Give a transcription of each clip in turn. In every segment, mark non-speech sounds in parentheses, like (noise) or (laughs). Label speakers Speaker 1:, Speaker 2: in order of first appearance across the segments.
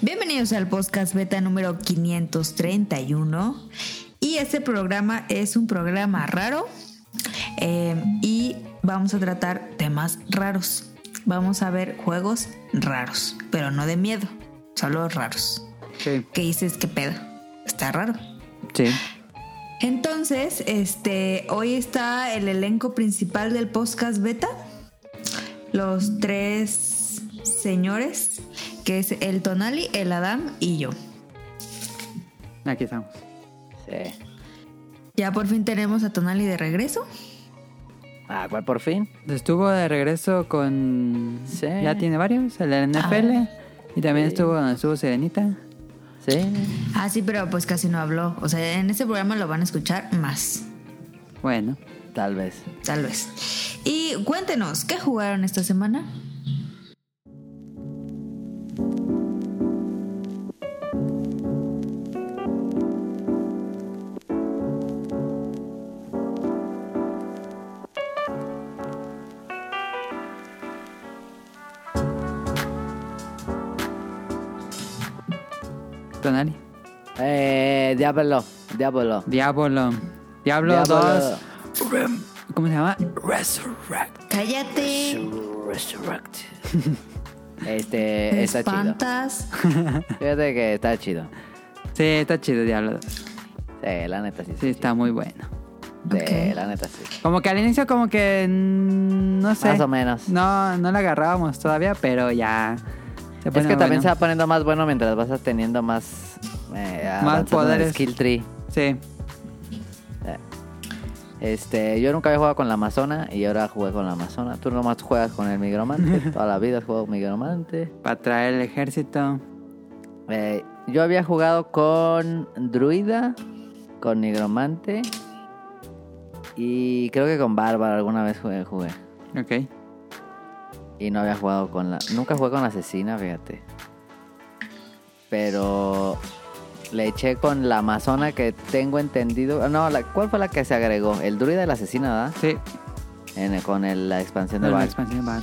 Speaker 1: Bienvenidos al podcast beta número 531. Y este programa es un programa raro eh, y vamos a tratar temas raros. Vamos a ver juegos raros, pero no de miedo, solo raros.
Speaker 2: Sí.
Speaker 1: Que dices, ¿qué pedo? Está raro.
Speaker 2: Sí.
Speaker 1: Entonces, este, hoy está el elenco principal del podcast beta. Los tres señores, que es el Tonali, el Adam y yo.
Speaker 2: Aquí estamos.
Speaker 3: Sí.
Speaker 1: Ya por fin tenemos a Tonali de regreso.
Speaker 3: Ah, ¿cuál por fin?
Speaker 2: Estuvo de regreso con.
Speaker 3: Sí. Ah.
Speaker 2: Ya tiene varios, el de la NFL. y también estuvo donde estuvo Serenita.
Speaker 3: Sí.
Speaker 1: Ah, sí, pero pues casi no habló. O sea, en este programa lo van a escuchar más,
Speaker 2: Bueno,
Speaker 3: Tal vez.
Speaker 1: tal vez. Y cuéntenos, ¿qué jugaron esta semana?
Speaker 2: Tonali.
Speaker 3: Eh, Diablo. Diablo.
Speaker 2: Diablo. Diablo
Speaker 3: Diablo.
Speaker 2: 2. ¿Cómo se llama? Resurrect.
Speaker 1: Cállate,
Speaker 3: Resurrect.
Speaker 2: (laughs)
Speaker 3: este,
Speaker 1: me
Speaker 3: está chido.
Speaker 1: espantas.
Speaker 3: Fíjate que está chido.
Speaker 2: Sí, está chido Diablo 2.
Speaker 3: Sí, la neta sí.
Speaker 2: Sí, está muy bueno.
Speaker 3: Sí,
Speaker 1: Ok.
Speaker 3: la neta sí.
Speaker 2: Como que al inicio, como que. mm, No sé.
Speaker 3: Más o menos.
Speaker 2: No, no la agarrábamos todavía, pero ya. Se
Speaker 3: es que también se
Speaker 2: bueno.
Speaker 3: va poniendo más bueno mientras vas teniendo más... eh, avanzando en el
Speaker 2: poderes.
Speaker 3: Skill tree.
Speaker 2: Sí.
Speaker 3: Este, yo nunca había jugado con la Amazona y ahora jugué con la Amazona. Tú nomás juegas con el
Speaker 2: (laughs)
Speaker 3: Migromante. Toda la vida juego Migromante.
Speaker 2: Para traer el ejército.
Speaker 3: Eh, yo había jugado con Druida, con Nigromante y creo que con Bárbaro alguna vez jugué, jugué.
Speaker 2: Ok.
Speaker 3: Y no había jugado con la... Nunca jugué con la Asesina, fíjate. Pero le eché con la Amazona que tengo entendido... ah, No, la, ¿cuál fue la que se agregó? El Druida y la Asesina, ¿verdad?
Speaker 2: Sí.
Speaker 3: En el- con el- la expansión de
Speaker 2: la
Speaker 3: Bárbaro.
Speaker 2: expansión de Bar.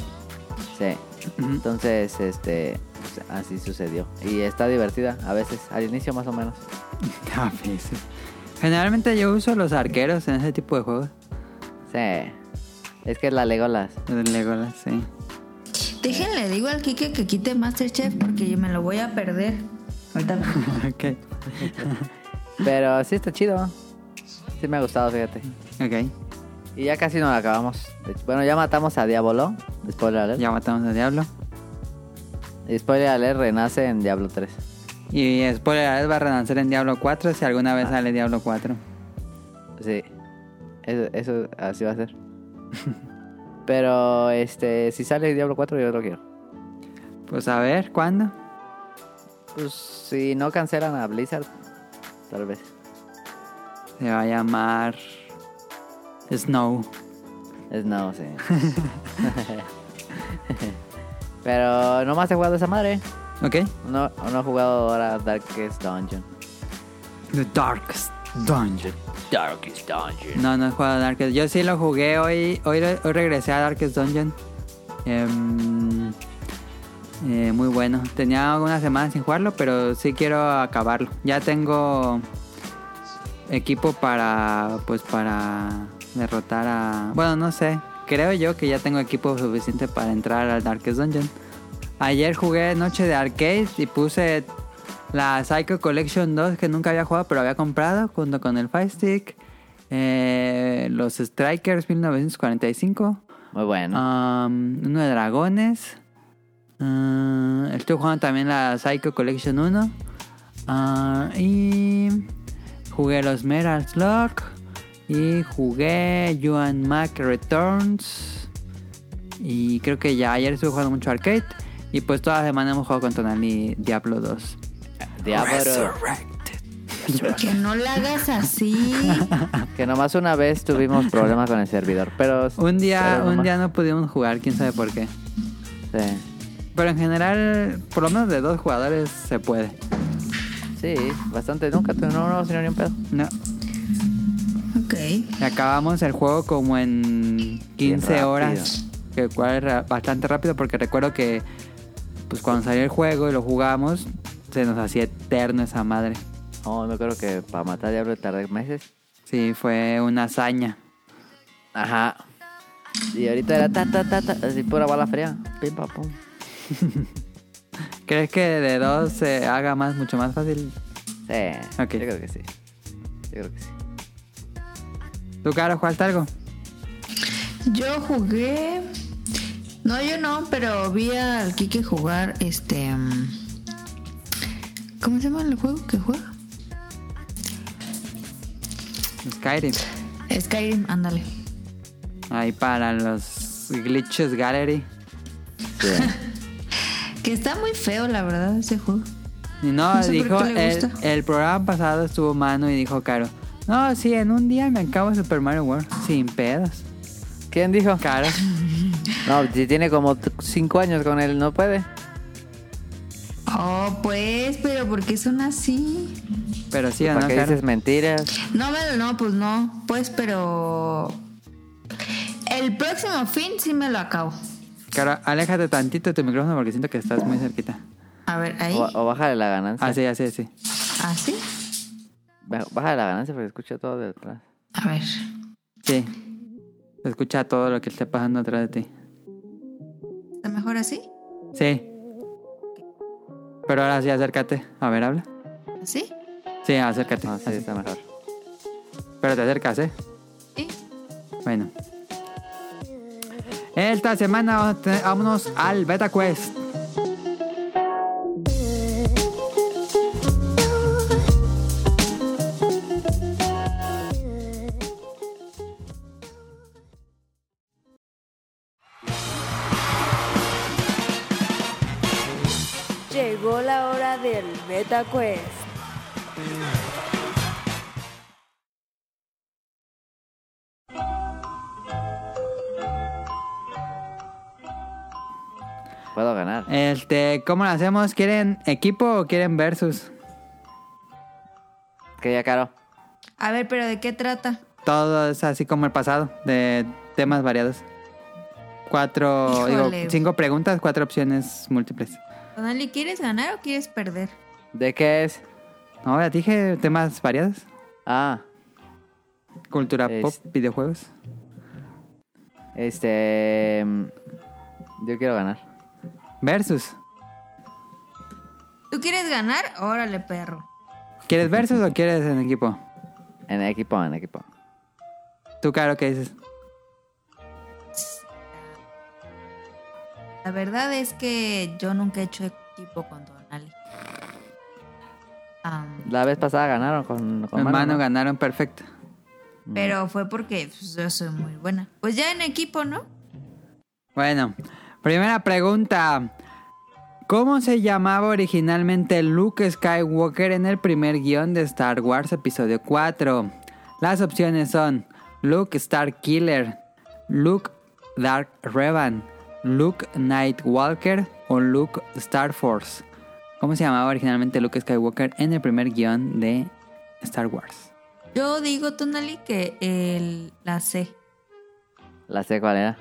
Speaker 3: Sí.
Speaker 2: Ujú.
Speaker 3: Entonces, este... pues, así sucedió. Y está divertida a veces, al inicio más o menos.
Speaker 2: (laughs) A veces. pues. Generalmente yo uso los arqueros en ese tipo de juegos.
Speaker 3: Sí. Es que es la Legolas.
Speaker 2: Los Legolas, sí. (laughs)
Speaker 1: Déjenle, digo al Kike que quite Masterchef porque yo me lo voy a perder. Ahorita.
Speaker 2: (laughs) ok.
Speaker 3: Pero sí está chido. Sí me ha gustado, fíjate.
Speaker 2: Ok.
Speaker 3: Y ya casi nos la acabamos. De hecho, Bueno, ya matamos a Diablo. Spoiler alert.
Speaker 2: Ya matamos a Diablo.
Speaker 3: Y Spoiler alert renace en Diablo 3.
Speaker 2: Y después va a renacer en Diablo 4 si alguna vez sale Diablo 4.
Speaker 3: Pues Sí. Eso, eso así va a ser. (laughs) Pero este, si sale Diablo 4 yo lo quiero.
Speaker 2: Pues a ver, ¿cuándo?
Speaker 3: Pues si no cancelan a Blizzard, tal vez.
Speaker 2: Se va a llamar Snow.
Speaker 3: Es no, sí. (laughs) Pero nomás he jugado esa madre.
Speaker 2: ¿Ok?
Speaker 3: No, no he jugado ahora Darkest Dungeon.
Speaker 2: The Darkest Dungeon.
Speaker 3: Darkest Dungeon.
Speaker 2: No, no he jugado a Darkest. Yo sí lo jugué hoy. Hoy, re- hoy regresé a Darkest Dungeon. Em, eh, muy bueno. Tenía algunas semanas sin jugarlo, pero sí quiero acabarlo. Ya tengo equipo para, pues, para derrotar a. Bueno, no sé. Creo yo que ya tengo equipo suficiente para entrar al Darkest Dungeon. Ayer jugué Noche de Arcade y puse la Psycho Collection 2 que nunca había jugado pero había comprado junto con el Fire Stick, eh, los Strikers 1945,
Speaker 3: Muy bueno.
Speaker 2: um, uno de dragones. ah, estoy jugando también la Psycho Collection 1. ah, y jugué los Meral's Lock. Y jugué Yuan Mac Returns. Y creo que ya ayer estuve jugando mucho arcade. Y pues toda la semana hemos jugado con Tonali Diablo 2.
Speaker 3: Diablo.
Speaker 1: Que no la hagas así.
Speaker 3: Que nomás una vez tuvimos problemas con el servidor. Pero.
Speaker 2: (laughs) Un día,
Speaker 3: pero
Speaker 2: un
Speaker 3: nomás-
Speaker 2: día no pudimos jugar, quién sabe por qué.
Speaker 3: Sí.
Speaker 2: Pero en general, por lo menos de dos jugadores se puede.
Speaker 3: Sí, bastante. Nunca tu- no, no, sino ni un pedo.
Speaker 2: No,
Speaker 1: Ok.
Speaker 2: y acabamos el juego como en 15
Speaker 3: rápido.
Speaker 2: horas, que cual era bastante rápido porque recuerdo que pues cuando salió el juego y lo jugamos, se nos hacía eterno esa madre.
Speaker 3: No, yo creo que para matar Diablo tardé meses.
Speaker 2: Sí, fue una hazaña.
Speaker 3: Ajá. Y ahorita era ta, ta, ta, ta, así pura bala fría. Pim, pam, pum.
Speaker 2: ¿Crees que de dos se haga más, mucho más fácil?
Speaker 3: Sí.
Speaker 2: Ok.
Speaker 3: Yo creo que sí. Yo creo que sí.
Speaker 2: ¿Tú, Caro, jugaste algo?
Speaker 1: Yo jugué. No, yo no, pero vi al Kike jugar este. mm, ¿Cómo se llama el juego que juega?
Speaker 2: Skyrim.
Speaker 1: Skyrim, ándale.
Speaker 2: Ahí para los Glitches Gallery.
Speaker 3: Sí.
Speaker 1: Que está muy feo, la verdad, ese juego.
Speaker 2: Y no,
Speaker 1: No sé por
Speaker 2: dijo,
Speaker 1: qué le
Speaker 2: el,
Speaker 1: gusta.
Speaker 2: el programa pasado estuvo Manu y dijo Caro, no, sí, en un día me acabo Super Mario World, sin pedos.
Speaker 3: ¿Quién dijo?
Speaker 2: Caro,
Speaker 3: No, si tiene como 5 años con él, no puede.
Speaker 1: Oh, pues, pero ¿por qué son así?
Speaker 2: pero sí, ¿o
Speaker 3: ¿Para
Speaker 2: ¿no,
Speaker 3: qué
Speaker 2: Caro?
Speaker 3: dices mentiras?
Speaker 1: No, me- no, pues no. Pues, pero. El próximo fin sí me lo acabo.
Speaker 2: Caro, aléjate tantito de tu micrófono porque siento que estás muy cerquita. Ah,
Speaker 1: A ver, ahí.
Speaker 3: O, o bájale la ganancia.
Speaker 2: Así, así, así.
Speaker 1: ¿Así?
Speaker 3: Ba- Bájale la ganancia porque escucho todo de atrás.
Speaker 1: A ver.
Speaker 2: Sí. Escucha todo lo que está pasando atrás de ti.
Speaker 1: ¿Está mejor así?
Speaker 2: Sí. Pero ahora sí, acércate. A ver, habla.
Speaker 1: ¿Así?
Speaker 2: Sí, acércate.
Speaker 3: No, Ah, sí,
Speaker 2: así.
Speaker 3: está mejor.
Speaker 2: Pero te acercas, ¿eh?
Speaker 1: Sí.
Speaker 2: Bueno. Esta semana vamos a tener- vámonos al Beta Quest.
Speaker 4: Llegó la hora del Beta Quest.
Speaker 3: Puedo ganar.
Speaker 2: Este, ¿cómo lo hacemos? ¿Quieren equipo o quieren versus?
Speaker 3: Que ya caro.
Speaker 1: A ver, pero ¿de qué trata?
Speaker 2: Todo es así como el pasado, de temas variados. Cuatro, digo,
Speaker 1: Híjole.
Speaker 2: cinco preguntas, cuatro opciones múltiples.
Speaker 1: Donali, ¿quieres ganar o quieres perder?
Speaker 3: ¿De qué es?
Speaker 2: No, ya te dije temas variados.
Speaker 3: Ah,
Speaker 2: Cultura
Speaker 3: Es-
Speaker 2: pop, videojuegos.
Speaker 3: este. mm, Yo quiero ganar.
Speaker 2: Versus.
Speaker 1: ¿Tú quieres ganar? Órale, perro.
Speaker 2: ¿Quieres
Speaker 3: Este
Speaker 2: versus o quieres en equipo?
Speaker 3: En equipo, en equipo.
Speaker 2: Tú, Caro, ¿qué dices?
Speaker 1: La verdad es que yo nunca he hecho equipo con Donali. Am,
Speaker 3: La vez pasada ganaron con, con
Speaker 2: Hermano,
Speaker 3: ¿no?
Speaker 2: ganaron perfecto. Mm.
Speaker 1: pero fue porque pues, yo soy muy buena. Pues ya en equipo, ¿no?
Speaker 2: Bueno, primera pregunta. ¿Cómo se llamaba originalmente Luke Skywalker en el primer guión de Star Wars Episodio 4? Las opciones son Luke Star Killer, Luke Dark Revan, Luke Nightwalker o Luke Star Force. ¿Cómo se llamaba originalmente Luke Skywalker en el primer guión de Star Wars?
Speaker 1: Yo digo, Donali, que el, la C.
Speaker 3: La sé cuál era.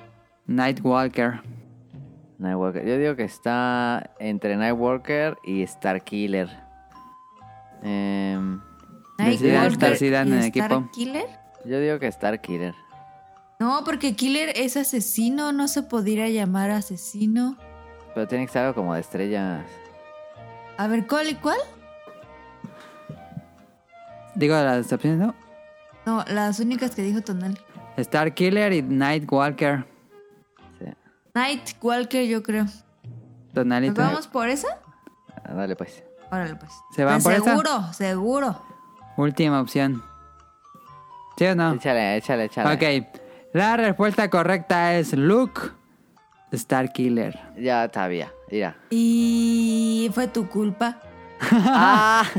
Speaker 2: Nightwalker.
Speaker 3: Nightwalker. Yo digo que está entre Nightwalker y Starkiller. Em,
Speaker 2: Decidan-
Speaker 1: Nightwalker
Speaker 2: decidan
Speaker 1: y
Speaker 2: en
Speaker 1: Star
Speaker 2: equipo.
Speaker 1: Killer.
Speaker 3: yo digo que Starkiller.
Speaker 1: No, porque Killer es asesino, no se podría llamar asesino.
Speaker 3: Pero tiene que ser algo como de estrellas.
Speaker 1: A ver, ¿cuál y cuál?
Speaker 2: Digo las opciones, ¿no?
Speaker 1: No, las únicas que dijo Tonali.
Speaker 2: Star Killer y Nightwalker.
Speaker 3: Sí.
Speaker 1: Night Walker, yo creo.
Speaker 2: Tonalito.
Speaker 1: ¿Nos vamos por esa?
Speaker 3: Ah, Dale pues.
Speaker 1: Órale, pues.
Speaker 2: ¿Se van
Speaker 1: Pues
Speaker 2: por esa?
Speaker 1: seguro, seguro.
Speaker 2: Última opción. ¿Sí
Speaker 3: Ah.
Speaker 2: o no?
Speaker 3: Échale, échale, échale.
Speaker 2: Ok. La respuesta correcta es Luke Starkiller.
Speaker 3: Ya sabía. (laughs) Mira.
Speaker 1: Y fue tu culpa.
Speaker 3: ¡Ah! (laughs)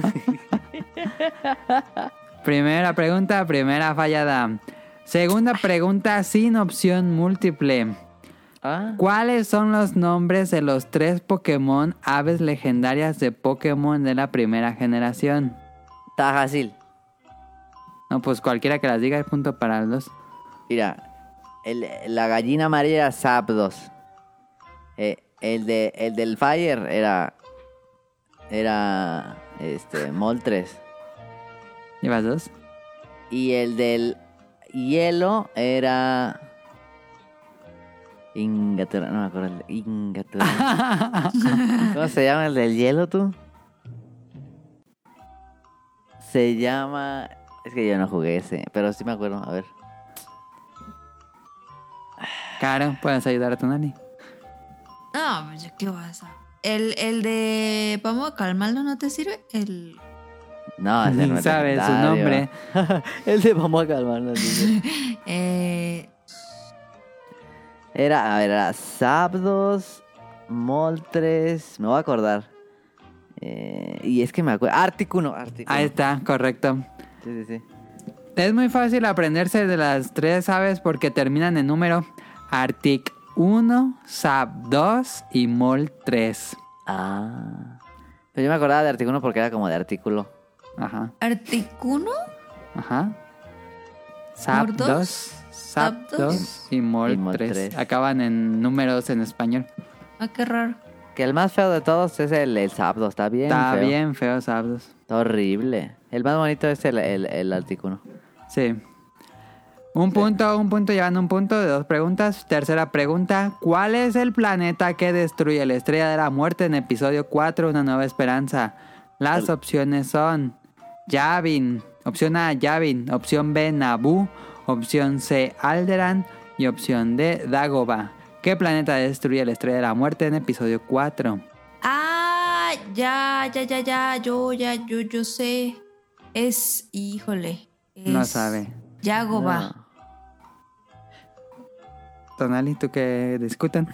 Speaker 2: Primera pregunta, primera fallada. Segunda pregunta sin opción múltiple.
Speaker 3: ah.
Speaker 2: ¿Cuáles son los nombres de los tres Pokémon aves legendarias de Pokémon de la primera generación?
Speaker 3: Tajasil.
Speaker 2: No, pues cualquiera que las diga es punto para los dos.
Speaker 3: Mira. el- la gallina amarilla era Zapdos. Eh, el, de, el del Fire era era este Mol 3.
Speaker 2: ¿Llevas dos?
Speaker 3: Y el del hielo era. Ingatura, no me acuerdo. el de- Ingatura. ¿Cómo se llama el del hielo tú? Se llama. Es que yo no jugué ese, pero sí me acuerdo. A ver.
Speaker 2: Caro, ¿puedes ayudar a tu nani?
Speaker 1: No, pues, ¿qué vas a...? El, el de Vamos a calmarlo no te sirve. El, (laughs)
Speaker 3: No, ese
Speaker 2: Ni
Speaker 3: no es
Speaker 2: sabe su
Speaker 3: legendario.
Speaker 2: nombre. (laughs)
Speaker 3: el de Vamos a calmarnos. dice.
Speaker 1: eh,
Speaker 3: Era, a ver, era Zapdos, Moltres. Me voy a acordar. Eh, y es que me acuerdo. Articuno, Articuno.
Speaker 2: Ahí está, correcto.
Speaker 3: Sí, sí, sí.
Speaker 2: Es muy fácil aprenderse de las tres aves porque terminan en número Artic 1, Sap 2 y Mol 3.
Speaker 3: Ah. Pero yo me acordaba de Articuno porque era como de artículo.
Speaker 2: Ajá,
Speaker 1: ¿Articuno?
Speaker 2: ajá. Sap
Speaker 1: ¿Mol
Speaker 2: 2,
Speaker 1: dos?
Speaker 2: Sap
Speaker 1: ¿Sap
Speaker 2: 2
Speaker 1: dos?
Speaker 2: y
Speaker 3: Y
Speaker 2: Mol
Speaker 3: Mol
Speaker 2: 3.
Speaker 3: tres.
Speaker 2: Acaban en números en español.
Speaker 1: Ah, qué raro.
Speaker 3: Que el más feo de todos es el, el Zapdos, está bien.
Speaker 2: Está
Speaker 3: feo.
Speaker 2: bien feo Sap 2.
Speaker 3: Está horrible. El más bonito es el, el, el Articuno.
Speaker 2: Sí. Un punto, un punto, llevan un punto de dos preguntas. Tercera pregunta, ¿cuál es el planeta que destruye la estrella de la muerte en episodio 4, Una nueva esperanza? Las opciones son Yavin, opción A, Yavin, opción B, Naboo, opción C, Alderan y opción D, Dagoba. ¿Qué planeta destruye la estrella de la muerte en episodio 4?
Speaker 1: Ah, ya, ya, ya, ya. Yo, ya, yo, yo sé. Es, híjole.
Speaker 2: No
Speaker 1: es
Speaker 2: sabe.
Speaker 1: Yagoba.
Speaker 3: No.
Speaker 2: Tonali, ¿tú que discutan?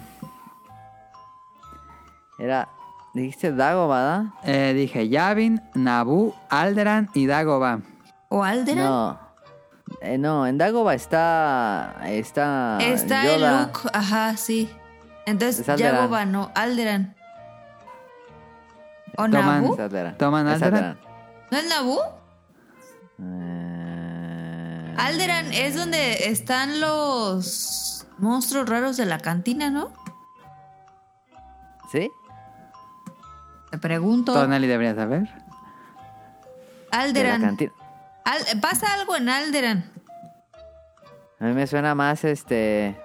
Speaker 3: Era. Dijiste Dagoba, ¿verdad?
Speaker 2: Eh, dije Yavin, Naboo, Alderan y Dagoba.
Speaker 1: ¿O Aldera?
Speaker 3: No. Eh, no, en Dagoba está. Está.
Speaker 1: Está
Speaker 3: Ah, Yoda.
Speaker 1: el Luke, ajá, sí. Entonces,
Speaker 3: Es Alderaan.
Speaker 1: Yagoba no, Alderan. ¿O
Speaker 2: Toman-
Speaker 1: Naboo?
Speaker 3: Es Alderaan.
Speaker 2: ¿Toman
Speaker 3: Es
Speaker 2: Alderaan?
Speaker 1: ¿No es Naboo?
Speaker 3: Eh,
Speaker 1: Alderan es donde están los monstruos raros de la cantina, ¿no?
Speaker 3: ¿Sí?
Speaker 1: Te pregunto.
Speaker 2: Tonali debería saber.
Speaker 3: Eh, De la
Speaker 1: Alderan.
Speaker 3: cantina.
Speaker 1: Al- pasa algo en Alderan.
Speaker 3: A mí me suena más este.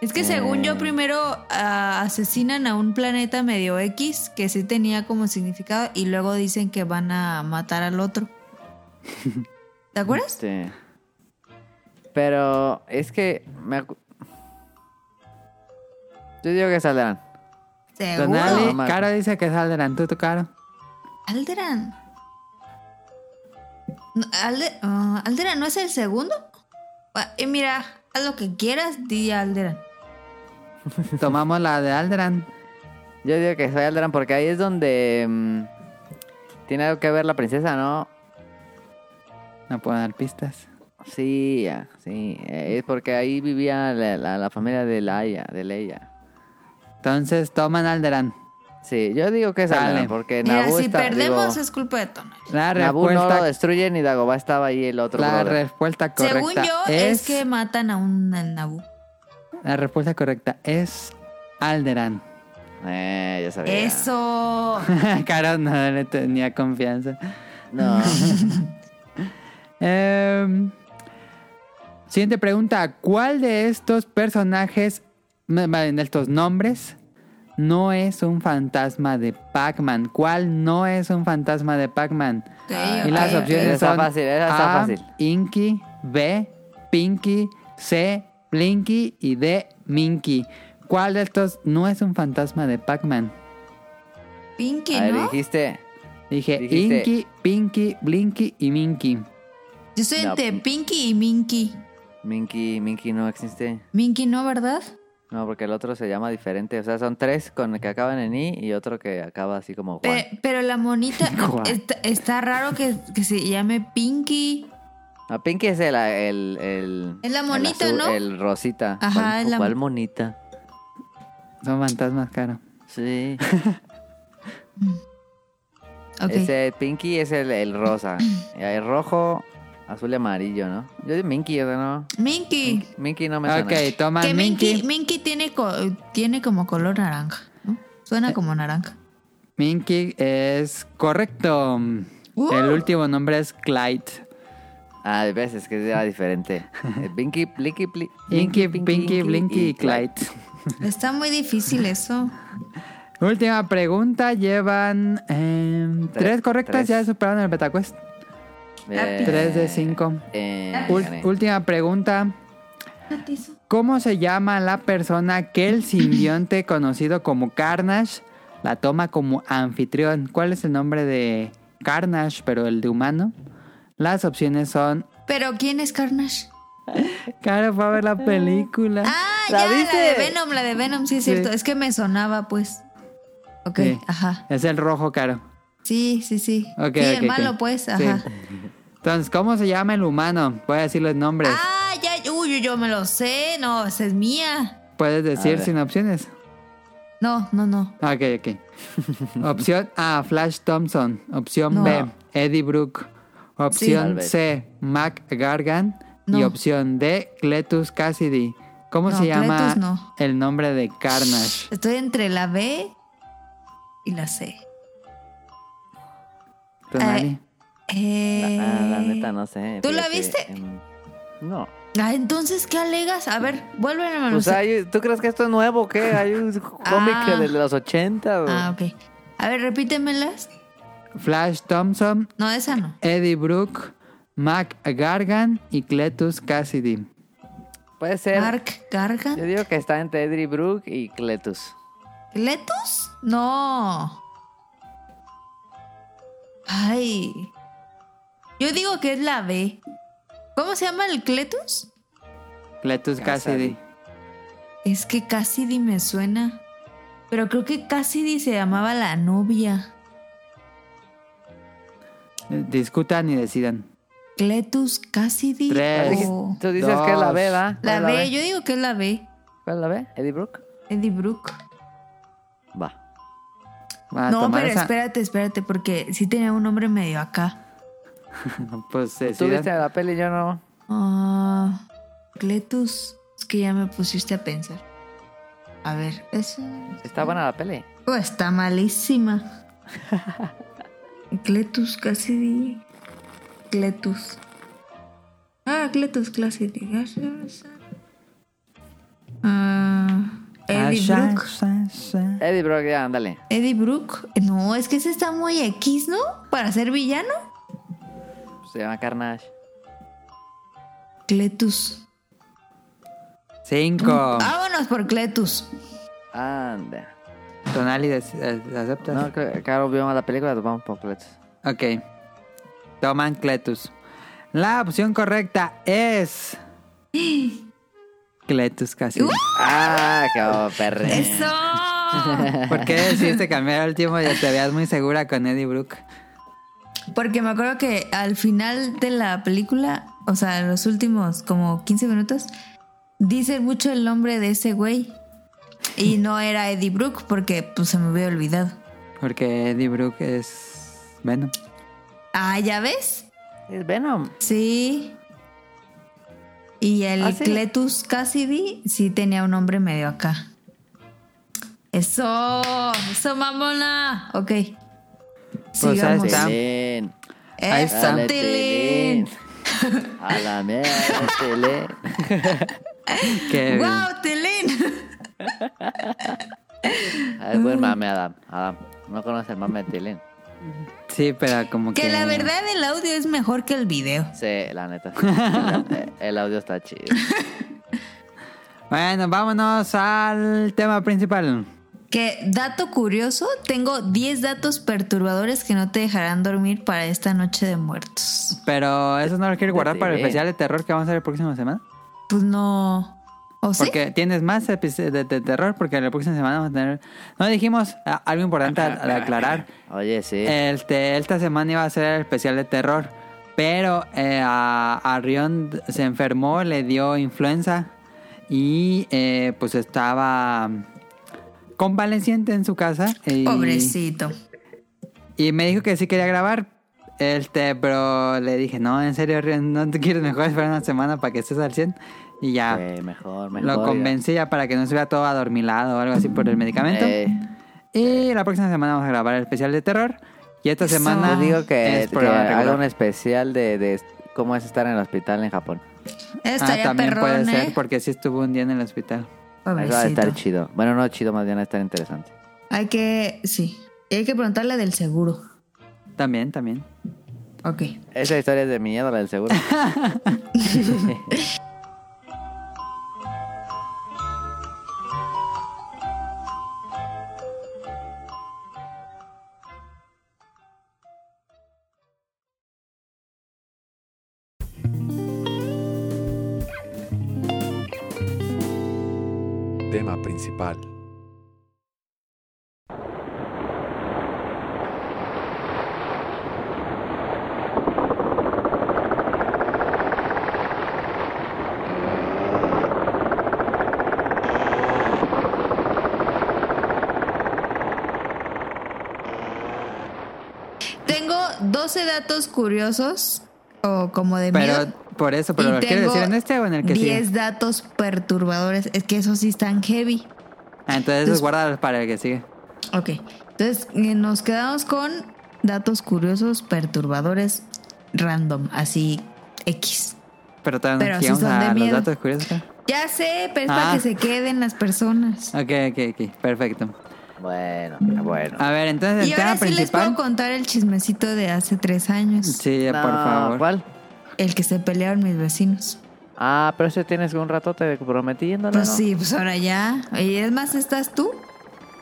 Speaker 1: Es que según
Speaker 3: Eh.
Speaker 1: yo primero ah, asesinan a un planeta medio X que sí tenía como significado y luego dicen que van a matar al
Speaker 3: (laughs)
Speaker 1: otro. ¿Te acuerdas?
Speaker 3: este, Pero es que. Me... acu- Yo digo que saldrán.
Speaker 1: Seguro.
Speaker 2: Tonali,
Speaker 3: Mamá.
Speaker 2: Caro dice que es Alderan. ¿Tú, tú,
Speaker 3: (laughs)
Speaker 2: Caro?
Speaker 1: Alderan. No, Alde- ah, Alderan no es el segundo. Ah, y mira, haz lo que quieras, di Alderan.
Speaker 2: Tomamos la de Alderan.
Speaker 3: Yo digo que soy Alderan porque ahí es donde. mm, tiene algo que ver la princesa, ¿no?
Speaker 2: No puedo dar pistas.
Speaker 3: Sí, ya, sí. eh, Es porque ahí vivía la, la- la familia de Laia, de Leia.
Speaker 2: Entonces, toman Alderan.
Speaker 3: Sí, yo digo que es
Speaker 2: Dale.
Speaker 3: Alderan porque
Speaker 1: Mira,
Speaker 3: Naboo
Speaker 1: si
Speaker 3: está-
Speaker 1: perdemos
Speaker 3: digo,
Speaker 1: es culpa de Tonali.
Speaker 2: La
Speaker 3: Naboo no lo
Speaker 2: respuesta,
Speaker 3: destruye ni Dagobah estaba ahí el otro
Speaker 2: la
Speaker 3: brother.
Speaker 2: respuesta correcta
Speaker 1: Según yo, es...
Speaker 2: es...
Speaker 1: que matan a un al Naboo.
Speaker 2: La respuesta correcta es Alderan. (laughs)
Speaker 3: Eh, ya sabía.
Speaker 1: Eso.
Speaker 2: Caro no le tenía confianza.
Speaker 1: (laughs)
Speaker 3: No.
Speaker 2: Em, siguiente pregunta. ¿Cuál de estos personajes, m- m- de estos nombres, no es un fantasma de Pac-Man? ¿Cuál no es un fantasma de Pac-Man?
Speaker 1: Ok,
Speaker 3: Ah,
Speaker 2: Y las
Speaker 1: ok.
Speaker 2: opciones
Speaker 3: Está
Speaker 2: son
Speaker 3: fácil, esa está
Speaker 2: A,
Speaker 3: fácil.
Speaker 2: Inky, B, Pinky, C, Blinky y D, Minky. ¿Cuál de estos no es un fantasma de Pac-Man?
Speaker 1: Pinky,
Speaker 3: A ver,
Speaker 1: ¿no?
Speaker 3: dijiste.
Speaker 2: Dije
Speaker 3: Dijiste-
Speaker 2: Inky, Pinky, Blinky y Minky.
Speaker 1: Yo soy
Speaker 3: No.
Speaker 1: entre Pinky y Minky.
Speaker 3: Minky, Minky no existe.
Speaker 1: Minky no, ¿verdad?
Speaker 3: No, porque el otro se llama diferente. O sea, son tres con el que acaban en I y otro que acaba así como Juan.
Speaker 1: Pe- pero la
Speaker 3: (laughs)
Speaker 1: monita
Speaker 2: Juan.
Speaker 1: está, está raro que, que se llame Pinky.
Speaker 3: No, Pinky es el. el, el
Speaker 1: Es la
Speaker 3: el
Speaker 1: monita,
Speaker 3: azul,
Speaker 1: ¿no?
Speaker 3: El rosita.
Speaker 1: Ajá,
Speaker 3: ¿Cuál,
Speaker 1: es la-
Speaker 3: cuál monita?
Speaker 2: Son fantasmas, caro.
Speaker 3: Sí.
Speaker 1: Ok.
Speaker 3: Ese Pinky es el, el rosa. Y hay rojo, azul y amarillo, ¿no? Yo digo Minky, o sea, no.
Speaker 1: Minky.
Speaker 3: Minky no me suena.
Speaker 2: Ok, toma
Speaker 1: Que Minky,
Speaker 2: Minky.
Speaker 1: Minky tiene, co- tiene como color naranja. ¿no? Suena como naranja.
Speaker 2: Minky es correcto.
Speaker 1: Uh.
Speaker 2: El último nombre es Clyde.
Speaker 3: Ah, de veces que era
Speaker 2: (laughs)
Speaker 3: diferente. Eh, Binky, Blinky, Bli-
Speaker 2: Inky, Pinky, Blinky y Clyde.
Speaker 1: Está muy difícil eso.
Speaker 2: Última pregunta. Llevan em,
Speaker 3: Tres,
Speaker 2: tres correctas.
Speaker 3: tres.
Speaker 2: Ya superaron el Betacuest.
Speaker 1: Ah,
Speaker 3: Eh,
Speaker 2: Tres de cinco.
Speaker 3: eh,
Speaker 2: Ul-
Speaker 3: gané.
Speaker 2: última pregunta. ¿Cómo se llama la persona que el simbionte (clears throat) conocido como Carnage la toma como anfitrión? ¿Cuál es el nombre de Carnage, pero el de humano? Las opciones son...
Speaker 1: Pero ¿quién es Carnage?
Speaker 2: Cara, fue a ver la película.
Speaker 1: Ah,
Speaker 3: ¿La
Speaker 1: ya, la de
Speaker 3: viste?
Speaker 1: Venom, la de Venom, sí es
Speaker 2: Sí.
Speaker 1: cierto. Es que me sonaba, pues. Ok,
Speaker 2: Sí.
Speaker 1: ajá.
Speaker 2: Es el rojo, Caro.
Speaker 1: Sí, sí, sí.
Speaker 2: Ok,
Speaker 1: sí,
Speaker 2: ok,
Speaker 1: el
Speaker 2: ok.
Speaker 1: malo, pues, ajá.
Speaker 2: Sí. Entonces, ¿cómo se llama el humano? Voy a decir los nombres.
Speaker 1: Ah, ya, uy, yo me lo sé. No, esa es mía.
Speaker 2: Puedes
Speaker 3: A
Speaker 2: decir
Speaker 3: ver.
Speaker 2: sin opciones.
Speaker 1: No, no, no.
Speaker 2: Ah, Ok,
Speaker 1: (laughs)
Speaker 2: ok. Opción A, Flash Thompson. Opción
Speaker 1: No.
Speaker 2: B, Eddie Brooke.
Speaker 3: Tal
Speaker 2: Opción
Speaker 3: vez.
Speaker 2: C, Mac Gargan. Y
Speaker 1: No.
Speaker 2: opción D, Cletus Cassidy. ¿Cómo
Speaker 1: No,
Speaker 2: se llama
Speaker 1: Cletus no.
Speaker 2: el nombre de Carnage?
Speaker 1: Estoy entre la B y la C.
Speaker 2: Tú,
Speaker 1: Eh,
Speaker 2: Nani.
Speaker 1: Eh,
Speaker 3: La, ah, la neta, no sé.
Speaker 1: ¿Tú la
Speaker 3: fíjate,
Speaker 1: viste?
Speaker 3: em, no.
Speaker 1: ah, entonces, ¿qué alegas? A ver, vuélveme a
Speaker 3: Pues hay- ¿Tú crees que esto es nuevo o qué?
Speaker 1: (laughs)
Speaker 3: Hay un cómic
Speaker 1: Ah.
Speaker 3: de los 80. güey.
Speaker 1: Ah, ok. A ver, repítemelas.
Speaker 2: Flash Thompson,
Speaker 1: No, esa no.
Speaker 2: Eddie Brooke, Mac Gargan y Cletus Cassidy.
Speaker 3: Puede ser.
Speaker 1: Mark
Speaker 3: Yo
Speaker 1: Gargan.
Speaker 3: digo que está entre Eddie Brook y Cletus.
Speaker 1: ¿Letus? No. Ay. Yo digo que es la B. ¿Cómo se llama el Cletus?
Speaker 2: Cletus Cassidy.
Speaker 3: Cassidy.
Speaker 1: Es que Cassidy me suena. Pero creo que Cassidy se llamaba la novia.
Speaker 2: Eh, Discutan y decidan.
Speaker 1: Cletus Cassidy.
Speaker 2: Tres.
Speaker 1: o-
Speaker 3: Tú dices que es la B,
Speaker 2: Dos.
Speaker 3: ¿verdad?
Speaker 1: Oh. La
Speaker 3: ¿Cuál
Speaker 1: B,
Speaker 3: es
Speaker 1: yo digo que es la B.
Speaker 3: ¿Cuál es la B? ¿Eddie Brook?
Speaker 1: Eddie Brooke.
Speaker 3: Va.
Speaker 2: Van a
Speaker 1: no,
Speaker 2: tomar
Speaker 1: pero
Speaker 2: Ah, esa-
Speaker 1: espérate, espérate, porque sí tenía un nombre medio acá.
Speaker 2: (laughs) Pues
Speaker 3: Tú
Speaker 2: decidan.
Speaker 3: viste la peli, yo no.
Speaker 1: Ah, Cletus. Es que ya me pusiste a pensar. A ver, eso.
Speaker 3: Está buena la peli.
Speaker 1: Oh, está malísima. Cletus Cassidy. Cletus. Ah, Cletus Cassidy. Ah, Eddie
Speaker 2: Asha,
Speaker 1: Brooke.
Speaker 2: asha, asha.
Speaker 3: Eddie Brook, ya, ándale.
Speaker 1: Eddie Brooke. No, es que ese está muy X, ¿no? Para ser villano.
Speaker 3: Se llama Carnage.
Speaker 1: Cletus. Ah,
Speaker 2: Cinco.
Speaker 1: Vámonos por Cletus.
Speaker 3: Anda.
Speaker 2: Tonali, des- eh, ¿aceptas?
Speaker 3: No, cl- claro, vimos la película, topamos por Cletus.
Speaker 2: Ok. Toman Cletus. La opción correcta es. (gasps) Cletus casi.
Speaker 1: Uh.
Speaker 3: Ah, qué perre.
Speaker 1: ¡Eso!
Speaker 2: ¿Por qué decidiste cambiar el último? Ya te veías muy segura con Eddie Brooke.
Speaker 1: Porque me acuerdo que al final de la película, o sea, en los últimos como 15 minutos, dice mucho el nombre de ese güey. Y no era Eddie Brooke porque pues, se me había olvidado.
Speaker 2: Porque Eddie Brooke es. Bueno.
Speaker 1: Ah, ¿ya ves?
Speaker 3: Es Venom.
Speaker 1: Sí. Y el
Speaker 3: ¿Ah, sí?
Speaker 1: Cletus Cassidy sí tenía un nombre medio acá. Eso, eso mamona. Ok.
Speaker 2: Pues ahí
Speaker 1: Sigamos.
Speaker 2: está.
Speaker 3: Tilín.
Speaker 2: ahí
Speaker 1: Eso,
Speaker 2: está.
Speaker 3: Dale,
Speaker 1: Tilín.
Speaker 3: Tilín. A la mierda, Tilín.
Speaker 2: Que
Speaker 1: ¡Wow, Tilín! (laughs)
Speaker 3: Ah, Es buen mame, Adam. Adam, no conoce el mame de Tilín.
Speaker 2: Sí, pero como que.
Speaker 1: Que la verdad el audio es mejor que el video.
Speaker 3: Sí, la neta.
Speaker 2: (laughs)
Speaker 3: El, el audio está chido.
Speaker 2: Bueno, vámonos al tema principal.
Speaker 1: Que dato curioso, tengo 10 datos perturbadores que no te dejarán dormir para esta noche de muertos.
Speaker 2: Pero eso no lo quiero guardar para el
Speaker 3: TV.
Speaker 2: especial de terror que vamos a hacer la próxima semana.
Speaker 1: Pues no. ¿O sí?
Speaker 2: Porque tienes más episodios de, de terror, porque la próxima semana vamos a tener... No dijimos ah, algo importante a- a aclarar.
Speaker 3: Oye, sí.
Speaker 2: Este, esta semana iba a ser el especial de terror, pero eh, a, a Rion se enfermó, le dio influenza y eh, pues estaba convaleciente en su casa. y-
Speaker 1: Pobrecito.
Speaker 2: y me dijo que sí quería grabar. Este, pero le dije, no, en serio, Rion, no te quieres mejor esperar una semana para que estés al 100. Y ya
Speaker 3: Sí, Eh, mejor, mejor.
Speaker 2: ah, lo
Speaker 3: ya.
Speaker 2: convencí ya para que no se vea todo adormilado o algo así por el medicamento.
Speaker 3: Eh,
Speaker 2: Y la próxima semana vamos a grabar el especial de terror. Y esta
Speaker 1: Eso.
Speaker 2: semana
Speaker 1: Te
Speaker 3: Les digo que,
Speaker 2: es
Speaker 3: que
Speaker 2: programa
Speaker 3: haga
Speaker 2: regular.
Speaker 3: un especial de, de cómo es estar en el hospital en Japón.
Speaker 2: Ah,
Speaker 1: Estaría
Speaker 2: también
Speaker 1: perrón,
Speaker 2: puede ser,
Speaker 1: ¿eh?
Speaker 2: porque sí estuvo un día en el hospital.
Speaker 3: Eso va a
Speaker 1: Pobrecito.
Speaker 3: estar chido. Bueno, no chido, más bien va a estar interesante.
Speaker 1: Hay que, sí, Y hay que preguntarle del seguro.
Speaker 2: También, también.
Speaker 1: Ok.
Speaker 3: Esa historia es de miedo, la
Speaker 2: (laughs)
Speaker 3: del seguro.
Speaker 5: Tema principal.
Speaker 1: Tengo 12 datos curiosos, o como de
Speaker 2: Pero
Speaker 1: miedo.
Speaker 2: por eso, pero
Speaker 1: y
Speaker 2: ¿lo quieres
Speaker 1: tengo
Speaker 2: decir en este o en el que
Speaker 1: 10
Speaker 2: sigue?
Speaker 1: datos perturbadores. Es que esos sí están heavy.
Speaker 2: Ah, entonces
Speaker 1: Entonces-
Speaker 2: guárdalos para el que sigue.
Speaker 1: Ok. Entonces, eh, nos quedamos con datos curiosos, perturbadores, random, así, X.
Speaker 2: Pero todavía
Speaker 1: Pero
Speaker 2: nos
Speaker 1: sí
Speaker 2: llegamos
Speaker 1: son de
Speaker 2: a los
Speaker 1: miedo.
Speaker 2: datos curiosos.
Speaker 1: Ya sé, pero es
Speaker 2: Ah.
Speaker 1: para que se queden las personas.
Speaker 2: Ok, ok, ok. Perfecto.
Speaker 3: bueno, bueno.
Speaker 2: A ver, entonces Ah, el
Speaker 1: Y ahora
Speaker 2: tema
Speaker 1: sí les puedo
Speaker 2: principal.
Speaker 1: contar el chismecito de hace tres años.
Speaker 2: Sí,
Speaker 3: No,
Speaker 2: por favor.
Speaker 3: ¿Cuál?
Speaker 1: El que se pelearon mis vecinos.
Speaker 3: Ah, pero ese tienes un ratote prometiéndolo.
Speaker 1: Pues
Speaker 3: ¿no?
Speaker 1: sí, pues ahora ya. Y es más, ¿estás tú?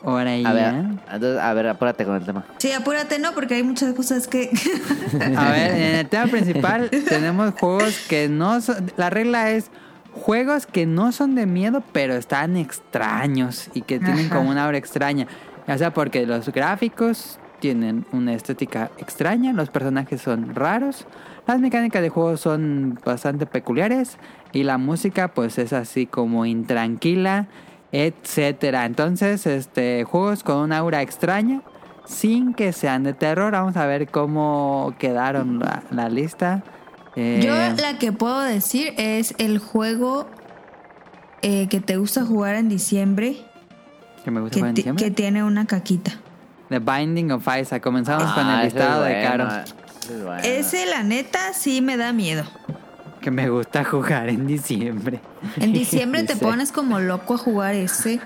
Speaker 2: Ahora
Speaker 3: A ver,
Speaker 2: ya.
Speaker 3: entonces, a ver, apúrate con el tema.
Speaker 1: Sí, apúrate, no, porque hay muchas cosas que... (laughs)
Speaker 2: A ver, en el tema principal tenemos juegos que no son... La regla es juegos que no son de miedo, pero están extraños y que tienen
Speaker 1: Ajá.
Speaker 2: como una obra extraña. O sea, porque los gráficos tienen una estética extraña, los personajes son raros, las mecánicas de juego son bastante peculiares y la música pues es así como intranquila, etcétera. Entonces, este juegos con una aura extraña sin que sean de terror. Vamos a ver cómo quedaron la, la lista. Eh,
Speaker 1: Yo la que puedo decir es el juego eh, que te gusta jugar en diciembre,
Speaker 2: que me gusta
Speaker 1: que,
Speaker 2: jugar en
Speaker 1: ti-
Speaker 2: diciembre.
Speaker 1: que tiene una caquita.
Speaker 2: The Binding of Isaac. Comenzamos con
Speaker 3: Ah,
Speaker 2: el
Speaker 3: ese es
Speaker 2: listado de
Speaker 3: bueno,
Speaker 2: Caro.
Speaker 3: ese es bueno.
Speaker 1: Ese, la neta, sí me da miedo.
Speaker 2: Que me gusta jugar en diciembre. (laughs)
Speaker 1: En diciembre te
Speaker 2: Dice.
Speaker 1: pones como loco a jugar ese.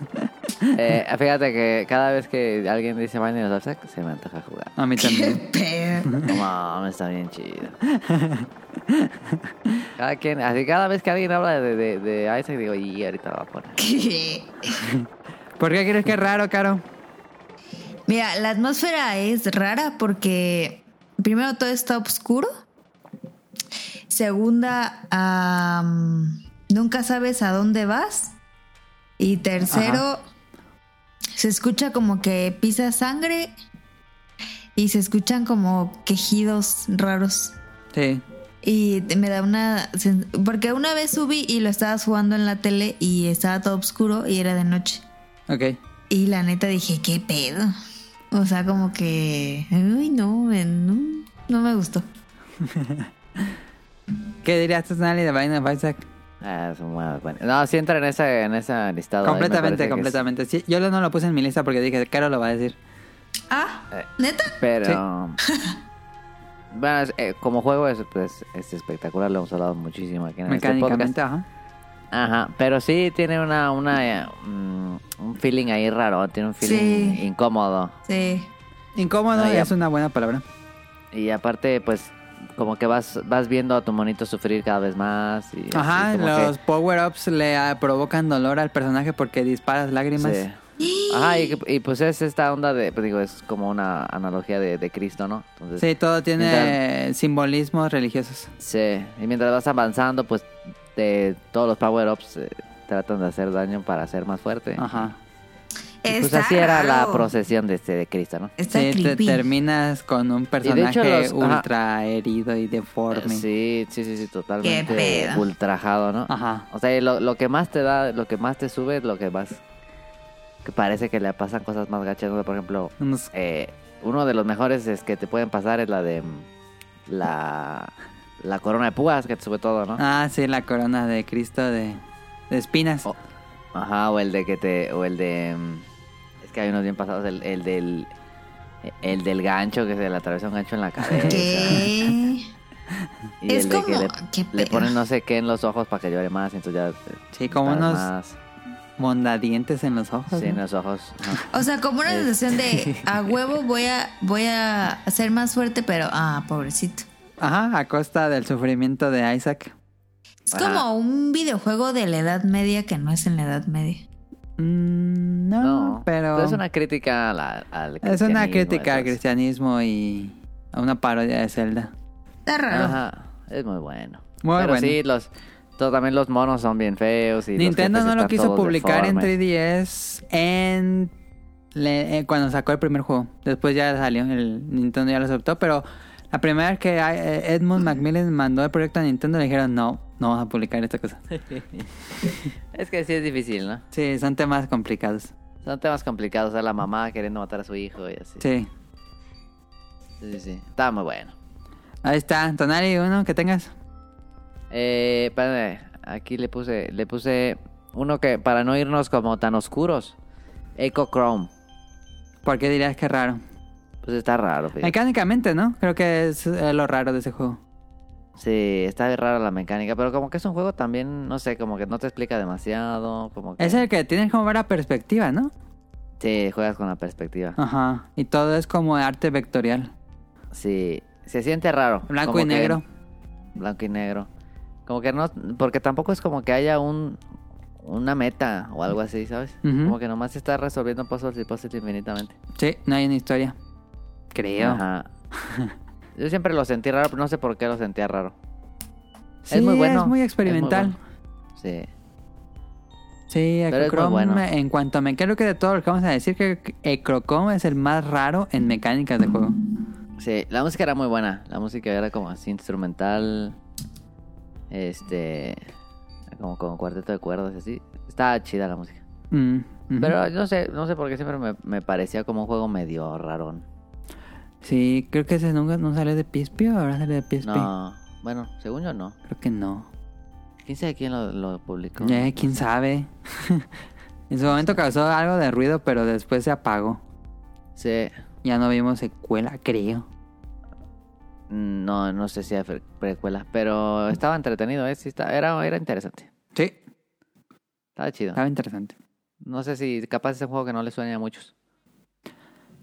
Speaker 3: Eh, fíjate que cada vez que alguien dice Binding of Isaac, se me antoja
Speaker 2: (laughs)
Speaker 3: jugar.
Speaker 2: A mí también.
Speaker 1: Pero-
Speaker 3: No mames, está bien chido. Cada, quien, así cada vez que alguien habla de, de, de Isaac, digo, y ahorita va a poner.
Speaker 1: ¿Qué?
Speaker 2: ¿Por qué crees que es raro, Caro?
Speaker 1: Mira, la atmósfera es rara porque primero todo está oscuro. Segunda, am, nunca sabes a dónde vas. Y tercero, se escucha como que pisa sangre y se escuchan como quejidos raros.
Speaker 2: Sí.
Speaker 1: Y te- me da una... sen- Porque una vez subí y lo estabas jugando en la tele y estaba todo oscuro y era de noche.
Speaker 2: Ok.
Speaker 1: Y la neta dije, ¿qué pedo? O sea, como que. Uy, no, me- no, no me gustó.
Speaker 2: ¿Qué dirías tú, Nali, de Binding of Isaac?
Speaker 3: Ah, es muy bueno. No, sí entra en esa, en esa listado. ahí me
Speaker 2: completamente,
Speaker 3: parece que es-
Speaker 2: completamente. Sí, yo no lo puse en mi lista porque dije, Caro lo va a decir.
Speaker 1: Ah, neta.
Speaker 3: Pero. Bueno, es- eh, como juego es, pues, es espectacular, lo hemos hablado muchísimo aquí en este podcast.
Speaker 2: Mecánicamente, ajá.
Speaker 3: Ajá, pero sí tiene una, una eh, mm, un feeling ahí raro, tiene un feeling
Speaker 1: Sí.
Speaker 3: incómodo.
Speaker 1: Sí.
Speaker 2: Incómodo
Speaker 3: No, ya.
Speaker 2: es una buena palabra.
Speaker 3: Y aparte, pues, como que vas, vas viendo a tu monito sufrir cada vez más. Y,
Speaker 2: Ajá,
Speaker 3: y como
Speaker 2: los power-ups le ah, provocan dolor al personaje porque disparas
Speaker 3: que-
Speaker 2: lágrimas.
Speaker 3: sí. Ajá, y, y, pues es esta onda de, pues digo, es como una analogía de, de Cristo, ¿no? Entonces,
Speaker 2: Sí, todo tiene simbolismos religiosos.
Speaker 3: Sí, y mientras vas avanzando, pues te- todos los power-ups eh, tratan de hacer daño para ser más fuerte.
Speaker 2: Ajá.
Speaker 3: Y, pues
Speaker 1: Está
Speaker 3: así era la
Speaker 1: raro.
Speaker 3: procesión de, este, de Cristo, ¿no?
Speaker 1: Está
Speaker 2: sí, te
Speaker 1: creepy.
Speaker 2: terminas con un personaje
Speaker 3: los- ajá.
Speaker 2: ultra herido y
Speaker 3: Eh,
Speaker 2: deforme.
Speaker 3: Sí, sí, sí, sí, totalmente
Speaker 1: Qué pedo.
Speaker 3: ultrajado, ¿no?
Speaker 2: Ajá.
Speaker 3: O sea, y lo, lo que más te da, lo que más te sube, es lo que más... Que parece que le pasan cosas más gachas, ¿no? Por ejemplo,
Speaker 2: Unos-
Speaker 3: eh, uno de los mejores es que te pueden pasar es la de... mm, La... La corona de púas que te sube todo, ¿no?
Speaker 2: Ah, sí, la corona de Cristo de, de espinas.
Speaker 3: Oh. Ajá, o el de que te... O el de... mm, Es es que hay unos bien pasados. El, el del. El del gancho, que se le atraviesa un gancho en la cabeza. (laughs)
Speaker 1: ¿Qué?
Speaker 3: Y
Speaker 1: Es
Speaker 3: el de que
Speaker 1: como-
Speaker 3: le,
Speaker 1: qué
Speaker 3: le
Speaker 1: pedo.
Speaker 3: ponen no sé qué en los ojos para que llore más. Entonces ya. eh,
Speaker 2: Sí, como
Speaker 3: lloras
Speaker 2: unos-
Speaker 3: más.
Speaker 2: Mondadientes en los ojos.
Speaker 3: Sí, en
Speaker 2: ¿no?
Speaker 3: los ojos. ajá.
Speaker 2: Ah,
Speaker 1: O sea, como
Speaker 3: Eh,
Speaker 1: una sensación
Speaker 3: (laughs)
Speaker 1: de a huevo voy a voy a ser más fuerte, pero ah, pobrecito.
Speaker 2: Ajá, a costa del sufrimiento de Isaac.
Speaker 1: Es
Speaker 3: Ajá.
Speaker 1: como un videojuego de la Edad Media que no es en la Edad Media.
Speaker 2: Mm, no,
Speaker 3: No,
Speaker 2: pero.
Speaker 3: Es una crítica a la- al
Speaker 2: es una
Speaker 3: cristianismo,
Speaker 2: crítica al
Speaker 3: entonces.
Speaker 2: cristianismo y a una parodia de Zelda.
Speaker 1: Está raro.
Speaker 3: Ajá, es muy bueno.
Speaker 2: Muy
Speaker 3: Pero
Speaker 2: bueno.
Speaker 3: sí, los, to- también los monos son bien feos. Y los
Speaker 2: Nintendo
Speaker 3: jefes
Speaker 2: no lo
Speaker 3: están
Speaker 2: quiso
Speaker 3: todos
Speaker 2: publicar en
Speaker 3: deformes.
Speaker 2: 3DS en le- eh, cuando sacó el primer juego. Después ya salió, el Nintendo ya lo aceptó, pero la primera vez que eh, Edmund Macmillan mandó el proyecto a Nintendo le dijeron no, no vamos a publicar esta
Speaker 3: (laughs)
Speaker 2: cosa.
Speaker 3: Es que sí es difícil, ¿no?
Speaker 2: Sí, son temas complicados.
Speaker 3: Son temas complicados. A la mamá queriendo matar a su hijo y así.
Speaker 2: Sí.
Speaker 3: sí, sí. sí. Está muy bueno.
Speaker 2: Ahí está, Tonali, uno que tengas.
Speaker 3: Eh, espérame, aquí le puse, le puse uno que para no irnos como tan oscuros. Echo Chrome.
Speaker 2: ¿Por qué dirías que es raro?
Speaker 3: Pues está raro. fíjate.
Speaker 2: Mecánicamente, ¿no? Creo que es eh, lo raro de ese juego.
Speaker 3: Sí, está bien rara la mecánica, pero como que es un juego también, no sé, como que no te explica demasiado, como que
Speaker 2: Es el que tienes como ver la perspectiva, ¿no?
Speaker 3: sí, juegas con la perspectiva.
Speaker 2: Ajá. Y todo es como arte vectorial.
Speaker 3: Sí, se siente raro.
Speaker 2: Blanco
Speaker 3: como
Speaker 2: y
Speaker 3: que-
Speaker 2: negro.
Speaker 3: Blanco y negro. Como que no, porque tampoco es como que haya un una meta o algo así, ¿sabes?
Speaker 2: Ujú.
Speaker 3: Como que nomás está resolviendo pasos y pasos infinitamente.
Speaker 2: Sí, no hay una historia. Creo. (laughs)
Speaker 3: Ajá. Yo siempre lo sentí raro, pero no sé por qué lo sentía raro.
Speaker 2: Sí,
Speaker 3: es muy bueno.
Speaker 2: Es muy experimental.
Speaker 3: Es muy Sí.
Speaker 2: Sí,
Speaker 3: Pero es muy
Speaker 2: Ecrocom,
Speaker 3: bueno.
Speaker 2: eh, en cuanto a mecánica, creo que de todo lo que vamos a decir, que Ecrocom es el más raro en mecánicas de juego.
Speaker 3: Sí, la música era muy buena. La música era como así instrumental. Este. Como con cuarteto de cuerdas, y así. Estaba chida la música.
Speaker 2: Mm, ujú.
Speaker 3: Pero no sé, no sé por qué siempre me, me parecía como un juego medio rarón.
Speaker 2: Sí, creo que ese nunca no salió de PSP o ahora salió de PSP.
Speaker 3: No. Bueno, según yo no.
Speaker 2: Creo que no.
Speaker 3: ¿Quién sabe quién lo, lo publicó?
Speaker 2: Eh, quién sabe. (laughs) en su momento causó algo de ruido, pero después se apagó.
Speaker 3: Sí.
Speaker 2: Ya no vimos secuela, creo.
Speaker 3: No, no sé si era pre- precuela. Pero estaba entretenido, ¿eh? Sí, está- era, era interesante.
Speaker 2: Sí,
Speaker 3: Estaba chido.
Speaker 2: estaba interesante.
Speaker 3: No sé si capaz es un juego que no le suene a muchos.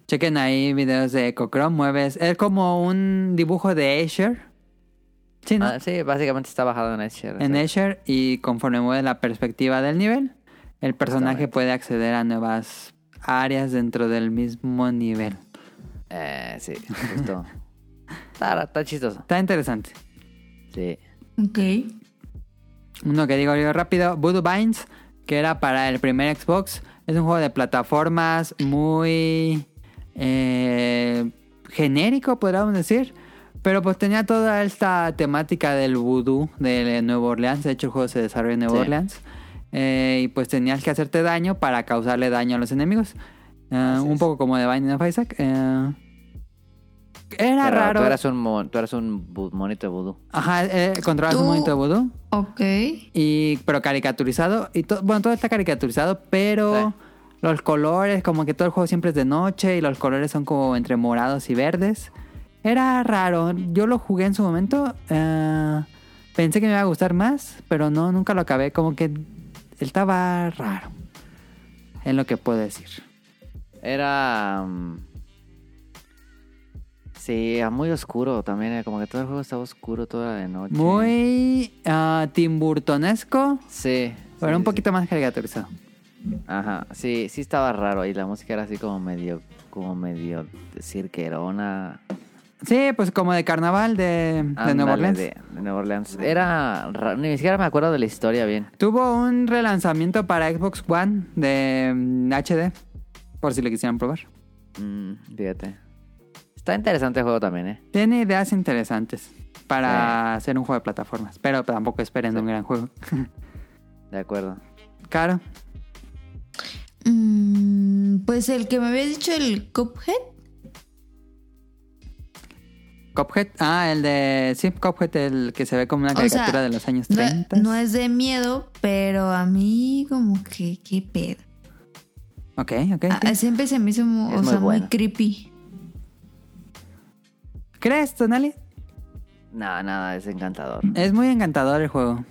Speaker 2: Chequen ahí videos de Ecochrome, mueves. Es como un dibujo de Asher. Sí, ¿no?
Speaker 3: Ah, sí, básicamente está bajado en Escher.
Speaker 2: en Asher y conforme mueve la perspectiva del nivel, el personaje
Speaker 3: Exactamente.
Speaker 2: puede acceder a nuevas áreas dentro del mismo nivel.
Speaker 3: Eh, sí,
Speaker 2: (laughs)
Speaker 3: justo. está, está chistoso.
Speaker 2: Está interesante.
Speaker 3: Sí.
Speaker 1: Ok.
Speaker 2: Uno que digo yo rápido, Voodoo Vines, que era para el primer Xbox. Es un juego de plataformas muy eh, genérico, podríamos decir. Pero pues tenía toda esta temática del vudú de Nueva Orleans. De hecho, el juego se desarrolla en Nueva
Speaker 3: Sí.
Speaker 2: Orleans. Eh, y pues tenías que hacerte daño para causarle daño a los enemigos. Eh,
Speaker 3: Así
Speaker 2: un
Speaker 3: es.
Speaker 2: poco como de Binding of Isaac. Eh, era
Speaker 3: Pero
Speaker 2: raro.
Speaker 3: Tú eras un, mon- tú eras un bu- monito de vudú.
Speaker 2: Ajá, eh, controlabas
Speaker 1: Tú-
Speaker 2: un monito de vudú.
Speaker 1: Ok.
Speaker 2: Y, pero caricaturizado. Y to- bueno, todo está caricaturizado, pero los colores, como que todo el juego siempre es de noche y los colores son como entre morados y verdes. Era raro. Yo lo jugué en su momento. eh, pensé que me iba a gustar más, pero no, nunca lo acabé. Como que estaba raro. Es lo que puedo decir.
Speaker 3: Era... mm, Sí, era muy oscuro también. era Como que todo el juego estaba oscuro toda la noche.
Speaker 2: Muy ah, timburtonesco,
Speaker 3: Sí.
Speaker 2: pero
Speaker 3: sí,
Speaker 2: un
Speaker 3: sí,
Speaker 2: poquito más caricaturizado.
Speaker 3: sí. Ajá. Sí, sí estaba raro. Y la música era así como medio... Como medio cirquerona.
Speaker 2: Sí, pues como de carnaval de, de Nueva
Speaker 3: Ándale,
Speaker 2: Orleans.
Speaker 3: De, de Nueva Orleans. Era... ra- Ni siquiera me acuerdo de la historia bien.
Speaker 2: Tuvo un relanzamiento para Xbox One de mm, HD, por si lo quisieran probar.
Speaker 3: Mm, fíjate. Está interesante el juego también, ¿eh?
Speaker 2: Tiene ideas interesantes para hacer un juego de plataformas, pero tampoco esperen
Speaker 3: Sí.
Speaker 2: un gran juego.
Speaker 3: De acuerdo.
Speaker 2: Caro,
Speaker 1: Mm, pues el que me había dicho el Cuphead.
Speaker 2: Cophead, ah, el de, sí, Cophead, el que se ve como una
Speaker 1: O sea,
Speaker 2: caricatura de los años
Speaker 1: No,
Speaker 2: 30.
Speaker 1: no es de miedo, pero a mí como que qué pedo.
Speaker 2: Ok, ok.
Speaker 1: Ah,
Speaker 2: sí.
Speaker 1: siempre se me hizo mu-
Speaker 3: Es
Speaker 1: o
Speaker 3: muy
Speaker 1: sea, muy
Speaker 3: bueno.
Speaker 1: creepy.
Speaker 2: ¿Crees, Tonali?
Speaker 3: No, nada, es encantador.
Speaker 2: Es muy encantador el juego.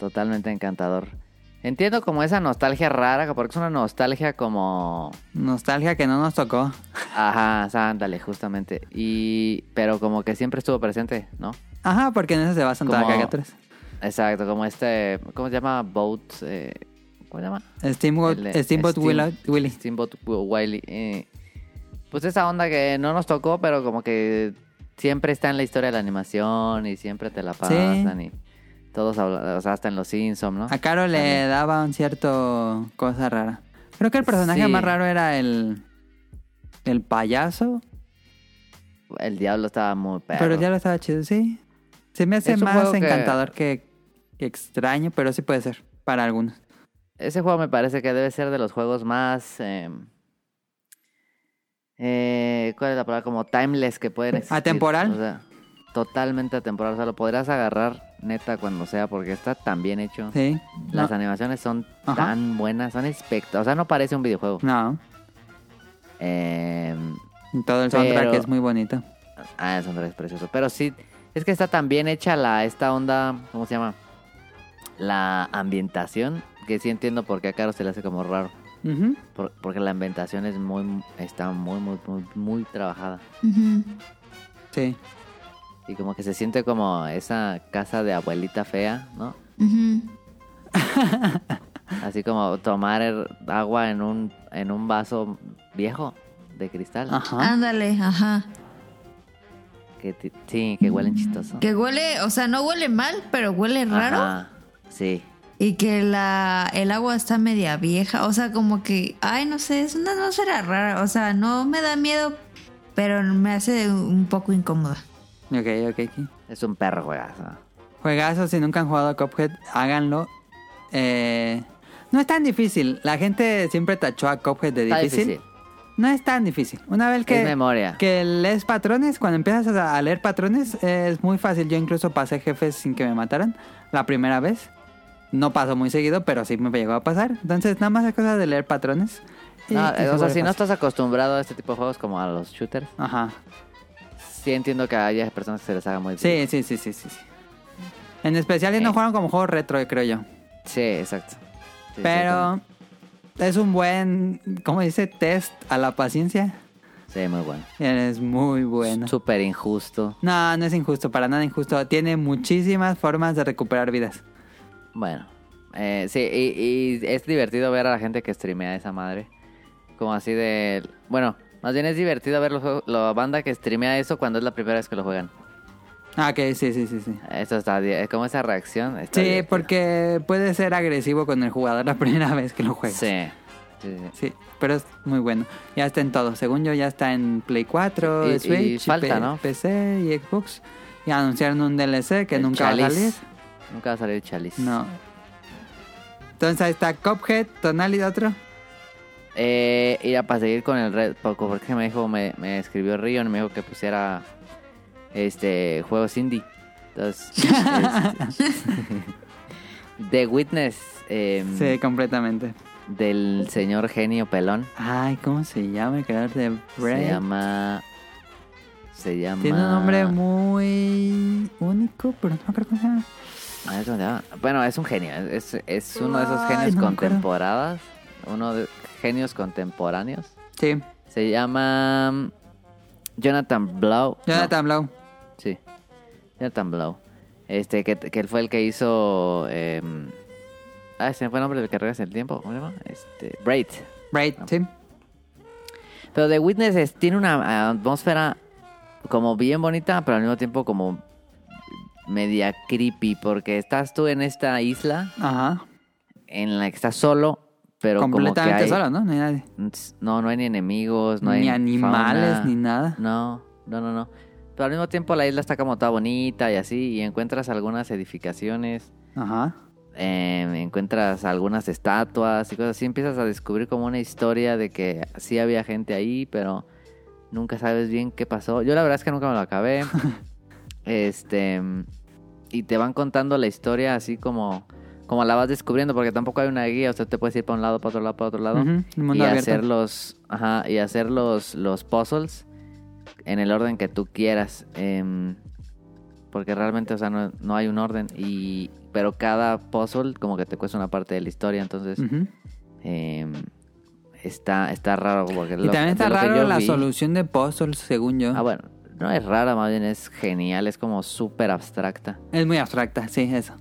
Speaker 3: Totalmente encantador. Entiendo como esa nostalgia rara, porque es una nostalgia como...
Speaker 2: Nostalgia que no nos tocó.
Speaker 3: Ajá, o sea, ándale, justamente. Y... Pero como que siempre estuvo presente, ¿no?
Speaker 2: Ajá, porque en eso se basan todas las
Speaker 3: Como-
Speaker 2: caricaturas.
Speaker 3: Exacto, como este... ¿Cómo se llama? Boat... eh, ¿Cómo se llama?
Speaker 2: Steamboat,
Speaker 3: El de-
Speaker 2: eh, Steamboat
Speaker 3: Steam-
Speaker 2: Willow- Willie.
Speaker 3: Steamboat Wiley. eh, pues esa onda que no nos tocó, pero como que siempre está en la historia de la animación y siempre te la pasan y todos, habla- o sea, hasta en los Simpsons, ¿no?
Speaker 2: A Caro le daba un cierto cosa rara. Creo que el personaje
Speaker 3: Sí.
Speaker 2: más raro era el. El payaso.
Speaker 3: El diablo estaba muy perro.
Speaker 2: Pero ya lo estaba chido, sí. Se me hace
Speaker 3: Es un
Speaker 2: más
Speaker 3: juego que-
Speaker 2: encantador que... que extraño, pero sí puede ser. Para algunos.
Speaker 3: Ese juego me parece que debe ser de los juegos más... eh, eh, ¿Cuál es la palabra? Como timeless que pueden existir.
Speaker 2: ¿Atemporal?
Speaker 3: O sea, totalmente atemporal. O sea, lo podrás agarrar neta cuando sea porque está tan bien hecho.
Speaker 2: Sí.
Speaker 3: Las
Speaker 2: no.
Speaker 3: animaciones son
Speaker 2: Ajá. Mm.
Speaker 3: tan buenas, son espectaculares. O sea, no parece un videojuego.
Speaker 2: no.
Speaker 3: Eh,
Speaker 2: Y Todo el soundtrack
Speaker 3: Pero-
Speaker 2: es muy bonito.
Speaker 3: ah, son tres preciosos. Pero sí, es que está tan bien hecha la esta onda, ¿cómo se llama? La ambientación, que sí entiendo por qué a Caro se le hace como raro.
Speaker 2: Ujú.
Speaker 3: Por- porque la ambientación es muy, está muy, muy, muy, muy trabajada.
Speaker 1: Ujú.
Speaker 2: Sí.
Speaker 3: Y como que se siente como esa casa de abuelita fea, ¿no?
Speaker 1: Ujú.
Speaker 3: Así como tomar er- agua en un, en un vaso viejo de cristal.
Speaker 2: Ajá.
Speaker 1: Ándale, ajá.
Speaker 3: Ah. Que ti- sí, que huelen chistoso.
Speaker 1: Que huele, o sea, no huele mal, pero huele raro.
Speaker 3: Ajá, Sí.
Speaker 1: Y que la, el agua está media vieja. O sea, como que, ay, no sé, es una atmósfera rara. O sea, no me da miedo, pero me hace un poco incómoda.
Speaker 2: Ok, ok, ok.
Speaker 3: Es un perro juegazo.
Speaker 2: Juegazo, si nunca han jugado a Cuphead, háganlo. Eh, no es tan difícil. La gente siempre tachó a Cuphead de
Speaker 3: Está
Speaker 2: difícil.
Speaker 3: difícil.
Speaker 2: No es tan difícil. Una vez
Speaker 3: Es
Speaker 2: que,
Speaker 3: memoria.
Speaker 2: que lees patrones, cuando empiezas a a leer patrones, eh, es muy fácil. Yo incluso pasé jefes sin que me mataran la primera vez. No pasó muy seguido, pero sí me llegó a pasar. Entonces, nada más es cosa de leer patrones. y-
Speaker 3: No,
Speaker 2: y
Speaker 3: eh,
Speaker 2: se
Speaker 3: o sea,
Speaker 2: vuelve
Speaker 3: si no
Speaker 2: fácil.
Speaker 3: estás acostumbrado a este tipo de juegos como a los shooters,
Speaker 2: Ajá.
Speaker 3: sí entiendo que haya personas que se les haga muy difícil.
Speaker 2: Sí, sí, sí, sí, sí. sí. En especial si no
Speaker 3: Sí.
Speaker 2: jugaron como juego retro, creo yo.
Speaker 3: Sí, exacto. Sí,
Speaker 2: Pero es un buen, ¿cómo dice? Test a la paciencia.
Speaker 3: Sí, sí, muy bueno.
Speaker 2: Es muy bueno.
Speaker 3: Súper injusto.
Speaker 2: No, no es injusto, para nada injusto. Tiene muchísimas formas de recuperar vidas.
Speaker 3: Bueno. eh, sí, y, y es divertido ver a la gente que streamea esa madre. Como así de... Bueno, más bien es divertido ver los juegos- la banda que streamea eso cuando es la primera vez que lo juegan.
Speaker 2: Ah, ok, sí, sí, sí, sí.
Speaker 3: Eso está... di- Es como esa reacción. está
Speaker 2: Sí,
Speaker 3: divertida.
Speaker 2: porque puede ser agresivo con el jugador la (laughs) primera vez que lo juegas.
Speaker 3: Sí. sí, sí.
Speaker 2: Sí, pero es muy bueno. Ya está en todo. Según yo, ya está en Play 4,
Speaker 3: Y- y
Speaker 2: Switch,
Speaker 3: falta,
Speaker 2: P-
Speaker 3: ¿no?
Speaker 2: PC y Xbox. Y anunciaron un DLC que
Speaker 3: El
Speaker 2: nunca va a salir.
Speaker 3: Chalice. Nunca va a salir Chalice.
Speaker 2: No. Entonces ahí está Cuphead, Tonali, otro.
Speaker 3: Eh, y ya para seguir con el Red poco porque me dijo, me, me escribió Rion, me dijo que pusiera este juegos indie.
Speaker 2: (laughs)
Speaker 3: Entonces, este, The Witness eh,
Speaker 2: Sí, completamente.
Speaker 3: del señor genio pelón.
Speaker 2: Ay, ¿cómo se llama el creador de Braid?
Speaker 3: Se llama. Se llama. ah,
Speaker 2: Tiene un nombre muy único, pero no me acuerdo cómo se llama.
Speaker 3: Ah, ¿cómo se llama? Bueno, es un genio. Es, es uno de esos
Speaker 2: Ay,
Speaker 3: genios
Speaker 2: no me acuerdo.
Speaker 3: contemporáneos. Uno de genios contemporáneos.
Speaker 2: Sí,
Speaker 3: Se llama mm, Jonathan Blow.
Speaker 2: Jonathan Blow.
Speaker 3: No, sí. Jonathan Blow. Este, que, que él fue el que hizo. eh, ah, se me fue el nombre del que regresa el tiempo. ¿Cómo se llama? Este, Braid.
Speaker 2: Braid, sí.
Speaker 3: Pero The Witness es- tiene una atmósfera como bien bonita, pero al mismo tiempo como media creepy, porque estás tú en esta isla
Speaker 2: Ajá.
Speaker 3: en la que estás solo, pero
Speaker 2: completamente
Speaker 3: como que hay-
Speaker 2: solo, ¿no? No hay nadie.
Speaker 3: No, no hay ni enemigos, no hay
Speaker 2: ni animales,
Speaker 3: fauna.
Speaker 2: ni nada.
Speaker 3: No, no, no, no. Pero al mismo tiempo la isla está como toda bonita y así, y encuentras algunas edificaciones,
Speaker 2: Ajá.
Speaker 3: eh, encuentras algunas estatuas y cosas así, empiezas a descubrir como una historia de que sí había gente ahí, pero nunca sabes bien qué pasó. Yo la verdad es que nunca me lo acabé. este, y te van contando la historia así como como la vas descubriendo, porque tampoco hay una guía, usted te puedes ir para un lado, para otro lado, para otro lado.
Speaker 2: Ujú, un mundo
Speaker 3: y
Speaker 2: abierto.
Speaker 3: hacer los, ajá, y hacer los, los puzzles en el orden que tú quieras. em, porque realmente, o sea, no, no hay un orden. Y, pero cada puzzle como que te cuesta una parte de la historia, entonces
Speaker 2: Ujú.
Speaker 3: em, está, está raro. Porque
Speaker 2: Y también está raro la solución de puzzles, según yo.
Speaker 3: Ah, bueno, no es rara, más bien es genial, es como súper abstracta.
Speaker 2: Es muy abstracta, sí, eso.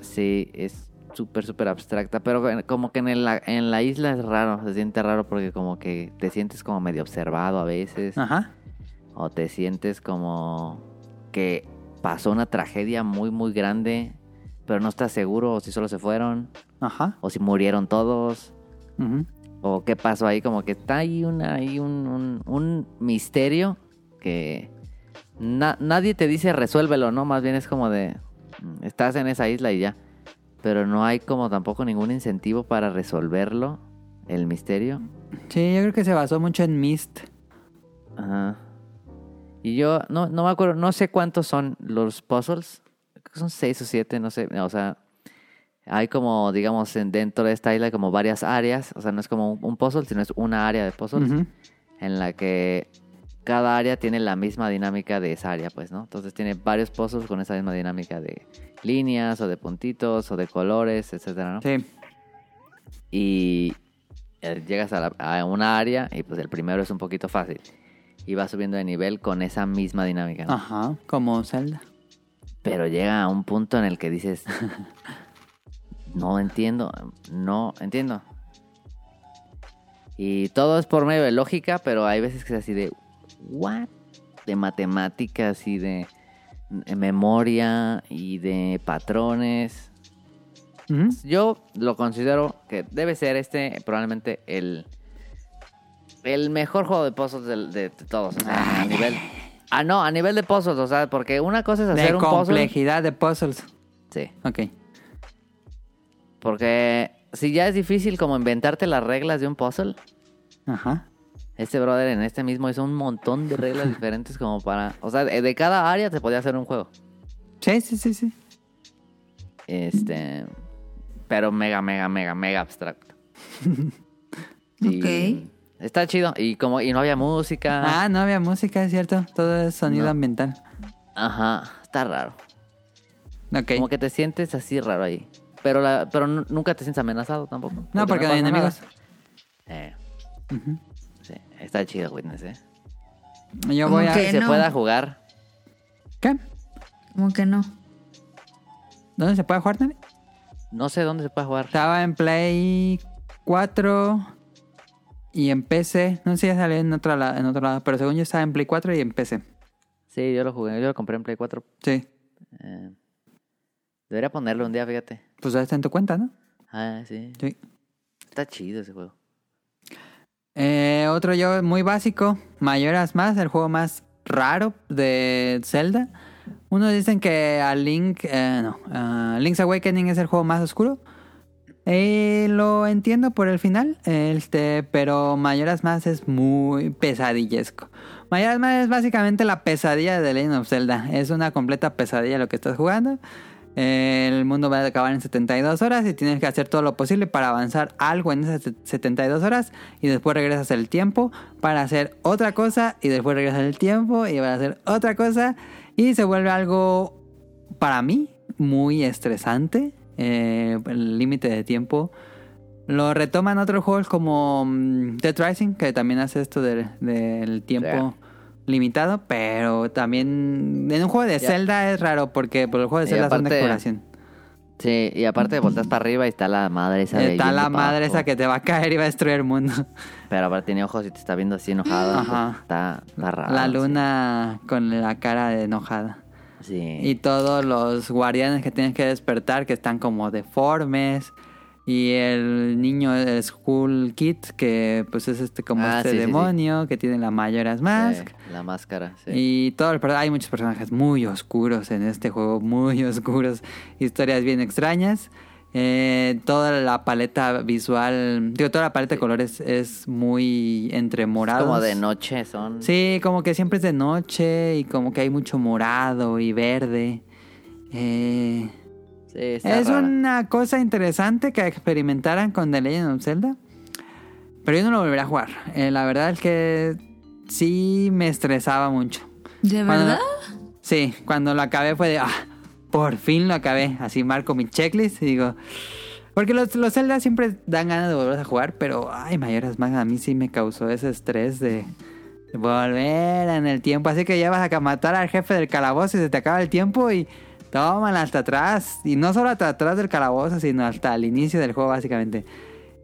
Speaker 3: Sí, es súper, súper abstracta, pero en- como que en la, en la isla es raro, se siente raro porque como que te sientes como medio observado a veces,
Speaker 2: Ajá.
Speaker 3: o te sientes como que pasó una tragedia muy, muy grande, pero no estás seguro si solo se fueron,
Speaker 2: Ajá.
Speaker 3: o si murieron todos,
Speaker 2: Ujú.
Speaker 3: o qué pasó ahí, como que está ahí, una, ahí un, un- un misterio que na- nadie te dice resuélvelo, ¿no? Más bien es como de, mm, estás en esa isla y ya, pero no hay como tampoco ningún incentivo para resolverlo, el misterio.
Speaker 2: Sí, yo creo que se basó mucho en Mist.
Speaker 3: Ajá. Y yo no, no me acuerdo, no sé cuántos son los puzzles. Creo que son seis o siete, no sé. O sea, hay como, digamos, en- dentro de esta isla como varias áreas. O sea, no es como un- un puzzle, sino es una área de puzzles
Speaker 2: Ujú.
Speaker 3: en la que cada área tiene la misma dinámica de esa área, pues, ¿no? Entonces tiene varios puzzles con esa misma dinámica de líneas o de puntitos o de colores, etcétera, ¿no?
Speaker 2: Sí.
Speaker 3: y eh, llegas a, la- a una área y pues el primero es un poquito fácil y vas subiendo de nivel con esa misma dinámica. ¿no?
Speaker 2: Ajá. Como Zelda.
Speaker 3: Pero llega a un punto en el que dices, no entiendo, no entiendo. Y todo es por medio de lógica, pero hay veces que es así de, ¿what? De matemáticas y de eh, memoria y de patrones.
Speaker 2: Ujú.
Speaker 3: Yo lo considero que debe ser este probablemente el el mejor juego de puzzles del- de, de todos. O sea, a nivel ah no a nivel de puzzles, o sea, porque una cosa es hacer
Speaker 2: De
Speaker 3: un puzzle,
Speaker 2: complejidad de puzzles.
Speaker 3: sí,
Speaker 2: Ok.
Speaker 3: porque si ya es difícil como inventarte las reglas de un puzzle,
Speaker 2: Ajá.
Speaker 3: este brother en este mismo hizo un montón de reglas (laughs) diferentes como para, o sea, de de cada área te podía hacer un juego.
Speaker 2: Sí, sí, sí, sí.
Speaker 3: Este. Pero mega, mega, mega,
Speaker 2: (laughs)
Speaker 3: mega abstracto.
Speaker 1: Ok.
Speaker 3: Está chido. Y como, y no había música.
Speaker 2: Ah, no había música, es cierto. Todo es sonido
Speaker 3: No.
Speaker 2: ambiental.
Speaker 3: Ajá. Está raro.
Speaker 2: Ok.
Speaker 3: Como que te sientes así raro ahí. Pero la, pero nu- nunca te sientes amenazado tampoco.
Speaker 2: No, porque no hay
Speaker 3: pasa nada.
Speaker 2: enemigos.
Speaker 3: Eh,
Speaker 2: Ujú.
Speaker 3: sí. Está chido, Witness, eh.
Speaker 2: Yo
Speaker 1: Como
Speaker 2: voy
Speaker 1: que-
Speaker 2: a...
Speaker 3: Que se
Speaker 1: no.
Speaker 3: pueda jugar.
Speaker 2: ¿Qué?
Speaker 1: Como que no.
Speaker 2: ¿Dónde se puede jugar también?
Speaker 3: No sé dónde se puede jugar.
Speaker 2: Estaba en Play 4 y en PC. No sé si ya salió en otro, la- en otro lado, pero según yo estaba en Play 4 y en PC.
Speaker 3: Sí, yo lo jugué. Yo lo compré en Play 4.
Speaker 2: Sí.
Speaker 3: Eh, debería ponerlo un día, fíjate.
Speaker 2: Pues ya está en tu cuenta, ¿no?
Speaker 3: Ah, sí.
Speaker 2: Sí.
Speaker 3: Está chido ese juego.
Speaker 2: Eh, otro yo muy básico, Mayoras Más, el juego más raro de Zelda. Unos dicen que a Link, eh, no, a Link's Awakening es el juego más oscuro. Eh, lo entiendo por el final, este, pero Mayoras Más es muy pesadillesco. Mayoras Más es básicamente la pesadilla de The Legend of Zelda. Es una completa pesadilla lo que estás jugando. Eh, El mundo va a acabar en 72 horas y tienes que hacer todo lo posible para avanzar algo en esas 72 horas y después regresas el tiempo para hacer otra cosa y después regresas el tiempo y para hacer otra cosa y se vuelve algo para mí muy estresante eh, el límite de tiempo. Lo retoman otros juegos como mm, Dead Rising, que también hace esto del, del tiempo limitado, pero también en un juego de
Speaker 3: Ya.
Speaker 2: Zelda es raro porque por el juego de
Speaker 3: Y
Speaker 2: Zelda son de
Speaker 3: aparte,
Speaker 2: exploración.
Speaker 3: Sí, y aparte volteas para arriba y está la madre esa de
Speaker 2: Eh, Está la
Speaker 3: viendo
Speaker 2: madre
Speaker 3: para
Speaker 2: esa que te va a caer y va a destruir el mundo. (laughs)
Speaker 3: Pero aparte tiene ojos y te está viendo así enojada.
Speaker 2: Ajá.
Speaker 3: pues, Está, está raro.
Speaker 2: la
Speaker 3: sí.
Speaker 2: luna con la cara de enojada.
Speaker 3: Sí.
Speaker 2: Y todos los guardianes que tienes que despertar que están como deformes. Y el niño, el School Kid, que pues es este como
Speaker 3: Ah,
Speaker 2: este
Speaker 3: sí, sí, sí.
Speaker 2: demonio que tiene la mayoras mask.
Speaker 3: Sí, la máscara, sí.
Speaker 2: Y todo el, pero hay muchos personajes muy oscuros en este juego, muy (laughs) oscuros, historias bien extrañas. Eh, toda la paleta visual, digo, toda la paleta de colores es muy entre
Speaker 3: Es
Speaker 2: morados.
Speaker 3: como de noche son.
Speaker 2: Sí, como que siempre es de noche y como que hay mucho morado y verde. Eh,
Speaker 3: Sí, está
Speaker 2: Es
Speaker 3: rara.
Speaker 2: una cosa interesante que experimentaran con The Legend of Zelda. Pero yo no lo volveré a jugar. Eh, la verdad es que sí me estresaba mucho.
Speaker 1: ¿De
Speaker 2: Cuando-
Speaker 1: verdad?
Speaker 2: sí, cuando lo acabé fue de, ah, por fin lo acabé. Así marco mi checklist y digo, porque los, los Zelda siempre dan ganas de volver a jugar, pero, ay, mayores más, a mí sí me causó ese estrés de volver en el tiempo. Así que ya vas a matar al jefe del calabozo y se te acaba el tiempo y tómala hasta atrás. Y no solo hasta atrás del calabozo, sino hasta el inicio del juego, básicamente.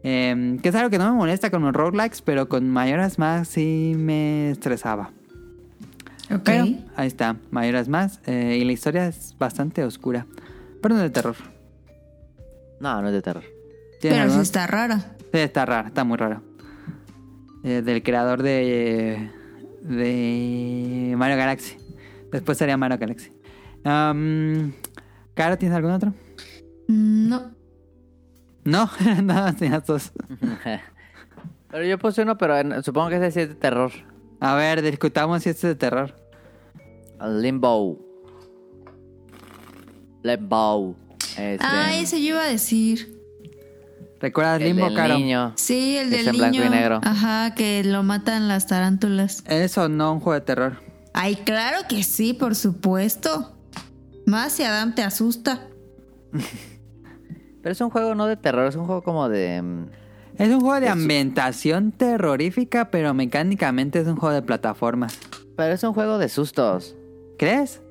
Speaker 2: Em, que es algo que no me molesta con los roguelikes, pero con mayores más sí me estresaba.
Speaker 1: Ok.
Speaker 2: Pero ahí está, mayoras más. eh, y la historia es bastante oscura. Pero no es de terror.
Speaker 3: No, no es de terror. (laughs)
Speaker 1: Pero
Speaker 2: Tiene
Speaker 1: sí
Speaker 2: algunos-
Speaker 1: está rara.
Speaker 2: Sí, está rara, está muy rara. Eh, del creador de, de Mario Galaxy. Después sería Mario Galaxy. Am, Caro, ¿tienes algún otro?
Speaker 1: Mm, No.
Speaker 2: No, (laughs) no, tenías dos.
Speaker 3: pero yo puse uno, pero en- supongo que ese sí es de terror.
Speaker 2: A ver, discutamos si este es de terror.
Speaker 3: Limbo. Limbo. Este,
Speaker 1: Ah, ese yo iba a decir.
Speaker 2: ¿Recuerdas
Speaker 3: el
Speaker 2: Limbo,
Speaker 3: del
Speaker 2: Caro?
Speaker 3: niño.
Speaker 1: Sí, el
Speaker 3: Que
Speaker 1: del
Speaker 3: está en blanco y
Speaker 1: niño.
Speaker 3: negro.
Speaker 1: Ajá, que lo matan las tarántulas.
Speaker 2: Eso no, un juego de terror.
Speaker 1: Ay, claro que sí, por supuesto. Más si Adam te asusta.
Speaker 3: Pero es un juego no de terror, es un juego como de... mm,
Speaker 2: Es un juego de ambientación terrorífica, pero mecánicamente es un juego de plataformas.
Speaker 3: Pero es un juego de sustos.
Speaker 2: ¿Crees?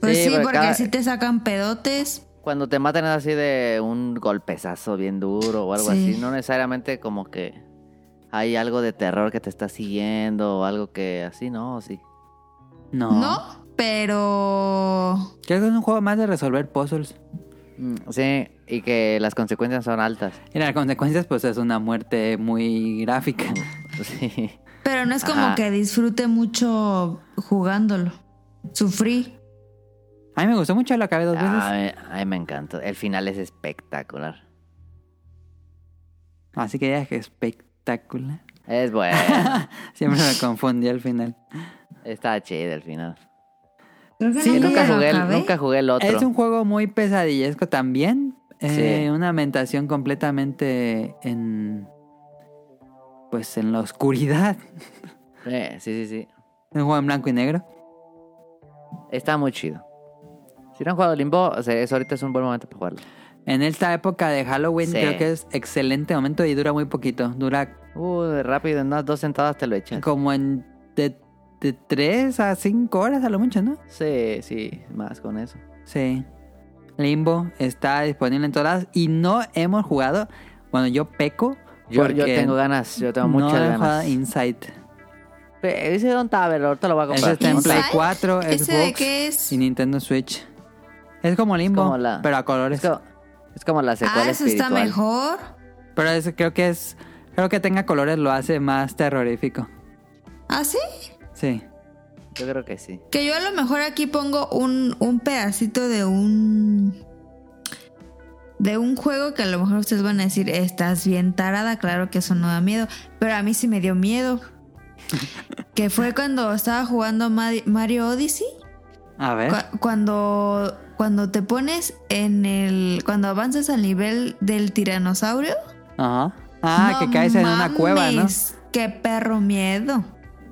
Speaker 1: Pues
Speaker 3: Sí,
Speaker 1: sí,
Speaker 3: porque
Speaker 1: porque
Speaker 3: cada-
Speaker 1: si te sacan pedotes.
Speaker 3: Cuando te matan es así de un golpezazo bien duro o algo
Speaker 1: Sí.
Speaker 3: así. No necesariamente como que hay algo de terror que te está siguiendo o algo que así, ¿no? Sí.
Speaker 2: No.
Speaker 1: No, pero.
Speaker 2: Creo que es un juego más de resolver puzzles.
Speaker 3: Mm, Sí, y que las consecuencias son altas. (laughs)
Speaker 2: Y las consecuencias, pues es una muerte muy gráfica.
Speaker 3: Sí.
Speaker 1: Pero no es como
Speaker 3: Ajá.
Speaker 1: que disfrute mucho jugándolo. Sufrí.
Speaker 2: A mí me gustó mucho, lo acabé dos veces.
Speaker 3: Ay, ay, Ah, me encanta. El final es espectacular.
Speaker 2: Así que ya es que espectacular.
Speaker 3: Es bueno.
Speaker 2: Siempre me confundí al final.
Speaker 3: Está chido el final.
Speaker 1: Creo que
Speaker 2: Sí,
Speaker 3: Yo
Speaker 1: nunca
Speaker 3: nunca
Speaker 1: lo
Speaker 3: jugué, el,
Speaker 1: acabé.
Speaker 3: nunca jugué el otro.
Speaker 2: Es un juego muy pesadillesco también. Eh,
Speaker 3: Sí.
Speaker 2: Una ambientación completamente en. Pues en la oscuridad.
Speaker 3: Eh, sí, sí, sí.
Speaker 2: Un juego en blanco y negro.
Speaker 3: Está muy chido. Si no han jugado Limbo, o sea, eso ahorita es un buen momento para jugarlo.
Speaker 2: En esta época de Halloween,
Speaker 3: Sí.
Speaker 2: creo que es excelente momento y dura muy poquito. Dura
Speaker 3: Uh, rápido, en unas dos sentadas te lo echas.
Speaker 2: como en de, de 3 a 5 horas a lo mucho, ¿no?
Speaker 3: Sí, sí, más con eso.
Speaker 2: Sí. Limbo está disponible en todas las- y no hemos jugado. Bueno, yo peco.
Speaker 3: Yo,
Speaker 2: porque
Speaker 3: yo tengo ganas, yo tengo
Speaker 2: no
Speaker 3: muchas
Speaker 2: he jugado
Speaker 3: ganas.
Speaker 2: Insight.
Speaker 3: Pe- Ese Don Taver, ahorita lo voy a
Speaker 2: Ese
Speaker 3: comprar.
Speaker 2: está en Play
Speaker 1: ¿Inside?
Speaker 2: 4,
Speaker 1: ¿Ese de
Speaker 2: Xbox
Speaker 1: qué es?
Speaker 2: y Nintendo Switch. Es como Limbo,
Speaker 3: como la-
Speaker 2: pero a colores.
Speaker 3: Es como, es como la secuela
Speaker 1: Ah, eso está
Speaker 3: espiritual.
Speaker 1: mejor.
Speaker 2: Pero es- creo que es. Creo que tenga colores lo hace más terrorífico.
Speaker 1: ¿Ah, sí?
Speaker 2: Sí.
Speaker 3: Yo creo que sí.
Speaker 1: Que yo a lo mejor aquí pongo un, un pedacito de un. De un juego que a lo mejor ustedes van a decir, estás bien tarada, claro que eso no da miedo, pero a mí sí me dio miedo. (laughs) que fue cuando estaba jugando Mari- Mario Odyssey.
Speaker 2: A ver.
Speaker 1: Cu- cuando, cuando te pones en el. Cuando avanzas al nivel del tiranosaurio.
Speaker 2: Ajá. Ah,
Speaker 1: ¡no
Speaker 2: que caes en una cueva, ¿no?
Speaker 1: mames! ¡Qué perro miedo!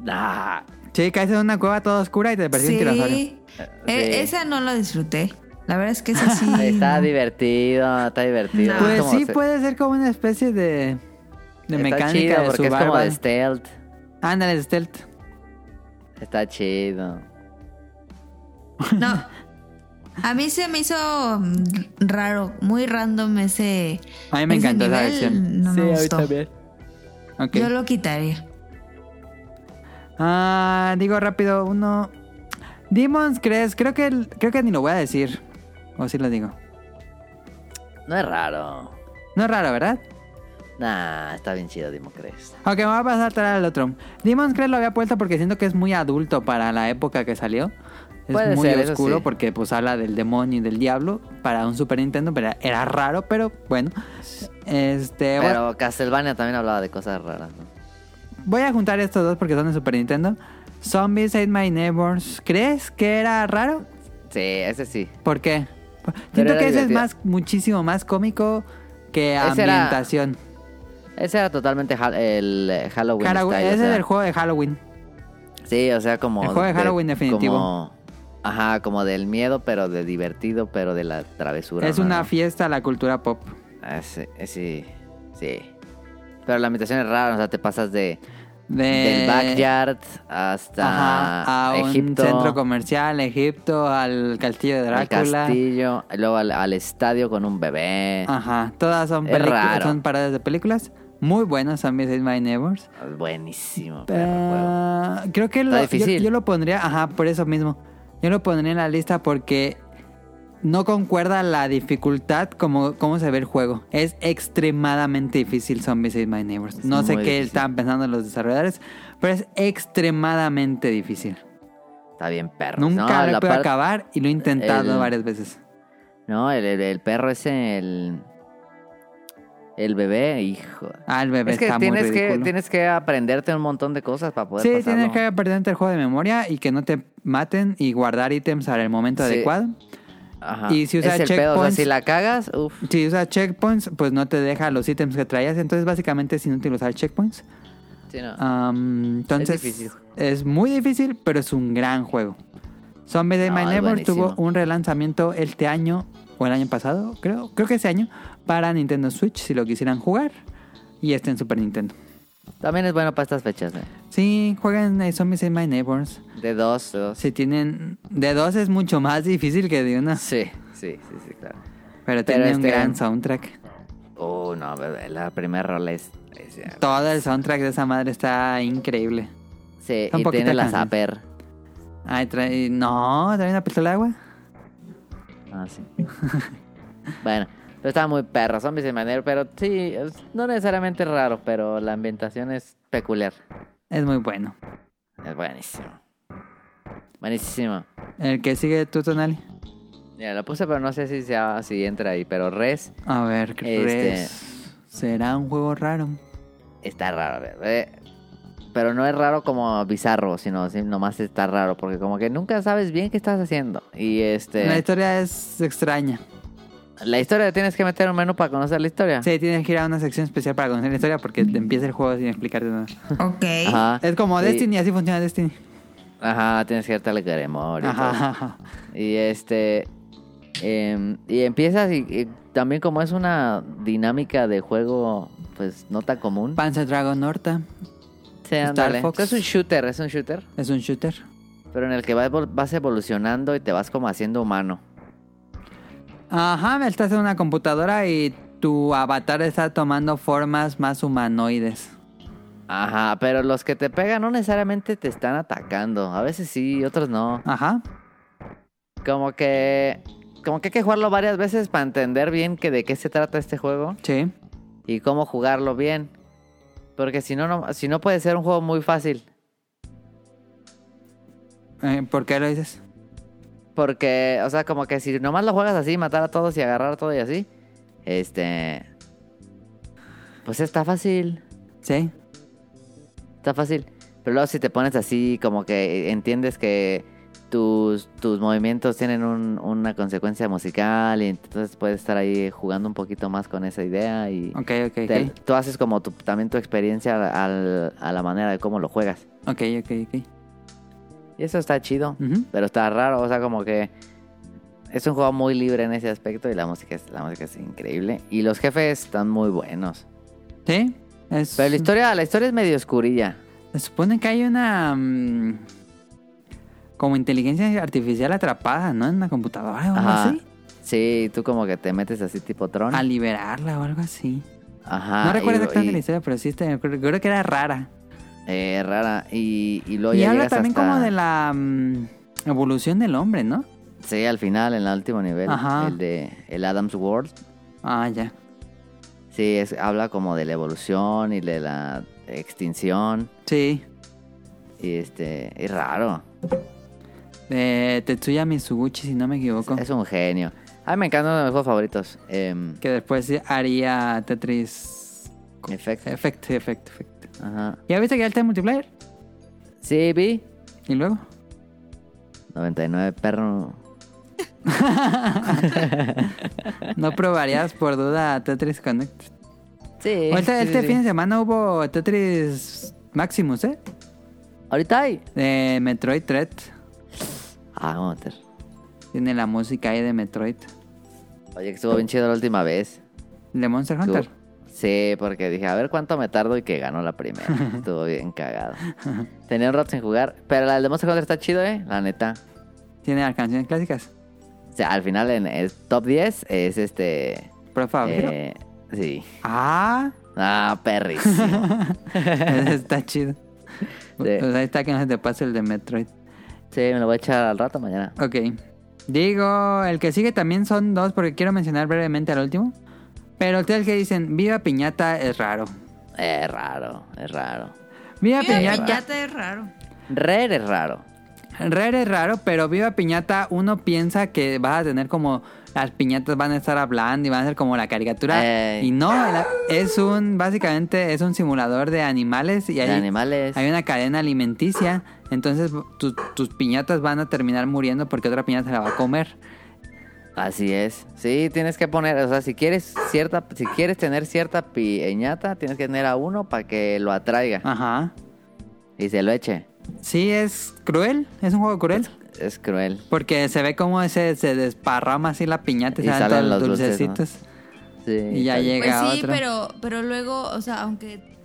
Speaker 3: Ah,
Speaker 2: Sí, caes en una cueva toda oscura y te persigue un tiranosaurio.
Speaker 1: Sí. E-
Speaker 3: sí.
Speaker 1: Esa no la disfruté. La verdad es que esa
Speaker 3: (laughs)
Speaker 1: sí.
Speaker 3: está
Speaker 1: no.
Speaker 3: divertido, está divertido.
Speaker 1: No.
Speaker 3: Es
Speaker 2: Pues
Speaker 3: como
Speaker 2: sí,
Speaker 3: Ah, se-
Speaker 2: puede ser como una especie de, de
Speaker 3: está
Speaker 2: mecánica
Speaker 3: chido
Speaker 2: de
Speaker 3: porque es como de
Speaker 2: survival.
Speaker 3: stealth.
Speaker 2: Ándale, stealth.
Speaker 3: Está chido.
Speaker 1: No. A mí se me hizo mm, raro, muy random ese.
Speaker 2: A mí me
Speaker 1: ese
Speaker 2: encantó esa
Speaker 1: nivel,
Speaker 2: versión.
Speaker 1: No me gustó.
Speaker 2: Ok.
Speaker 1: Yo lo quitaría.
Speaker 2: Ah, digo rápido, uno. Demons Crest, creo que el- creo que ni lo voy a decir. O sí lo digo.
Speaker 3: No es raro.
Speaker 2: No es raro, ¿verdad?
Speaker 3: Nah, está bien chido Democres.
Speaker 2: Ok, me voy a pasar atrás al otro. Demon's Crest lo había puesto porque siento que es muy adulto para la época que salió. Es
Speaker 3: Puede
Speaker 2: muy
Speaker 3: ser, eso
Speaker 2: oscuro
Speaker 3: sí.
Speaker 2: porque pues habla del demonio y del diablo para un Super Nintendo, pero era raro, pero bueno. Este, bueno,
Speaker 3: Pero Castlevania también hablaba de cosas raras. ¿no?
Speaker 2: Voy a juntar estos dos porque son de Super Nintendo. Zombies Ate My Neighbors. ¿Crees que era raro?
Speaker 3: Sí, ese sí.
Speaker 2: ¿Por qué? Siento
Speaker 3: era
Speaker 2: que ese es
Speaker 3: divertido.
Speaker 2: más, muchísimo más cómico que
Speaker 3: Ese era
Speaker 2: ambientación.
Speaker 3: Ese era totalmente ha- el eh, Halloween.
Speaker 2: Halloween,
Speaker 3: style, o
Speaker 2: ese es
Speaker 3: sea,
Speaker 2: el juego de Halloween.
Speaker 3: Sí, o sea, como.
Speaker 2: el juego de Halloween definitivo.
Speaker 3: como- ajá, como del miedo, pero de divertido, pero de la travesura.
Speaker 2: es
Speaker 3: ¿no?
Speaker 2: una fiesta a la cultura pop.
Speaker 3: Ah, sí, eh, sí, sí. Pero la ambientación es rara, o sea, te pasas de,
Speaker 2: De-
Speaker 3: del backyard hasta
Speaker 2: Eh, Ajá, a un
Speaker 3: Egipto.
Speaker 2: centro comercial, Egipto, al castillo de
Speaker 3: al
Speaker 2: Drácula. Ah.
Speaker 3: castillo, luego al, al estadio con un bebé.
Speaker 2: Ajá, todas son
Speaker 3: Es
Speaker 2: películas,
Speaker 3: raro.
Speaker 2: son parodias de películas. Muy buenas, Zombies Is My Neighbors.
Speaker 3: Buenísimo. perro juego.
Speaker 2: Ah, creo que
Speaker 3: Está
Speaker 2: lo- yo,
Speaker 3: difícil.
Speaker 2: yo lo pondría, ajá, por eso mismo. Yo lo pondría en la lista porque no concuerda la dificultad como cómo se ve el juego. Es extremadamente difícil Zombies Is My Neighbors.
Speaker 3: Es
Speaker 2: no sé qué
Speaker 3: muy difícil.
Speaker 2: estaban pensando los desarrolladores, pero es extremadamente difícil.
Speaker 3: Está bien perro.
Speaker 2: Nunca lo
Speaker 3: No, la
Speaker 2: he podido
Speaker 3: par-
Speaker 2: acabar y lo he intentado
Speaker 3: el-
Speaker 2: varias veces.
Speaker 3: No, el, el- el perro es el... El bebé, hijo.
Speaker 2: Ah, el bebé
Speaker 3: Es que
Speaker 2: está muy
Speaker 3: tienes, que
Speaker 2: ridículo.
Speaker 3: tienes que aprenderte un montón de cosas para poder
Speaker 2: Sí,
Speaker 3: pasarlo.
Speaker 2: tienes que perderte el juego de memoria y que no te maten y guardar ítems al momento
Speaker 3: Sí.
Speaker 2: adecuado.
Speaker 3: Ajá.
Speaker 2: y si usas
Speaker 3: es el pedo, o sea,
Speaker 2: checkpoints-
Speaker 3: si la cagas, uff.
Speaker 2: Si usas checkpoints, pues no te deja los ítems que traías. Entonces, básicamente es inútil usar checkpoints.
Speaker 3: Sí, no.
Speaker 2: Ah. Am, entonces, es,
Speaker 3: difícil.
Speaker 2: muy difícil, pero es un gran juego. Zombie Day
Speaker 3: No,
Speaker 2: My
Speaker 3: es
Speaker 2: Neighbor
Speaker 3: buenísimo.
Speaker 2: tuvo un relanzamiento este año, o el año pasado, creo, creo que ese año, para Nintendo Switch, si lo quisieran jugar. Y este en Super Nintendo.
Speaker 3: También es bueno para estas fechas, ¿eh?
Speaker 2: Sí, jueguen eh, Zombies in My Neighbors.
Speaker 3: De dos, de dos.
Speaker 2: Si tienen. De dos es mucho más difícil que de una.
Speaker 3: Sí, sí, sí, sí, claro.
Speaker 2: Pero
Speaker 3: Pero
Speaker 2: tiene un
Speaker 3: este-
Speaker 2: gran soundtrack.
Speaker 3: Oh, no, bebé, la primera rola es... es-
Speaker 2: Todo el soundtrack de esa madre está increíble.
Speaker 3: sí,
Speaker 2: son
Speaker 3: y tiene
Speaker 2: poquitas
Speaker 3: la
Speaker 2: canciones.
Speaker 3: Zapper.
Speaker 2: Ay, trae. No, trae una pistola de agua.
Speaker 3: Ah,
Speaker 2: (laughs)
Speaker 3: sí. bueno, pero estaba muy perro, zombies de manera, pero sí, es- no necesariamente raro, pero la ambientación es peculiar.
Speaker 2: Es muy bueno.
Speaker 3: Es buenísimo. Buenísimo.
Speaker 2: El que sigue tú, Tonali.
Speaker 3: Mira, lo puse, pero no sé si, sea, si entra ahí, pero Res
Speaker 2: A ver, ¿qué
Speaker 3: Este-
Speaker 2: crees? Será un juego raro.
Speaker 3: está raro. ve- ve- Pero no es raro como bizarro, sino sí, nomás está raro, porque como que nunca sabes bien qué estás haciendo. Y este...
Speaker 2: La historia es extraña.
Speaker 3: La historia, tienes que meter un menú para conocer la historia.
Speaker 2: Sí, tienes que ir a una sección especial para conocer la historia porque te empieza el juego sin explicarte nada.
Speaker 1: Ok.
Speaker 3: Ajá.
Speaker 2: Es como
Speaker 3: Ah, Sí.
Speaker 2: Destiny, así funciona Destiny.
Speaker 3: Ajá, tienes que irte al gremor y todo.
Speaker 2: Ajá, ajá.
Speaker 3: Y este. em, y empiezas y, y también como es una dinámica de juego, pues no tan común.
Speaker 2: Panzer Dragon Horta
Speaker 3: Sí,
Speaker 2: Star
Speaker 3: ándale.
Speaker 2: Fox.
Speaker 3: Es un shooter, es un shooter.
Speaker 2: es un shooter.
Speaker 3: Pero en el que vas, vol- vas evolucionando y te vas como haciendo humano.
Speaker 2: Ajá, estás en una computadora y tu avatar está tomando formas más humanoides.
Speaker 3: Ajá, pero los que te pegan no necesariamente te están atacando. A veces sí, otros no.
Speaker 2: Ajá.
Speaker 3: Como que. Como que hay que jugarlo varias veces para entender bien que de qué se trata este juego.
Speaker 2: Sí.
Speaker 3: y cómo jugarlo bien. Porque si no, no, si no puede ser un juego muy fácil.
Speaker 2: Eh, ¿Por qué lo dices?
Speaker 3: Porque, o sea, como que si nomás lo juegas así, matar a todos y agarrar a todo y así, este. Pues está fácil.
Speaker 2: Sí.
Speaker 3: Está fácil. Pero luego si te pones así, como que entiendes que tus, tus movimientos tienen un- una consecuencia musical y entonces puedes estar ahí jugando un poquito más con esa idea y
Speaker 2: Ok, ok,
Speaker 3: te-
Speaker 2: ok.
Speaker 3: tú haces como tu- también tu experiencia al- a la manera de cómo lo juegas.
Speaker 2: Ok, ok, ok.
Speaker 3: Y eso está chido.
Speaker 2: Ujú.
Speaker 3: Pero está raro, o sea, como que es un juego muy libre en ese aspecto y la música es, la música es increíble. Y los jefes están muy buenos.
Speaker 2: Sí. Es...
Speaker 3: Pero la historia, la historia es medio oscurilla.
Speaker 2: Se supone que hay una. mm, como inteligencia artificial atrapada, ¿no? En una computadora o algo
Speaker 3: Ajá.
Speaker 2: así.
Speaker 3: Sí, tú como que te metes así tipo Tron.
Speaker 2: A liberarla o algo así.
Speaker 3: Ajá.
Speaker 2: no recuerdo
Speaker 3: Ah, y-
Speaker 2: exactamente la
Speaker 3: y-
Speaker 2: historia, pero sí te- creo, creo que era rara.
Speaker 3: eh, rara. Y, y luego
Speaker 2: y
Speaker 3: ya
Speaker 2: habla
Speaker 3: llegas
Speaker 2: también
Speaker 3: hasta-
Speaker 2: como de la mm, evolución del hombre, ¿no?
Speaker 3: Sí, al final, en el último nivel.
Speaker 2: Ajá.
Speaker 3: El de el Adam's World.
Speaker 2: Ah, ya.
Speaker 3: Sí, es, habla como de la evolución y de la extinción.
Speaker 2: Sí.
Speaker 3: Y este, es raro.
Speaker 2: De Tetsuya Mizuguchi, si no me equivoco.
Speaker 3: Es un genio. A mí me encanta uno de mis juegos favoritos. Em,
Speaker 2: Que después haría Tetris.
Speaker 3: Effect.
Speaker 2: Effect, effect, effect.
Speaker 3: Ajá.
Speaker 2: ¿Ya viste que ya está en multiplayer?
Speaker 3: Sí, vi.
Speaker 2: ¿Y luego?
Speaker 3: 99 perro.
Speaker 2: No probarías por duda Tetris Connect.
Speaker 3: Sí.
Speaker 2: Ahorita,
Speaker 3: sí,
Speaker 2: este
Speaker 3: sí,
Speaker 2: fin de
Speaker 3: sí.
Speaker 2: semana hubo Tetris Maximus, ¿eh?
Speaker 3: Ahorita hay.
Speaker 2: De Metroid Thread.
Speaker 3: Ah, vamos a meter.
Speaker 2: Tiene la música ahí de Metroid.
Speaker 3: Oye, que estuvo bien chido la última vez.
Speaker 2: De Monster
Speaker 3: Estuvo-
Speaker 2: Hunter.
Speaker 3: Sí, porque dije, a ver cuánto me tardo y que ganó la primera. Estuvo bien cagado. Tenía un rato sin jugar, pero la del de Monster Hunter está chido, ¿eh? La neta.
Speaker 2: Tiene las canciones clásicas.
Speaker 3: O sea, al final en el top 10 es este...
Speaker 2: Por favor.
Speaker 3: eh, sí. (laughs)
Speaker 2: Ah, (laughs)
Speaker 3: Ah, perris.
Speaker 2: está chido.
Speaker 3: Sí.
Speaker 2: Pues ahí está que no se te pase el de Metroid.
Speaker 3: Sí, me lo voy a echar al rato mañana.
Speaker 2: Ok. Digo, el que sigue también son dos porque quiero mencionar brevemente al último. Pero ustedes que dicen, viva piñata es raro.
Speaker 3: Es raro, es raro.
Speaker 2: Viva
Speaker 1: Mira,
Speaker 2: piñata.
Speaker 1: piñata es raro.
Speaker 3: Red es raro.
Speaker 2: Rare es raro, pero viva piñata uno piensa que vas a tener como las piñatas van a estar hablando y van a ser como la caricatura.
Speaker 3: Ey.
Speaker 2: Y no, la- es un, básicamente es un simulador de animales y
Speaker 3: De
Speaker 2: hay,
Speaker 3: animales.
Speaker 2: hay una cadena alimenticia. Entonces tu- tus piñatas van a terminar muriendo porque otra piñata se la va a comer.
Speaker 3: Así es. Sí, tienes que poner, o sea, si quieres cierta, si quieres tener cierta piñata, tienes que tener a uno para que lo atraiga
Speaker 2: Ajá.
Speaker 3: y se lo eche.
Speaker 2: Sí, es cruel, es un juego cruel.
Speaker 3: Es cruel.
Speaker 2: Porque se ve cómo se, se desparrama así la piñata y,
Speaker 3: Y
Speaker 2: salen
Speaker 3: salen
Speaker 2: todos los
Speaker 3: los dulces, ¿no?
Speaker 2: dulcecitos.
Speaker 3: Sí,
Speaker 2: Y ya
Speaker 3: está-
Speaker 2: llega.
Speaker 1: Pues sí,
Speaker 2: otro.
Speaker 1: pero, pero luego, o sea, aunque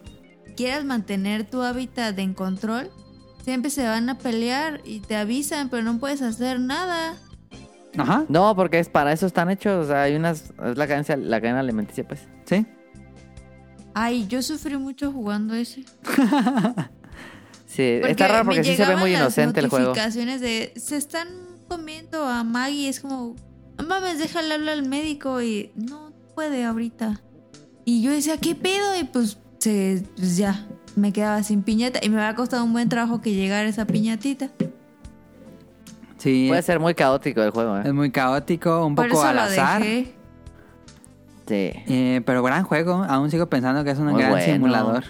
Speaker 1: quieras mantener tu hábitat en control, siempre se van a pelear y te avisan, pero no puedes hacer nada.
Speaker 2: Ajá,
Speaker 3: No, porque es para eso están hechos. O sea, hay unas. Es la cadena, la cadena alimenticia, pues.
Speaker 2: sí.
Speaker 1: Ay, yo sufrí mucho jugando ese.
Speaker 3: Sí, está raro porque
Speaker 1: me
Speaker 3: sí se ve
Speaker 1: llegaban
Speaker 3: muy
Speaker 1: las
Speaker 3: inocente el juego.
Speaker 1: notificaciones de se están comiendo a Maggie, es como, no mames, déjale hablar al médico y no puede ahorita. Y yo decía, ¿qué pedo? Y pues, se, pues ya, me quedaba sin piñata y me había costado un buen trabajo que llegara esa piñatita.
Speaker 2: Sí.
Speaker 3: Puede ser muy caótico el juego,
Speaker 1: Em.
Speaker 3: ¿eh?
Speaker 2: Es muy caótico, un
Speaker 1: Por
Speaker 2: poco
Speaker 1: eso
Speaker 2: al
Speaker 1: lo
Speaker 2: azar.
Speaker 1: dejé.
Speaker 3: Sí.
Speaker 2: Eh, pero gran juego, aún sigo pensando que es un
Speaker 3: Muy
Speaker 2: gran
Speaker 3: bueno.
Speaker 2: simulador.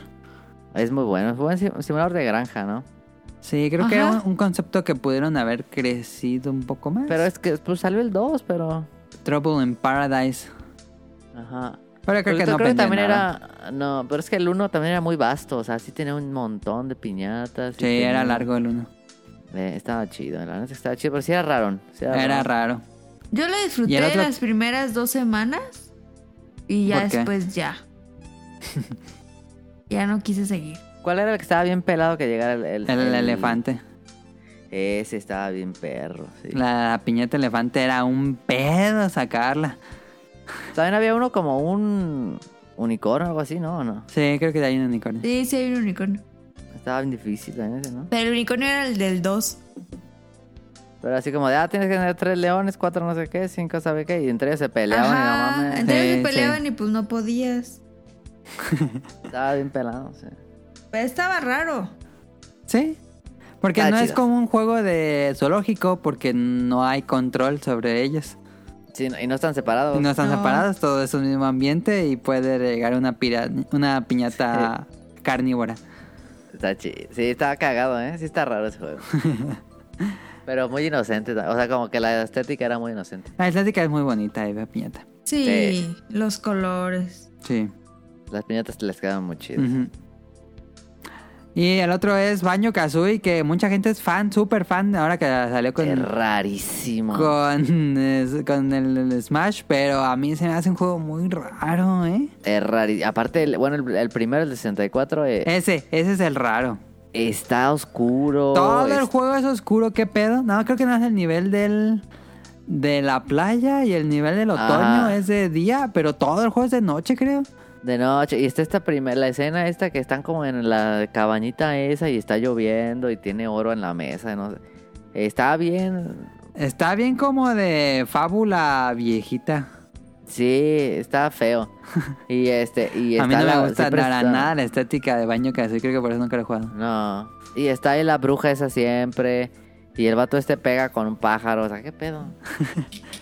Speaker 3: Es muy bueno. Es un buen sim- simulador de granja, ¿no?
Speaker 2: Sí, creo que era
Speaker 1: Ajá.
Speaker 2: un, un concepto que pudieron haber crecido un poco más.
Speaker 3: Pero es que pues salió el 2, pero.
Speaker 2: Trouble in Paradise.
Speaker 3: Ajá.
Speaker 2: Pero creo
Speaker 3: Pero
Speaker 2: que
Speaker 3: yo
Speaker 2: no
Speaker 3: creo que
Speaker 2: aprendió
Speaker 3: también
Speaker 2: nada.
Speaker 3: era. No, pero es que el 1 también era muy vasto. O sea, sí tenía un montón de piñatas.
Speaker 2: Sí, era largo el uno.
Speaker 3: eh, estaba chido, la neta estaba chido, pero sí era raro. sí era
Speaker 2: Era
Speaker 3: raro.
Speaker 2: raro.
Speaker 1: Yo lo
Speaker 2: ¿Y
Speaker 1: disfruté
Speaker 2: el otro?
Speaker 1: las primeras dos semanas y ya
Speaker 2: ¿Por qué?
Speaker 1: después ya.
Speaker 2: (laughs)
Speaker 1: ya no quise seguir.
Speaker 3: ¿Cuál era el que estaba bien pelado que llegara el, el-
Speaker 2: El,
Speaker 3: el-
Speaker 2: elefante.
Speaker 3: Ese estaba bien perro. Sí.
Speaker 2: La, piñeta elefante era un pedo sacarla.
Speaker 3: También había uno como un unicornio o algo así, ¿no? ¿O no?
Speaker 2: Sí, creo que de ahí un unicornio.
Speaker 1: Sí, sí hay un unicornio.
Speaker 3: Estaba bien difícil también ese, ¿no?
Speaker 1: Pero el unicornio era el del 2.
Speaker 3: Pero así como de, ah, tienes que tener tres leones, cuatro no sé qué, cinco sabe qué, y entre ellos se peleaban
Speaker 1: Ajá,
Speaker 3: y no mames.
Speaker 1: entre ellos
Speaker 2: Sí,
Speaker 1: se peleaban y pues no podías.
Speaker 3: Estaba bien pelado, sí.
Speaker 1: Pero estaba raro.
Speaker 2: Sí. Porque
Speaker 3: Está
Speaker 2: no es
Speaker 3: chido.
Speaker 2: como un juego de zoológico porque no hay control sobre ellos.
Speaker 3: Sí, no- y no están separados.
Speaker 2: Y no están
Speaker 1: No.
Speaker 2: separados, todo es un mismo ambiente y puede llegar una, pira- una piñata carnívora.
Speaker 3: Está chido. Sí, estaba cagado, ¿eh? Sí, está raro
Speaker 2: (laughs)
Speaker 3: ese juego. Pero muy inocente. O sea, como que la estética era muy inocente.
Speaker 2: La estética es muy bonita, eh, la piñata.
Speaker 1: Sí,
Speaker 3: Sí.
Speaker 1: los colores.
Speaker 2: Sí.
Speaker 3: Las piñatas les quedaban muy chidas.
Speaker 2: Ujú. Y el otro es Baño Kazooie, que mucha gente es fan, súper fan, ahora que salió con,
Speaker 3: Es rarísimo.
Speaker 2: con, es- con el, el Smash, pero a mí se me hace un juego muy raro, ¿eh?
Speaker 3: Es rarísimo. Aparte, el- bueno, el, el primero, el de 64, eh,
Speaker 2: Ese, ese es el raro.
Speaker 3: está oscuro.
Speaker 2: Todo el
Speaker 3: Oh, es-
Speaker 2: juego es oscuro, ¿qué pedo? No, creo que no es el nivel del... De la playa y el nivel del otoño
Speaker 3: Ajá.
Speaker 2: es de día, pero todo el juego es de noche, creo.
Speaker 3: De noche. Y está esta primera, la escena esta que están como en la cabañita esa y está lloviendo y tiene oro en la mesa. No sé. Está bien.
Speaker 2: Está bien como de fábula viejita.
Speaker 3: Sí,
Speaker 2: (laughs)
Speaker 3: está feo. Y este, y
Speaker 2: A
Speaker 3: está
Speaker 2: mí no
Speaker 3: la-
Speaker 2: me gusta
Speaker 3: siempre
Speaker 2: para
Speaker 3: está-
Speaker 2: nada la estética de baño que hace. Creo que por eso nunca lo he jugado.
Speaker 3: No. Y está ahí la bruja esa siempre. Y el vato este pega con un pájaro. O sea, ¿qué pedo?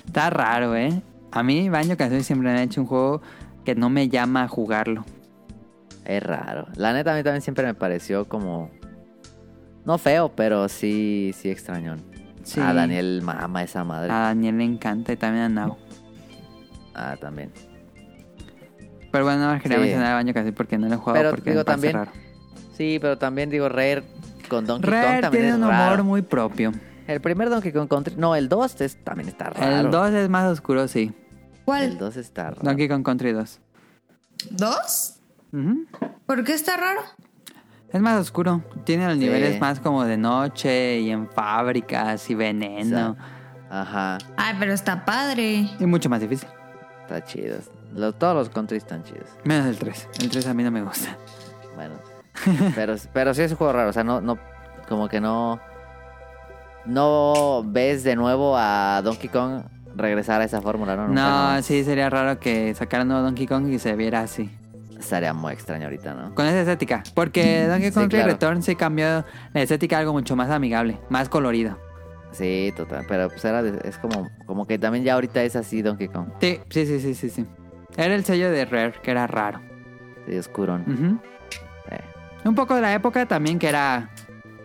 Speaker 2: Está raro, ¿eh? A mí Baño Kazooie siempre me ha hecho un juego que no me llama a jugarlo.
Speaker 3: Es raro. La neta, a mí también siempre me pareció como. No feo, pero sí, sí extrañón.
Speaker 2: Sí.
Speaker 3: A Daniel mama esa madre.
Speaker 2: A Daniel le encanta y también a Nao.
Speaker 3: Ah, también.
Speaker 2: Pero bueno, no quería
Speaker 3: Sí.
Speaker 2: mencionar el baño casi porque no lo he jugado
Speaker 3: Pero
Speaker 2: porque
Speaker 3: digo,
Speaker 2: me parece
Speaker 3: también
Speaker 2: raro.
Speaker 3: Sí, pero también digo, Rare con Donkey Kong
Speaker 2: Rare
Speaker 3: también
Speaker 2: tiene
Speaker 3: es
Speaker 2: un humor
Speaker 3: raro.
Speaker 2: muy propio.
Speaker 3: El primer Donkey Kong Country... No, el 2 es- también está raro.
Speaker 2: El 2 es más oscuro, sí.
Speaker 3: El
Speaker 1: ¿Cuál?
Speaker 3: 2 está raro.
Speaker 2: Donkey Kong Country 2.
Speaker 1: ¿Dos?
Speaker 2: Ujú.
Speaker 1: ¿Por qué está raro?
Speaker 2: Es más oscuro. Tiene los
Speaker 3: Sí.
Speaker 2: niveles más como de noche y en fábricas y veneno.
Speaker 3: Ajá,
Speaker 1: Ay, pero está padre.
Speaker 2: Y mucho más difícil.
Speaker 3: está chido. Los- todos los countries están chidos.
Speaker 2: Menos el 3. El 3 a mí no me gusta. (laughs)
Speaker 3: Bueno. Pero, pero sí es un juego raro. O sea, no, no, como que no. No ves de nuevo a Donkey Kong regresar a esa fórmula,
Speaker 2: No,
Speaker 3: ¿no? Nunca,
Speaker 2: sí, sería raro que sacaran nuevo Donkey Kong y se viera así.
Speaker 3: Estaría muy extraño ahorita, ¿no?
Speaker 2: Con esa estética. Porque Donkey
Speaker 3: Mm, Sí,
Speaker 2: Kong
Speaker 3: claro.
Speaker 2: Return se cambió la estética a algo mucho más amigable, más colorido.
Speaker 3: Sí, total. Pero pues era de- es como, como que también ya ahorita es así Donkey Kong.
Speaker 2: Sí, sí, sí, sí, sí. sí. Era el sello de Rare, que era raro.
Speaker 3: Sí, oscurón.
Speaker 2: Ujú.
Speaker 3: Eh,
Speaker 2: Un poco de la época también que era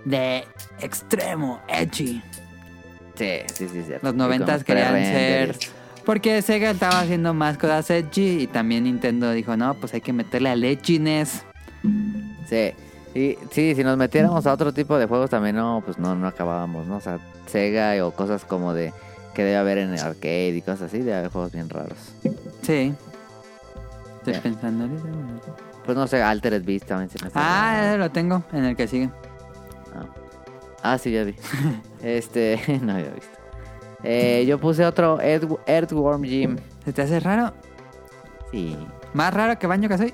Speaker 2: de extremo, edgy.
Speaker 3: Sí, sí, sí, cierto.
Speaker 2: Los
Speaker 3: Sí, como
Speaker 2: noventas querían ser...
Speaker 3: pre-renderes.
Speaker 2: Porque Sega estaba haciendo más cosas edgy y también Nintendo dijo, no, pues hay que meterle al edginess.
Speaker 3: Sí. Y sí, si nos metiéramos a otro tipo de juegos también no, pues no, no acabábamos, ¿no? O sea, Sega o cosas como de que debe haber en el arcade y cosas así, debe haber juegos bien raros.
Speaker 2: Sí. Estoy
Speaker 3: Sí.
Speaker 2: pensando... ahorita.
Speaker 3: Pues no sé, Altered Beast también se me está
Speaker 2: Ah,
Speaker 3: olvidando.
Speaker 2: ese lo tengo en el que sigue.
Speaker 3: Ah,
Speaker 2: (laughs)
Speaker 3: sí, ya vi. este, (laughs) no había visto. Eh, yo puse otro Earth- Earthworm Jim.
Speaker 2: ¿Se te hace raro?
Speaker 3: Sí.
Speaker 2: Más raro que Baño Kazooie.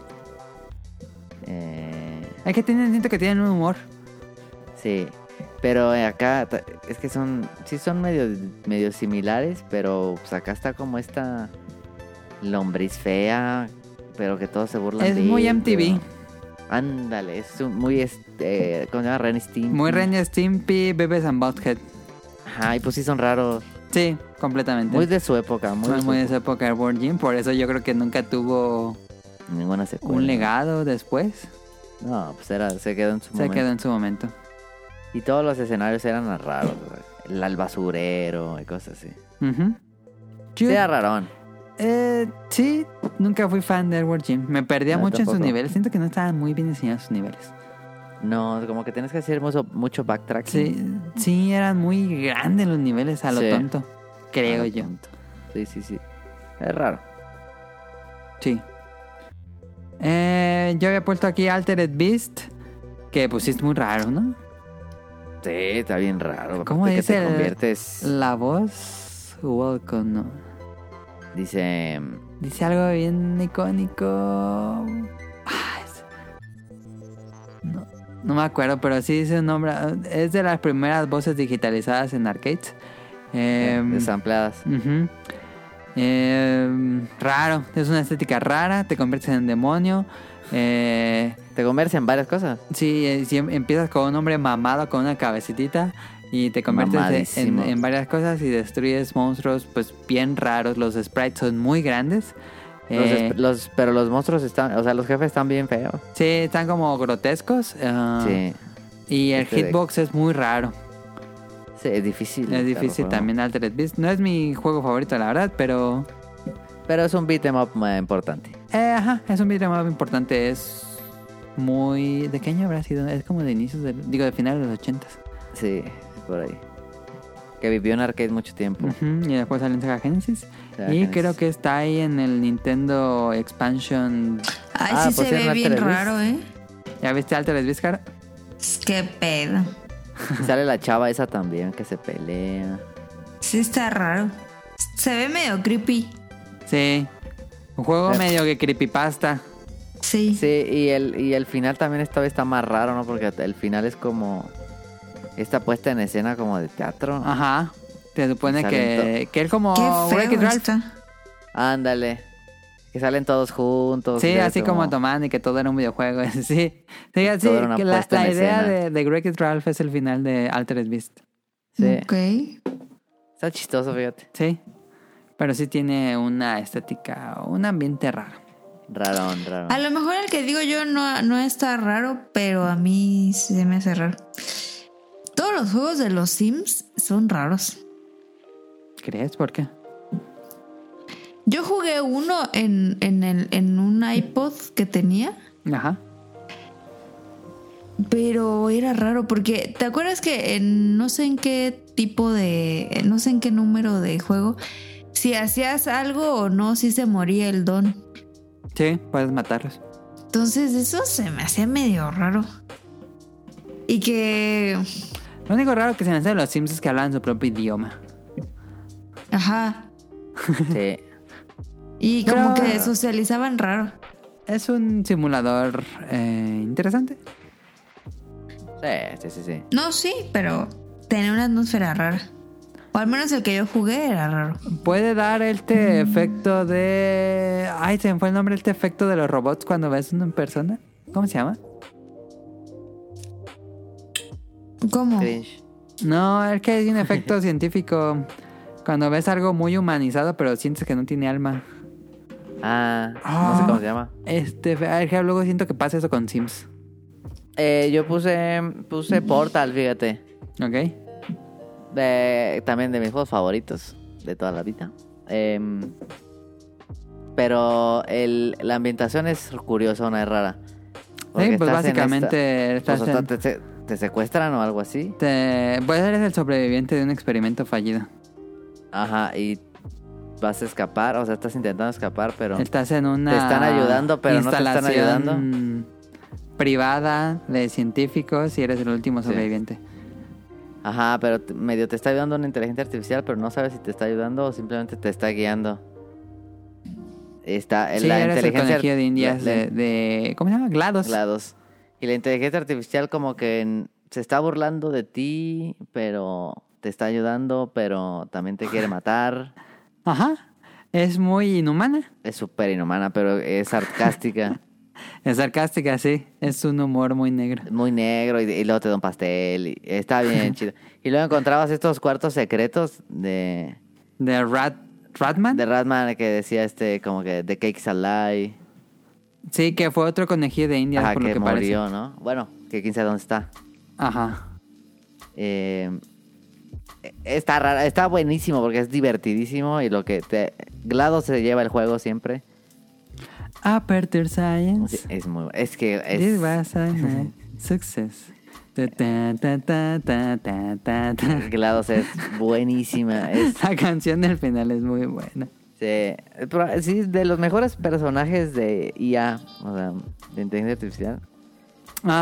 Speaker 3: eh,
Speaker 2: Es que tienen, siento que tienen un humor.
Speaker 3: sí. Pero eh, acá ta- es que son, sí son medio, medio similares, pero pues acá está como esta lombriz fea, pero que todos se burlan
Speaker 2: Es
Speaker 3: de
Speaker 2: muy
Speaker 3: él,
Speaker 2: MTV.
Speaker 3: pero- Ándale, es un- muy, este, ¿cómo se llama? Ren y Stimpy.
Speaker 2: Muy Ren y Stimpy, Bebes and Butthead.
Speaker 3: Ajá, y pues sí son raros.
Speaker 2: Sí, completamente.
Speaker 3: Muy de su época, muy,
Speaker 2: muy,
Speaker 3: de su
Speaker 2: muy de esa época Airborne Jim, por eso yo creo que nunca tuvo
Speaker 3: Ninguna secuela.
Speaker 2: un legado después.
Speaker 3: No, pues era, se quedó en su
Speaker 2: Se
Speaker 3: momento.
Speaker 2: quedó en su momento.
Speaker 3: Y todos los escenarios eran raros. güey. El albasurero y cosas así.
Speaker 2: Ujú.
Speaker 3: Sí,
Speaker 2: Yo-
Speaker 3: era rarón.
Speaker 2: eh, sí, nunca fui fan de Airborne Jim. Me perdía
Speaker 3: No,
Speaker 2: mucho en sus
Speaker 3: tampoco.
Speaker 2: niveles. Siento que no estaban muy bien diseñados sus niveles.
Speaker 3: No, como que tienes que hacer mucho, mucho backtrack.
Speaker 2: Sí, sí, eran muy grandes los niveles a lo
Speaker 3: Sí.
Speaker 2: tonto. Creo
Speaker 3: A lo
Speaker 2: yo.
Speaker 3: Sí, sí, sí. Es raro.
Speaker 2: Sí. Eh, yo había puesto aquí Altered Beast, que pues sí es muy raro, ¿no?
Speaker 3: Sí, está bien raro.
Speaker 2: ¿Cómo
Speaker 3: aparte
Speaker 2: dice
Speaker 3: que Pues, te
Speaker 2: el-
Speaker 3: conviertes?
Speaker 2: La voz, Welcome, ¿no?
Speaker 3: Dice...
Speaker 2: Em, Dice algo bien icónico. Ah, es- No, no me acuerdo, pero sí dice un nombre. Es de las primeras voces digitalizadas en arcades. Eh,
Speaker 3: desampladas.
Speaker 2: ujú. Eh, raro, es una estética rara, te conviertes en demonio. Eh,
Speaker 3: Te conviertes en varias cosas.
Speaker 2: Sí, eh, si em- empiezas con un hombre mamado con una cabecitita y te conviertes en,
Speaker 3: Mamadísimo.
Speaker 2: en varias cosas y destruyes monstruos pues bien raros. Los sprites son muy grandes.
Speaker 3: Los
Speaker 2: Eh,
Speaker 3: esp- los- pero los monstruos están... O sea, los jefes están bien feos.
Speaker 2: sí, están como grotescos. ah,
Speaker 3: Sí.
Speaker 2: Y el
Speaker 3: Este de-
Speaker 2: hitbox es muy raro.
Speaker 3: Sí, es difícil.
Speaker 2: es
Speaker 3: claro,
Speaker 2: difícil
Speaker 3: juego.
Speaker 2: también Altered Beast. No es mi juego favorito, la verdad, pero...
Speaker 3: Pero es un beat 'em up eh, importante.
Speaker 2: eh, ajá, es un video más importante. Es muy... ¿De qué año habrá sido? Es como de inicios del... Digo, de finales de los ochentas.
Speaker 3: Sí, por ahí. Que vivió en arcade
Speaker 2: (laughs)
Speaker 3: mucho tiempo.
Speaker 2: Ujú, y después sale en Sega Genesis.
Speaker 3: Sega
Speaker 2: y
Speaker 3: Genesis.
Speaker 2: creo que está ahí en el Nintendo Expansion.
Speaker 1: Ay,
Speaker 3: Ah,
Speaker 1: sí
Speaker 3: pues
Speaker 1: se
Speaker 3: es
Speaker 1: ve
Speaker 3: la
Speaker 1: bien
Speaker 3: televis.
Speaker 1: raro, ¿eh? Pues,
Speaker 2: ¿Ya viste Altered Beast, Jara?
Speaker 1: Qué pedo.
Speaker 3: Y sale la chava esa también que se pelea.
Speaker 1: Sí está raro. Se ve medio creepy.
Speaker 2: Sí. Un juego
Speaker 3: Sí.
Speaker 2: medio que creepypasta.
Speaker 1: Sí.
Speaker 3: Sí, y el, y el final también esta vez está más raro, ¿no? Porque el final es como esta puesta en escena como de teatro. ¿no?
Speaker 2: Ajá. Se supone que,
Speaker 3: Talento.
Speaker 2: Oh, que él como
Speaker 1: Qué
Speaker 2: Wreck-It
Speaker 1: feo
Speaker 2: Ralph.
Speaker 1: está.
Speaker 3: Ándale. Que salen todos juntos.
Speaker 2: Sí,
Speaker 3: y
Speaker 2: así como, tomando y que todo era un videojuego. (laughs) sí. Sí, así
Speaker 3: Todo era una
Speaker 2: que la,
Speaker 3: puesta en
Speaker 2: la idea
Speaker 3: escena.
Speaker 2: de, de Wreck-It Ralph es el final de Altered Beast.
Speaker 3: Sí.
Speaker 1: Ok.
Speaker 3: Está chistoso, fíjate.
Speaker 2: Sí. Pero sí tiene una estética, un ambiente raro.
Speaker 3: Rarón, rarón.
Speaker 1: A lo mejor el que digo yo no, no está raro, pero a mí se me hace raro. Todos los juegos de los Sims son raros.
Speaker 2: ¿Crees? ¿Por qué?
Speaker 1: Yo jugué uno en, en, el, en un iPod que tenía,
Speaker 2: Ajá.
Speaker 1: pero era raro porque, ¿te acuerdas que en no sé en qué tipo de, no sé en qué número de juego, si hacías algo o no, si se moría el don?
Speaker 2: Sí, puedes matarlos.
Speaker 1: Entonces eso se me hacía medio raro. Y que,
Speaker 2: Lo único raro que se me hace de los Sims es que hablan su propio idioma.
Speaker 1: ajá,
Speaker 3: Sí.
Speaker 1: y como
Speaker 2: Pero-
Speaker 1: que socializaban raro.
Speaker 2: Es un simulador eh, interesante.
Speaker 3: Sí, sí, sí, sí.
Speaker 1: No, sí, pero tenía una atmósfera rara. O al menos el que yo jugué era raro.
Speaker 2: Puede dar este efecto de... Ay, se me fue el nombre, este efecto de los robots cuando ves una persona. ¿Cómo se llama? Ah.
Speaker 1: ¿Cómo?
Speaker 3: Cringe.
Speaker 2: No, es que hay un (laughs) efecto científico. Cuando ves algo muy humanizado, pero sientes que no tiene alma.
Speaker 3: Ah, no
Speaker 2: Ah.
Speaker 3: sé cómo se llama.
Speaker 2: Este, a ver, luego siento que pasa eso con Sims.
Speaker 3: Eh, yo puse, puse Portal, fíjate.
Speaker 2: ¿Ok?
Speaker 3: De- también de mis juegos favoritos de toda la vida. Em, pero el, la ambientación es curiosa, no es rara. Porque
Speaker 2: Sí, pues
Speaker 3: estás en
Speaker 2: básicamente
Speaker 3: esta-
Speaker 2: estás
Speaker 3: Pues, o sea,
Speaker 2: en-
Speaker 3: te, se- te secuestran o algo así.
Speaker 2: te- pues eres el sobreviviente de un experimento fallido.
Speaker 3: Ajá, y vas a escapar, o sea, estás intentando escapar, pero...
Speaker 2: Estás en una
Speaker 3: Te están ayudando, pero no te están
Speaker 2: instalación privada de científicos y eres el último
Speaker 3: Sí.
Speaker 2: sobreviviente.
Speaker 3: Ajá, pero te- medio te está ayudando una inteligencia artificial, pero no sabes si te está ayudando o simplemente te está guiando. Está
Speaker 2: Sí,
Speaker 3: Eh, la
Speaker 2: eres el
Speaker 3: inteligencia
Speaker 2: conejillo de indias
Speaker 3: la- la-
Speaker 2: de, de- ¿cómo se llama? Glados.
Speaker 3: lados. Y la inteligencia artificial como que en- se está burlando de ti, pero te está ayudando, pero también te quiere matar.
Speaker 2: Ajá. Es muy inhumana.
Speaker 3: Es súper inhumana, pero es sarcástica.
Speaker 2: Es sarcástica, sí. Es un humor muy negro.
Speaker 3: muy negro y, y luego te da un pastel. Y está bien chido. Y luego encontrabas estos cuartos secretos de,
Speaker 2: De Rat Ratman.
Speaker 3: de Ratman que decía este como que The Cake's a Lie.
Speaker 2: Sí, que fue otro conejillo de indias
Speaker 3: Ajá,
Speaker 2: por
Speaker 3: que,
Speaker 2: lo que
Speaker 3: murió,
Speaker 2: pareció.
Speaker 3: ¿no? Bueno, que quién sabe dónde está.
Speaker 2: Ajá.
Speaker 3: Eh, está rara, está buenísimo porque es divertidísimo y lo que te Glado se lleva el juego siempre.
Speaker 2: Aperture Science.
Speaker 3: Sí, es muy es que
Speaker 2: This
Speaker 3: es
Speaker 2: was a nice success. Ta, ta, ta, ta, ta, ta, ta, ta.
Speaker 3: (laughs) GLaDOS es buenísima, es
Speaker 2: La canción del final es muy buena.
Speaker 3: sí, pero sí, de los mejores personajes de IA, o sea, de inteligencia artificial.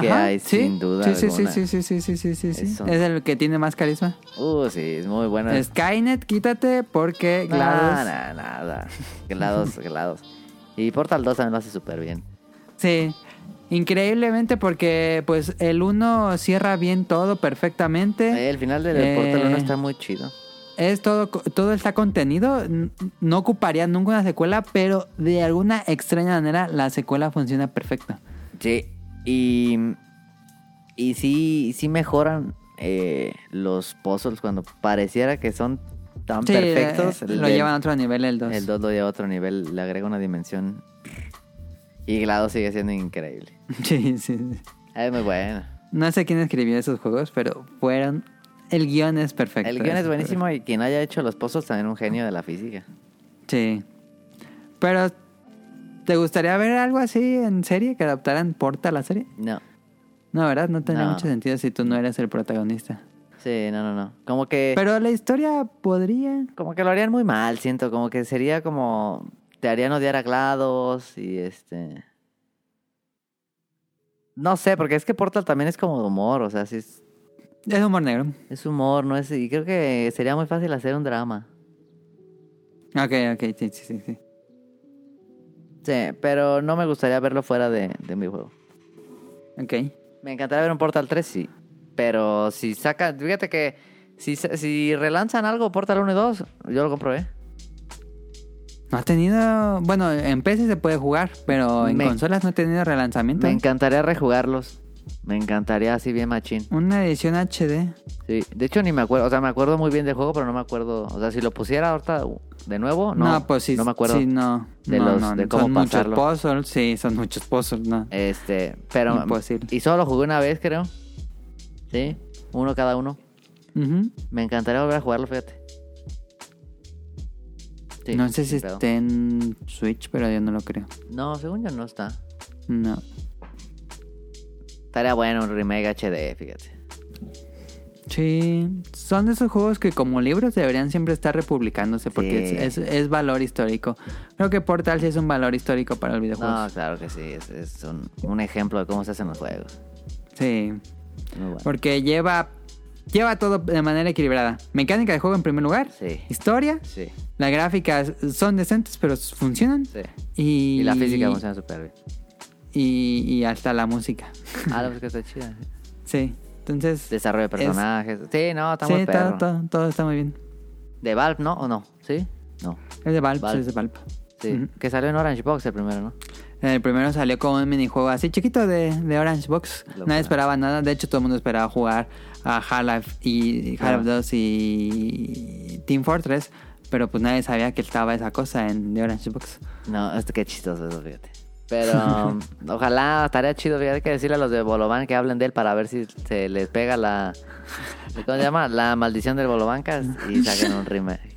Speaker 3: Que hay,
Speaker 2: sí.
Speaker 3: sin duda
Speaker 2: Sí, sí, sí,
Speaker 3: alguna.
Speaker 2: sí, sí, sí, sí, sí, sí, sí.
Speaker 3: Es un-
Speaker 2: Es el que tiene más carisma.
Speaker 3: Uh, sí, es muy bueno.
Speaker 2: Skynet, quítate porque
Speaker 3: No,
Speaker 2: GLaDOS.
Speaker 3: no, nada. GLaDOS, GLaDOS. Y Portal 2 también lo hace súper bien.
Speaker 2: Sí. Increíblemente porque pues el uno cierra bien todo perfectamente.
Speaker 3: Eh, el final del
Speaker 2: Eh.
Speaker 3: Portal 1 está muy chido.
Speaker 2: Es todo, co- todo está contenido. N- No ocuparía nunca una secuela, pero de alguna extraña manera la secuela funciona perfecta.
Speaker 3: Sí, y, y sí, sí mejoran eh, los puzzles cuando pareciera que son tan
Speaker 2: Sí,
Speaker 3: perfectos.
Speaker 2: eh,
Speaker 3: el
Speaker 2: lo
Speaker 3: del-
Speaker 2: llevan a otro nivel el 2.
Speaker 3: El 2 lo lleva a otro nivel, le agrega una dimensión. Y GLaDOS sigue siendo increíble.
Speaker 2: (laughs) Sí, sí, sí.
Speaker 3: Es muy bueno.
Speaker 2: No sé quién escribió esos juegos, pero fueron... El guión es perfecto.
Speaker 3: El guión es
Speaker 2: esos
Speaker 3: buenísimo y quien haya hecho los puzzles también un genio de la física.
Speaker 2: juegos. Sí. Pero, ¿te gustaría ver algo así en serie? ¿Que adaptaran Porta a la serie?
Speaker 3: No.
Speaker 2: No, ¿verdad? No tendría
Speaker 3: No.
Speaker 2: mucho sentido si tú no eras el protagonista.
Speaker 3: Sí, no, no, no. Como que...
Speaker 2: Pero la historia podría...
Speaker 3: Como que lo harían muy mal, siento. Como que sería como... Te harían odiar a GLaDOS y este... No sé, porque es que Portal también es como de humor, o sea, sí es,
Speaker 2: Es humor negro.
Speaker 3: es humor, no es... Y creo que sería muy fácil hacer un drama.
Speaker 2: Ok, ok, sí, sí, sí. sí.
Speaker 3: Sí, pero no me gustaría verlo fuera de, de mi juego.
Speaker 2: Ok.
Speaker 3: Me encantaría ver un Portal 3, sí. Pero si sacan... Fíjate que si, sa- si relanzan algo, Portal 1 y 2, yo lo compro, ¿eh?
Speaker 2: No ha tenido... Bueno, en PC se puede jugar, pero en
Speaker 3: Me-
Speaker 2: consolas no ha tenido relanzamiento.
Speaker 3: Me encantaría rejugarlos. Me encantaría así bien machín.
Speaker 2: Una edición HD.
Speaker 3: Sí, de hecho ni me acuerdo, o sea, me acuerdo muy bien del juego, pero no me acuerdo, o sea, si lo pusiera ahorita de nuevo, no,
Speaker 2: No, pues sí.
Speaker 3: no me acuerdo.
Speaker 2: sí, no.
Speaker 3: de
Speaker 2: No,
Speaker 3: los-
Speaker 2: no,
Speaker 3: de cómo
Speaker 2: son
Speaker 3: pasarlo.
Speaker 2: muchos puzzles, sí, son muchos puzzles, no.
Speaker 3: Este, pero
Speaker 2: Imposible.
Speaker 3: y solo lo jugué una vez, creo. Sí, uno cada uno.
Speaker 2: Ujú.
Speaker 3: Me encantaría volver a jugarlo, fíjate. Sí,
Speaker 2: no sé si
Speaker 3: sin pedo.
Speaker 2: esté en Switch, pero yo no lo creo.
Speaker 3: No, según yo no está.
Speaker 2: No.
Speaker 3: Estaría bueno un remake HD, fíjate.
Speaker 2: Sí, son de esos juegos que como libros deberían siempre estar republicándose porque
Speaker 3: Sí.
Speaker 2: es, es- es valor histórico. Creo que Portal sí es un valor histórico para el videojuego.
Speaker 3: No, claro que sí. Es, es un, un ejemplo de cómo se hacen los juegos.
Speaker 2: Sí,
Speaker 3: Muy bueno.
Speaker 2: porque lleva lleva todo de manera equilibrada. Mecánica de juego en primer lugar,
Speaker 3: Sí.
Speaker 2: historia,
Speaker 3: Sí,
Speaker 2: las gráficas son decentes pero funcionan
Speaker 3: sí.
Speaker 2: y,
Speaker 3: Y, la física funciona súper bien.
Speaker 2: y, y hasta la música. (laughs)
Speaker 3: Ah, la música está chida.
Speaker 2: Sí, entonces
Speaker 3: Desarrollo de personajes. Sí, no, está
Speaker 2: sí,
Speaker 3: muy perro.
Speaker 2: todo, todo- todo está muy bien.
Speaker 3: De Valve, ¿no? ¿O no? ¿Sí? No.
Speaker 2: Es de Valve,
Speaker 3: Valve.
Speaker 2: es de Valve.
Speaker 3: Sí.
Speaker 2: Ujú.
Speaker 3: Que salió en Orange Box el primero, ¿no?
Speaker 2: El primero salió con un minijuego así chiquito de, de Orange Box.
Speaker 3: Lo
Speaker 2: Nadie
Speaker 3: que-
Speaker 2: esperaba nada. De hecho, todo el mundo esperaba jugar a Half-Life y
Speaker 3: Claro.
Speaker 2: Half-Life 2 y Team Fortress. Pero pues nadie sabía que estaba esa cosa en The Orange Box.
Speaker 3: No, esto qué chistoso eso, fíjate. Pero
Speaker 2: (laughs)
Speaker 3: um, ojalá estaría chido, fíjate, hay que decirle a los de Bolovan que hablen de él para ver si se les pega la... ¿Cómo se llama? La maldición del Bolobancas y saquen un remake.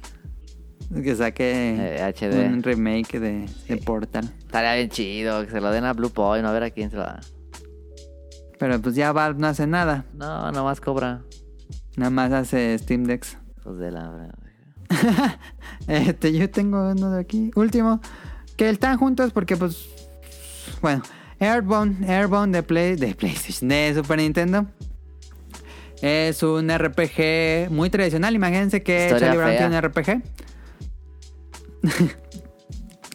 Speaker 2: Que saque
Speaker 3: Eh, HD.
Speaker 2: un remake de, de Portal.
Speaker 3: Estaría bien chido, que se lo den a Blue Point, a ver a quién se lo da.
Speaker 2: Pero pues ya Valve no hace nada.
Speaker 3: No, nomás cobra.
Speaker 2: Nada más hace Steam Decks.
Speaker 3: Los de la...
Speaker 2: (laughs) Este, yo tengo uno de aquí. Último. Que están juntos porque, pues. Bueno, Airbound, Airbound de, Play, de PlayStation, de Super Nintendo. Es un RPG muy tradicional. Imagínense que
Speaker 3: Historia
Speaker 2: Charlie Brown
Speaker 3: fea.
Speaker 2: tiene un RPG.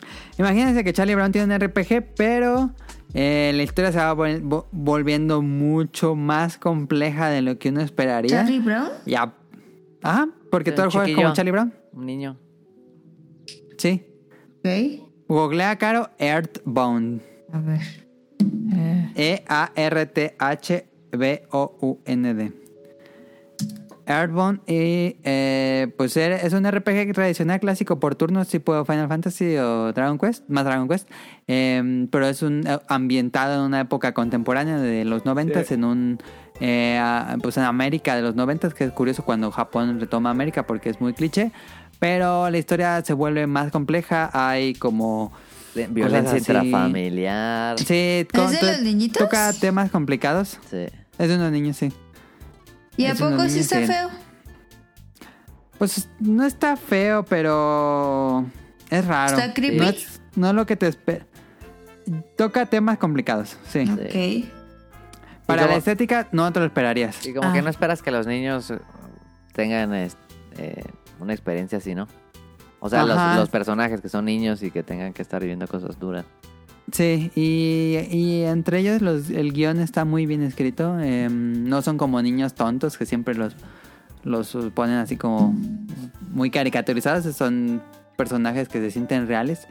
Speaker 2: (laughs) Imagínense que Charlie Brown tiene un RPG, pero eh, la historia se va vol- vo- volviendo mucho más compleja de lo que uno esperaría.
Speaker 1: Charlie Brown.
Speaker 2: Ya. Ajá, porque
Speaker 3: Un
Speaker 2: todo el juego es como
Speaker 3: chiquillo.
Speaker 2: Charlie Brown.
Speaker 3: Un niño.
Speaker 2: Sí.
Speaker 1: Ok.
Speaker 2: Googlea caro Earthbound. E
Speaker 1: A ver.
Speaker 2: E-A-R-T-H-B-O-U-N-D. Earthbound y eh, pues er- es un RPG tradicional clásico por turnos tipo Final Fantasy o Dragon Quest, más Dragon Quest, Em, pero es un eh, ambientado en una época contemporánea de los noventas en un eh, a- pues en América de los noventas que es curioso cuando Japón retoma América porque es muy cliché, pero la historia se vuelve más compleja, hay como
Speaker 3: Le- Violencia
Speaker 2: así.
Speaker 3: intrafamiliar. Sí.
Speaker 2: Sí, co-
Speaker 1: de
Speaker 2: to-
Speaker 1: los niñitos?
Speaker 2: Toca temas complicados. Es de unos niños, sí.
Speaker 1: ¿Y a
Speaker 2: Es unos
Speaker 1: poco sí
Speaker 2: niños
Speaker 1: está
Speaker 2: que-
Speaker 1: feo?
Speaker 2: Pues no está feo, pero es raro.
Speaker 1: ¿Está creepy?
Speaker 2: No es, no es lo que te espera. Toca temas complicados, sí.
Speaker 1: Ok.
Speaker 2: Para
Speaker 3: Y como-
Speaker 2: la estética no te lo esperarías.
Speaker 3: Y como
Speaker 1: Ah.
Speaker 3: que no esperas que los niños eh, tengan es- eh, una experiencia así, ¿no? O sea, los,
Speaker 2: Ajá.
Speaker 3: los personajes que son niños y que tengan que estar viviendo cosas duras.
Speaker 2: Sí, y, y entre ellos los, el guión está muy bien escrito. em, no son como niños tontos que siempre los, los ponen así como muy caricaturizados. Son personajes que se sienten reales.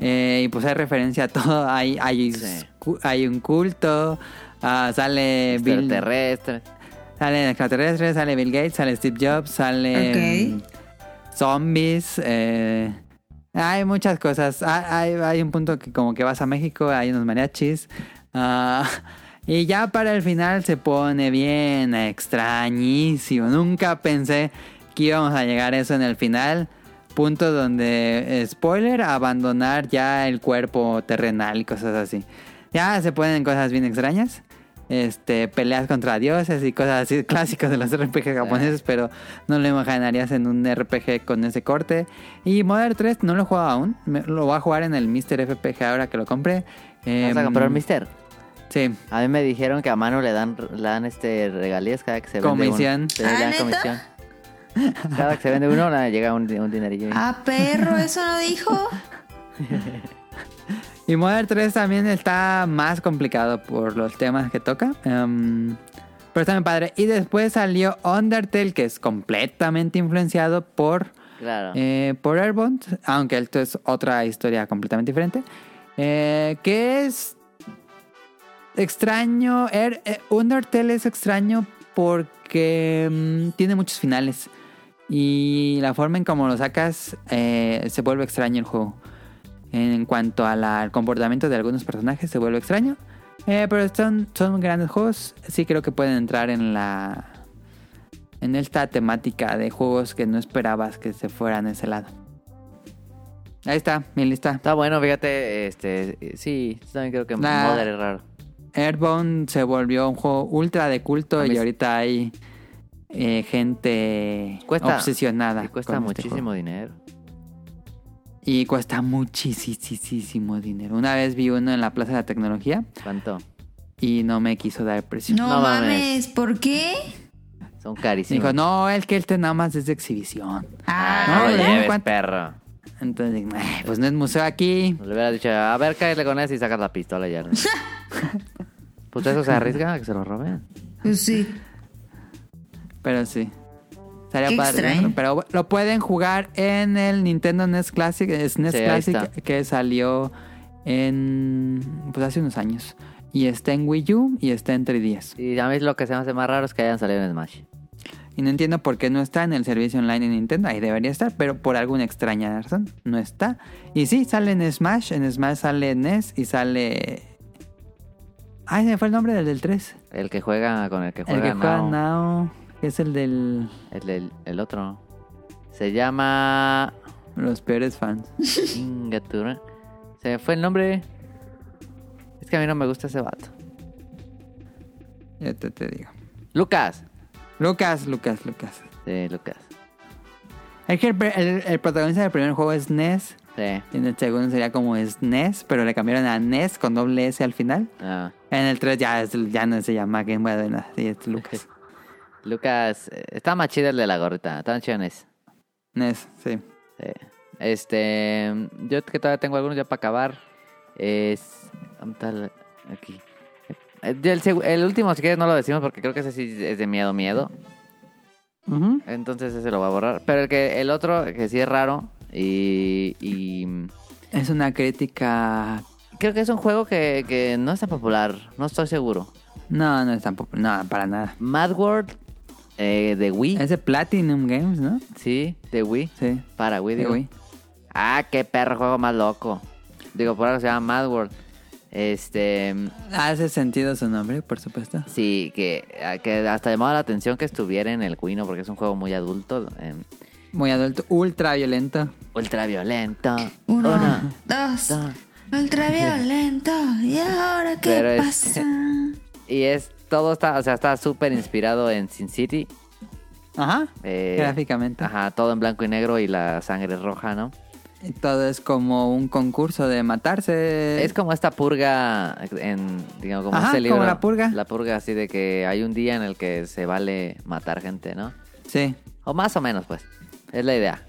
Speaker 2: Eh, y pues hay referencia a todo. Hay, hay,
Speaker 3: Sí.
Speaker 2: cu- hay un culto. ah,
Speaker 3: Eh,
Speaker 2: sale Bill,
Speaker 3: Extraterrestres.
Speaker 2: salen extraterrestres, sale Bill Gates, sale Steve Jobs, sale
Speaker 1: Ok.
Speaker 2: mm, zombies. eh, hay muchas cosas. Ha- Hay, hay un punto que como que vas a México, hay unos mariachis. ah, (laughs) y ya para el final se pone bien extrañísimo. Nunca pensé que íbamos a llegar a eso en el final. Punto donde, eh, spoiler, abandonar ya el cuerpo terrenal y cosas así. Ya se ponen cosas bien extrañas. Este, peleas contra dioses y cosas así (laughs) clásicas de los RPG japoneses, pero no lo imaginarías en un RPG con ese corte. Y Modern 3 no lo he jugado aún, me- lo voy a jugar en el Mr. FPG ahora que lo compre.
Speaker 3: Vamos a
Speaker 2: Em,
Speaker 3: comprar un mister.
Speaker 2: Sí,
Speaker 3: A mí me dijeron que a mano le dan, le dan este regalías cada que se vende
Speaker 2: Comisión.
Speaker 3: uno. Sí, le
Speaker 1: ¿Ah,
Speaker 3: dan
Speaker 1: neta?
Speaker 3: comisión. Cada que se vende uno, le llega un, un dinerillo. ahí.
Speaker 1: Ah, perro, eso no dijo.
Speaker 2: Y Modern 3 también está más complicado por los temas que toca. em, pero está muy padre. Y después salió Undertale, que es completamente influenciado por,
Speaker 3: Claro.
Speaker 2: eh, por Airbound, aunque esto es otra historia completamente diferente. eh, que es extraño. Air- eh, Undertale es extraño porque mm, tiene muchos finales. Y la forma en cómo lo sacas eh, se vuelve extraño el juego. En cuanto a la- al comportamiento de algunos personajes, se vuelve extraño. Eh, pero son, son grandes juegos. Sí creo que pueden entrar en la en esta temática de juegos que no esperabas que se fueran a ese lado. Ahí está, mi lista.
Speaker 3: Está bueno, fíjate, este, sí, yo también creo que
Speaker 2: La-
Speaker 3: Mother es raro.
Speaker 2: Airbound se volvió un juego ultra de culto
Speaker 3: A mí
Speaker 2: y
Speaker 3: sí.
Speaker 2: ahorita hay eh, gente
Speaker 3: Cuesta-
Speaker 2: obsesionada.
Speaker 3: Y cuesta
Speaker 2: con este
Speaker 3: muchísimo dinero.
Speaker 2: juego. y cuesta muchísimo dinero. Una vez vi uno en la Plaza de la Tecnología
Speaker 3: ¿Cuánto?
Speaker 2: y (laughs) no me quiso dar el precio.
Speaker 1: No,
Speaker 3: No
Speaker 1: mames.
Speaker 3: mames.
Speaker 1: ¿por qué?
Speaker 3: Son
Speaker 2: Me
Speaker 3: carísimos.
Speaker 2: Dijo, no, el que este nada más es de exhibición.
Speaker 3: Ah,
Speaker 1: Ah,
Speaker 3: no,
Speaker 2: no,
Speaker 3: lo
Speaker 2: ¿verdad?
Speaker 3: lleves,
Speaker 2: ¿Cuánto?
Speaker 3: perro.
Speaker 2: Entonces, "Ay, pues no es museo aquí.
Speaker 3: Le hubiera dicho, a ver, cállate con eso y sacas la pistola
Speaker 2: (laughs)
Speaker 3: ya. pues eso se arriesga a que se lo roben.
Speaker 1: pues sí.
Speaker 2: Pero sí. Estaría
Speaker 1: Qué
Speaker 2: padre,
Speaker 1: extraño.
Speaker 2: ¿no? Pero lo pueden jugar en el Nintendo NES Classic, eh, es NES
Speaker 3: Sí, ahí
Speaker 2: Classic
Speaker 3: está.
Speaker 2: que salió en pues hace unos años. Y está en Wii U y está en 3DS.
Speaker 3: Y a mí lo que se me hace más raro es que hayan salido en Smash.
Speaker 2: Y no entiendo por qué no está en el servicio online de Nintendo. Ahí debería estar, pero por alguna extraña razón no está. Y sí, sale en Smash. En Smash sale NES y sale. Ay, se me fue el nombre del del 3.
Speaker 3: El que juega con el que
Speaker 2: El
Speaker 3: juega,
Speaker 2: que juega
Speaker 3: no.
Speaker 2: Now. que Es el del.
Speaker 3: El, el, el otro. Se llama...
Speaker 2: Los peores fans. (laughs)
Speaker 3: Ingatura. Se me fue el nombre. Es que a mí no me gusta ese vato.
Speaker 2: Ya te, te digo.
Speaker 3: Lucas.
Speaker 2: Lucas, Lucas, Lucas.
Speaker 3: Sí, Lucas.
Speaker 2: Es que el, pr- el- el protagonista del primer juego es NES.
Speaker 3: Sí.
Speaker 2: En el segundo sería como SNES, pero le cambiaron a NES con doble S al final.
Speaker 3: Ah,
Speaker 2: En el 3 ya, es- ya no se llama Game Boy Advance, sí, es Lucas.
Speaker 3: (laughs) Lucas. eh, Está más chido el de la gorrita. Está más chido en ese.
Speaker 2: NES, E sí.
Speaker 3: Sí. Este. Yo que todavía tengo algunos ya para acabar. Es. ¿dónde está la- Aquí. Eh, El, seg- el último, si quieres, no lo decimos porque creo que ese sí es de miedo, miedo.
Speaker 2: Ujú.
Speaker 3: Entonces ese lo va a borrar. Pero el, que, el otro, que sí es raro. Y. y
Speaker 2: Es una crítica...
Speaker 3: Creo que es un juego que, que no es tan popular, no estoy seguro.
Speaker 2: No, no es tampoco... No, para nada.
Speaker 3: Mad World eh, de Wii,
Speaker 2: Es de Platinum Games, ¿no?
Speaker 3: sí, de Wii,
Speaker 2: Sí.
Speaker 3: para Wii,
Speaker 2: De
Speaker 3: digo.
Speaker 2: Wii.
Speaker 3: Ah, qué perro juego más loco. Digo, por algo se llama Mad World. Este,
Speaker 2: Hace sentido su nombre, por supuesto.
Speaker 3: sí, que, ah, que hasta llamaba la atención que estuviera en el Wii, ¿no? Porque es un juego muy adulto, eh,
Speaker 2: Muy adulto, ultra violento.
Speaker 3: ultra violento.
Speaker 1: Uno,
Speaker 3: Una,
Speaker 1: dos,
Speaker 3: dos.
Speaker 1: ultraviolento. ¿Y ahora qué
Speaker 3: Pero es-
Speaker 1: pasa?
Speaker 3: Y es, todo está, o sea, está súper inspirado en Sin City.
Speaker 2: Ajá.
Speaker 3: eh,
Speaker 2: Gráficamente.
Speaker 3: Ajá, todo en blanco y negro y la sangre es roja, ¿no?
Speaker 2: Y Todo es como un concurso de matarse.
Speaker 3: Es como esta purga en, digamos, como
Speaker 2: Ajá,
Speaker 3: este libro.
Speaker 2: como la purga.
Speaker 3: La purga así de que hay un día en el que se vale matar gente, ¿no?
Speaker 2: Sí,
Speaker 3: O más o menos, pues. Es la idea.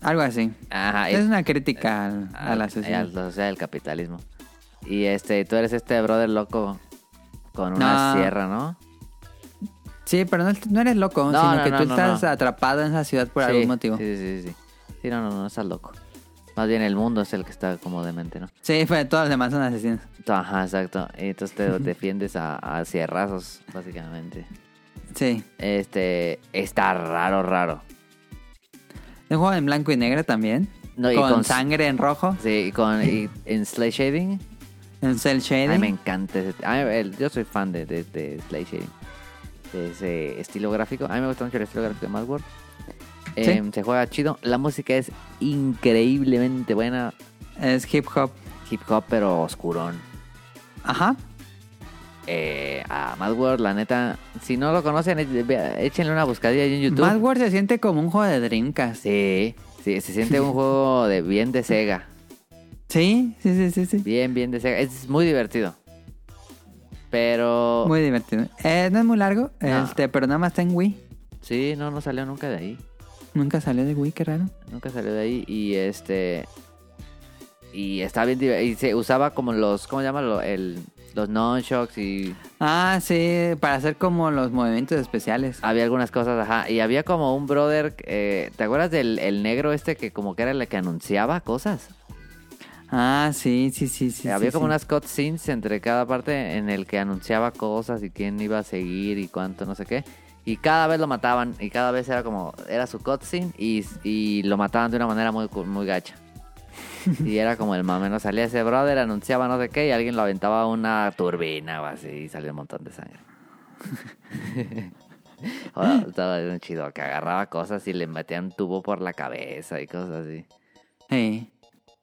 Speaker 2: algo así.
Speaker 3: Ajá.
Speaker 2: es
Speaker 3: y-
Speaker 2: una crítica al- a la
Speaker 3: Ah, al-
Speaker 2: sociedad.
Speaker 3: A la sociedad del capitalismo. Y este, tú eres este brother loco con una
Speaker 2: No.
Speaker 3: sierra, ¿no?
Speaker 2: Sí, pero no, es- no eres loco,
Speaker 3: No,
Speaker 2: sino
Speaker 3: no,
Speaker 2: que
Speaker 3: no,
Speaker 2: tú
Speaker 3: no,
Speaker 2: estás
Speaker 3: no.
Speaker 2: atrapado en esa ciudad por
Speaker 3: Sí,
Speaker 2: algún motivo. Sí,
Speaker 3: Sí, sí, sí, sí. Sí, no, no, no estás loco. Más bien el mundo es el que está como demente, ¿no?
Speaker 2: pero pues, todos los demás son asesinos.
Speaker 3: Ajá, exacto. Y
Speaker 2: (laughs)
Speaker 3: entonces te defiendes a, a sierrazos, básicamente.
Speaker 2: Sí.
Speaker 3: Este, está raro, raro.
Speaker 2: Un juego en blanco y negro también.
Speaker 3: No, y
Speaker 2: con,
Speaker 3: con-
Speaker 2: sangre en rojo,
Speaker 3: Sí, y con y en Slay Shading.
Speaker 2: en cel shading.
Speaker 3: A mí me encanta ese. a mí- el- yo soy fan de, de, de Slay Shading. De ese estilo gráfico. A mí me gusta mucho el estilo gráfico de Mad World. Em, se juega chido. La música es increíblemente buena.
Speaker 2: Es hip hop.
Speaker 3: Hip hop, pero oscurón.
Speaker 2: Ajá.
Speaker 3: Eh, a Mad World, la neta. Si no lo conocen, eh, vea- échenle una buscadilla ahí en YouTube.
Speaker 2: Mad World se siente como un juego de Dreamcast.
Speaker 3: Sí, sí, se siente un juego de bien de Sega.
Speaker 2: Sí, sí, sí, sí. sí.
Speaker 3: Bien, bien de Sega. Es muy divertido. Pero.
Speaker 2: Muy divertido. Eh, no es muy largo,
Speaker 3: No.
Speaker 2: este, pero nada más está en Wii.
Speaker 3: Sí, no, no salió nunca de ahí.
Speaker 2: Nunca salió de Wii, qué raro.
Speaker 3: Nunca salió de ahí. Y este. Y está bien. diver- Y se usaba como los. ¿Cómo se llama? Lo- el- los non-shocks. Y
Speaker 2: Ah, sí, para hacer como los movimientos especiales.
Speaker 3: había algunas cosas. Ajá. Y había como un brother. eh, ¿Te acuerdas del el negro este que como que era el que anunciaba cosas?
Speaker 2: Ah, sí, sí, sí, sí.
Speaker 3: había
Speaker 2: sí,
Speaker 3: como
Speaker 2: sí.
Speaker 3: unas cutscenes entre cada parte en el que anunciaba cosas y quién iba a seguir y cuánto, no sé qué. Y cada vez lo mataban. Y cada vez era como. Era su cutscene y, y lo mataban de una manera muy, cu-
Speaker 2: (laughs)
Speaker 3: muy gacha. Y era como el mame, no salía ese brother, anunciaba no sé qué y alguien lo aventaba a una turbina o así y salía un montón de sangre. (laughs) Joder, estaba bien chido, que agarraba cosas y le metían tubo por la cabeza y cosas así.
Speaker 2: Sí.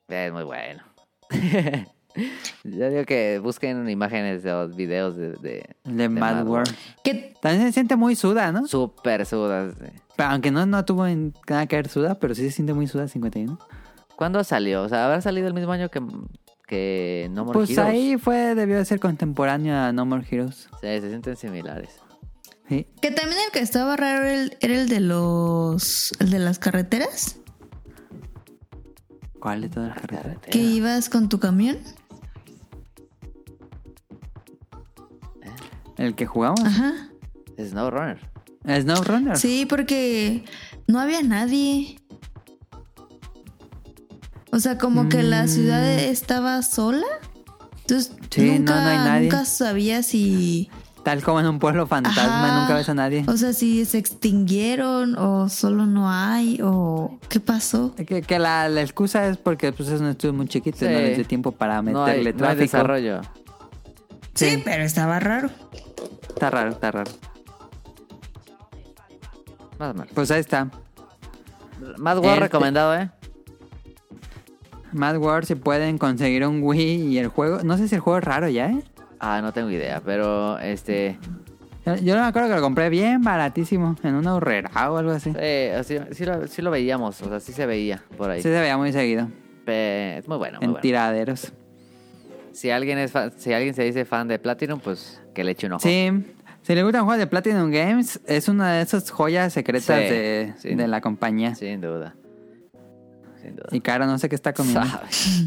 Speaker 3: Es muy bueno. (laughs) Yo digo que busquen imágenes o videos de... de
Speaker 2: El de Mad
Speaker 3: Mad
Speaker 2: World.
Speaker 1: Que
Speaker 2: También se siente muy suda, ¿no?
Speaker 3: Super sudas.
Speaker 2: Pero aunque no, no tuvo en- nada que ver suda, pero sí se siente muy suda 51.
Speaker 3: ¿Cuándo salió? O sea, ¿habrá salido el mismo año que, que No More
Speaker 2: Pues
Speaker 3: Heroes?
Speaker 2: ahí fue, debió de ser contemporáneo a No More Heroes.
Speaker 3: Sí, se sienten similares.
Speaker 2: Sí.
Speaker 1: Que también el que estaba raro era el, era el de los. el de las carreteras.
Speaker 2: ¿Cuál de
Speaker 3: Ah,
Speaker 2: todas las carreteras?
Speaker 1: Que ibas con tu camión.
Speaker 2: El que jugamos.
Speaker 1: Ajá.
Speaker 3: Snowrunner.
Speaker 2: Snowrunner.
Speaker 1: Sí, porque no había nadie. O sea, como que la ciudad estaba sola. Entonces,
Speaker 2: Sí, no,
Speaker 1: nunca,
Speaker 2: no hay nadie.
Speaker 1: nunca sabía si.
Speaker 2: Tal como en un pueblo fantasma,
Speaker 1: Ajá.
Speaker 2: nunca ves a nadie.
Speaker 3: Pues
Speaker 1: O sea, si se extinguieron o solo no hay o qué pasó.
Speaker 2: Que, que la, la excusa es porque pues, es un estudio muy chiquito
Speaker 3: Sí.
Speaker 2: y no les dio tiempo para
Speaker 3: No hay,
Speaker 2: meterle
Speaker 3: no hay
Speaker 2: tráfico.
Speaker 3: desarrollo.
Speaker 1: Sí, pero estaba raro.
Speaker 2: Está raro, está raro.
Speaker 3: Más o menos.
Speaker 2: Pues ahí está.
Speaker 3: Más guau
Speaker 2: Este-
Speaker 3: recomendado, ¿eh?
Speaker 2: Mad World se pueden conseguir un Wii y el juego. No sé si el juego es raro ya, ¿eh?
Speaker 3: Ah, no tengo idea, pero este...
Speaker 2: (laughs) Yo- Yo me acuerdo que lo compré bien baratísimo, en una horrera o algo así.
Speaker 3: eh, sí, sí lo, sí lo veíamos, o sea, sí se veía por ahí.
Speaker 2: Sí, se veía muy seguido.
Speaker 3: Pe- es muy bueno, muy
Speaker 2: en
Speaker 3: bueno.
Speaker 2: tiraderos.
Speaker 3: Si alguien es fan- si alguien se dice fan de Platinum, pues que le eche un ojo.
Speaker 2: Sí. Si le gustan juegos de Platinum Games, es una de esas joyas secretas
Speaker 3: Sí,
Speaker 2: de,
Speaker 3: sí.
Speaker 2: de la compañía.
Speaker 3: Sin duda. Sin duda.
Speaker 2: Y Caro, no sé qué está comiendo.
Speaker 3: Sabes.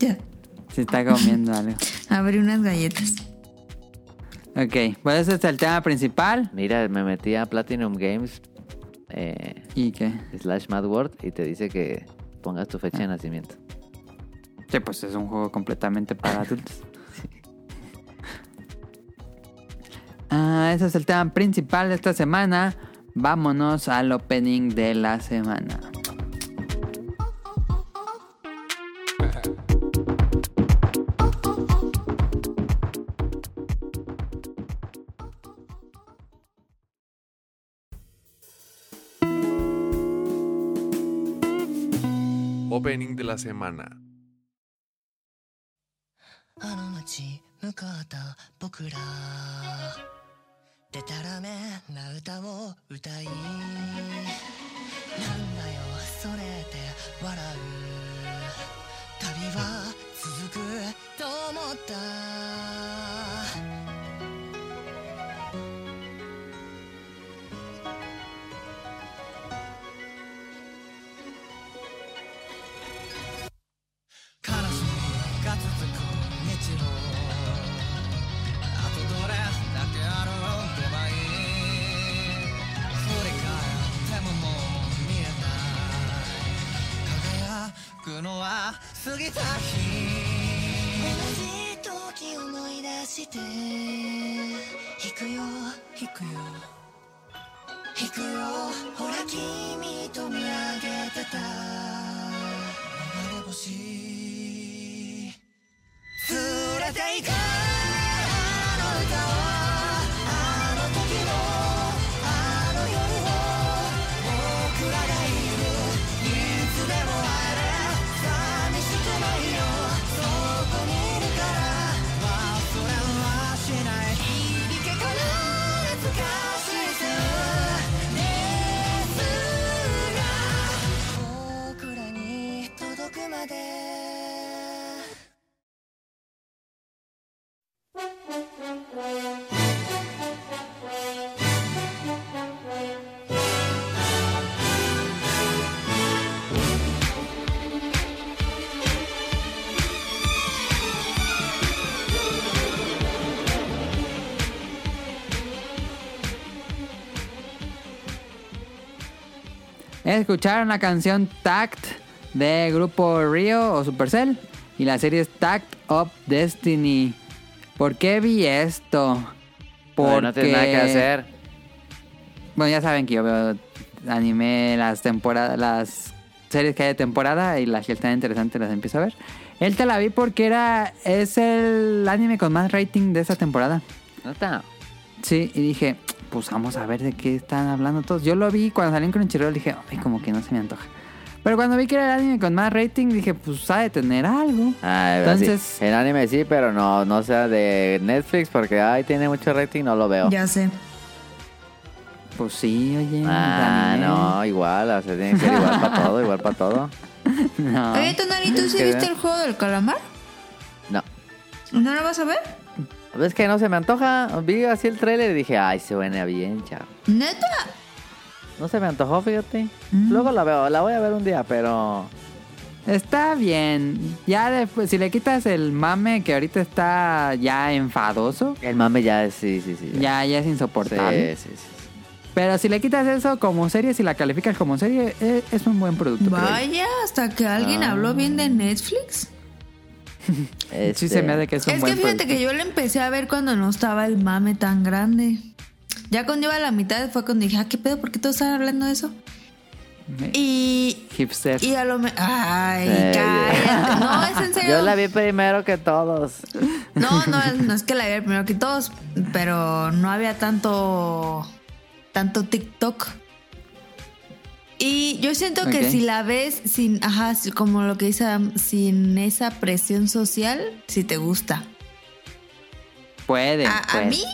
Speaker 1: Ya.
Speaker 2: Si está comiendo
Speaker 3: (laughs)
Speaker 2: algo.
Speaker 1: Abrí unas galletas.
Speaker 2: Ok, pues ese es el tema principal.
Speaker 3: (laughs) Mira, me metí a Platinum Games eh,
Speaker 2: ¿Y qué?
Speaker 3: slash Mad World y te dice que pongas tu fecha de nacimiento.
Speaker 2: Sí, pues es un juego completamente
Speaker 3: (laughs)
Speaker 2: para adultos. Ah, ese es el tema principal de esta semana. Vámonos al opening de la semana.
Speaker 5: Opening de la semana.
Speaker 6: あの街向かった僕らでたらめな歌を歌いなんだよそれって笑う旅は続くと思った悲しみが続く日常あとどれだけ歩けばいい振り返ってももう見えない輝くのは過ぎた日同じ時思い出して引くよ引くよ引くよほら君と見上げてた流れ星連れて行くあの歌をあの時のあの夜を僕らがいるいつでも会える寂しくないよそこにいるから忘れはしない響けから懐かしさですが僕らに届くまで
Speaker 2: Escucharon la canción Tact de Grupo Río o Supercell y la serie es Tact of Destiny. ¿Por qué vi esto?
Speaker 3: Porque... No tienes nada que hacer.
Speaker 2: Bueno, ya saben que yo veo anime, las temporadas, las series que hay de temporada y las que están interesantes las empiezo a ver. Él te la vi porque era es el anime con más rating de esta temporada.
Speaker 3: No está.
Speaker 2: Sí, y dije, pues vamos a ver de qué están hablando todos. Yo lo vi cuando salí en Crunchyroll, dije, ay, como que no se me antoja. Pero cuando vi que era el anime con más rating, dije, pues ha de tener algo.
Speaker 3: Ah,
Speaker 2: Entonces-
Speaker 3: Entonces, en anime sí, pero no, no sea de Netflix porque ay, tiene mucho rating, no lo
Speaker 2: Oh.
Speaker 3: veo.
Speaker 1: Ya sé.
Speaker 2: Pues sí, oye.
Speaker 3: Ah,
Speaker 2: Daniel.
Speaker 3: no, igual, o sea, tiene que ser igual para todo, igual para todo.
Speaker 2: No.
Speaker 1: Oye, Tonari, ¿tú
Speaker 3: Es
Speaker 1: sí
Speaker 3: que-
Speaker 1: viste el juego del calamar?
Speaker 3: No.
Speaker 1: ¿No lo vas a ver?
Speaker 3: Es que no se me antoja. Vi así el trailer y dije, ay, se buena bien, chavo.
Speaker 1: ¿Neta?
Speaker 3: No se me antojó, fíjate.
Speaker 1: Mm.
Speaker 3: Luego la veo, la voy a ver un día, pero.
Speaker 2: Está bien. Ya después, si le quitas el mame que ahorita está ya enfadoso,
Speaker 3: El mame ya es, sí, sí, sí.
Speaker 2: ya, ya es insoportable.
Speaker 3: Sí, sí, sí.
Speaker 2: Pero si le quitas eso como serie, si la calificas como serie, e- es, un buen producto. creo yo.
Speaker 1: Vaya, hasta que alguien
Speaker 3: Ah.
Speaker 1: habló bien de Netflix.
Speaker 2: Sí
Speaker 3: Este,
Speaker 2: se me hace que es un
Speaker 1: Es que
Speaker 2: buen
Speaker 1: fíjate
Speaker 2: producto.
Speaker 1: que yo lo empecé a ver cuando no estaba el mame tan grande. Ya cuando iba a la mitad fue cuando dije, ah, ¿qué pedo? ¿Por qué todos están hablando de eso? Y,
Speaker 2: Hipster.
Speaker 1: y a lo mejor... Ay,
Speaker 3: Sí,
Speaker 1: cállate. No, es en serio.
Speaker 3: Yo la vi primero que todos.
Speaker 1: No, no, es- no es que la vi primero que todos, pero no había tanto, tanto TikTok. Y yo siento que
Speaker 2: Ok.
Speaker 1: si la ves sin, ajá, si- como lo que dice, Adam, sin esa presión social, si te gusta.
Speaker 2: Puede.
Speaker 1: A, a
Speaker 3: pues.
Speaker 2: puede.
Speaker 1: mí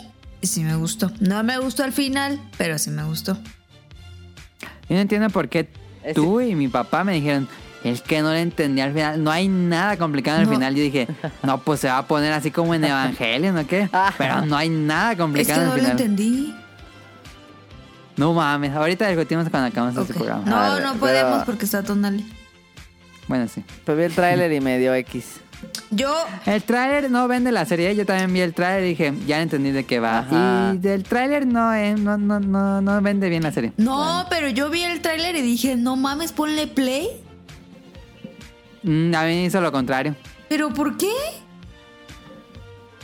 Speaker 1: sí me gustó. No me gustó al final, pero sí me gustó.
Speaker 2: Yo no entiendo por qué
Speaker 3: Ese-
Speaker 2: tú y mi papá me dijeron, es que no le entendí al final, no hay nada complicado en el
Speaker 1: No.
Speaker 2: final.
Speaker 1: (laughs)
Speaker 2: Yo dije, no, pues se va a poner así como en Evangelio, ¿no qué? Pero no hay nada
Speaker 1: Es que
Speaker 2: complicado
Speaker 1: no
Speaker 2: en
Speaker 1: lo
Speaker 2: el final.
Speaker 1: entendí.
Speaker 2: No mames, ahorita discutimos cuando acabamos
Speaker 1: Ok.
Speaker 2: este programa.
Speaker 1: No,
Speaker 3: A ver,
Speaker 1: no
Speaker 3: pero-
Speaker 1: podemos porque está Tonali.
Speaker 2: Bueno, sí.
Speaker 3: Pues vi el tráiler y me dio X.
Speaker 1: Yo,
Speaker 2: El tráiler no vende la serie, yo también vi el tráiler y dije, ya entendí de qué va.
Speaker 3: Ajá.
Speaker 2: Y del tráiler no, eh, no, no, no, no vende bien la serie.
Speaker 1: no, pero yo vi el tráiler y dije, no mames, ponle play.
Speaker 2: Mm, a mí hizo lo contrario.
Speaker 1: ¿Pero por qué?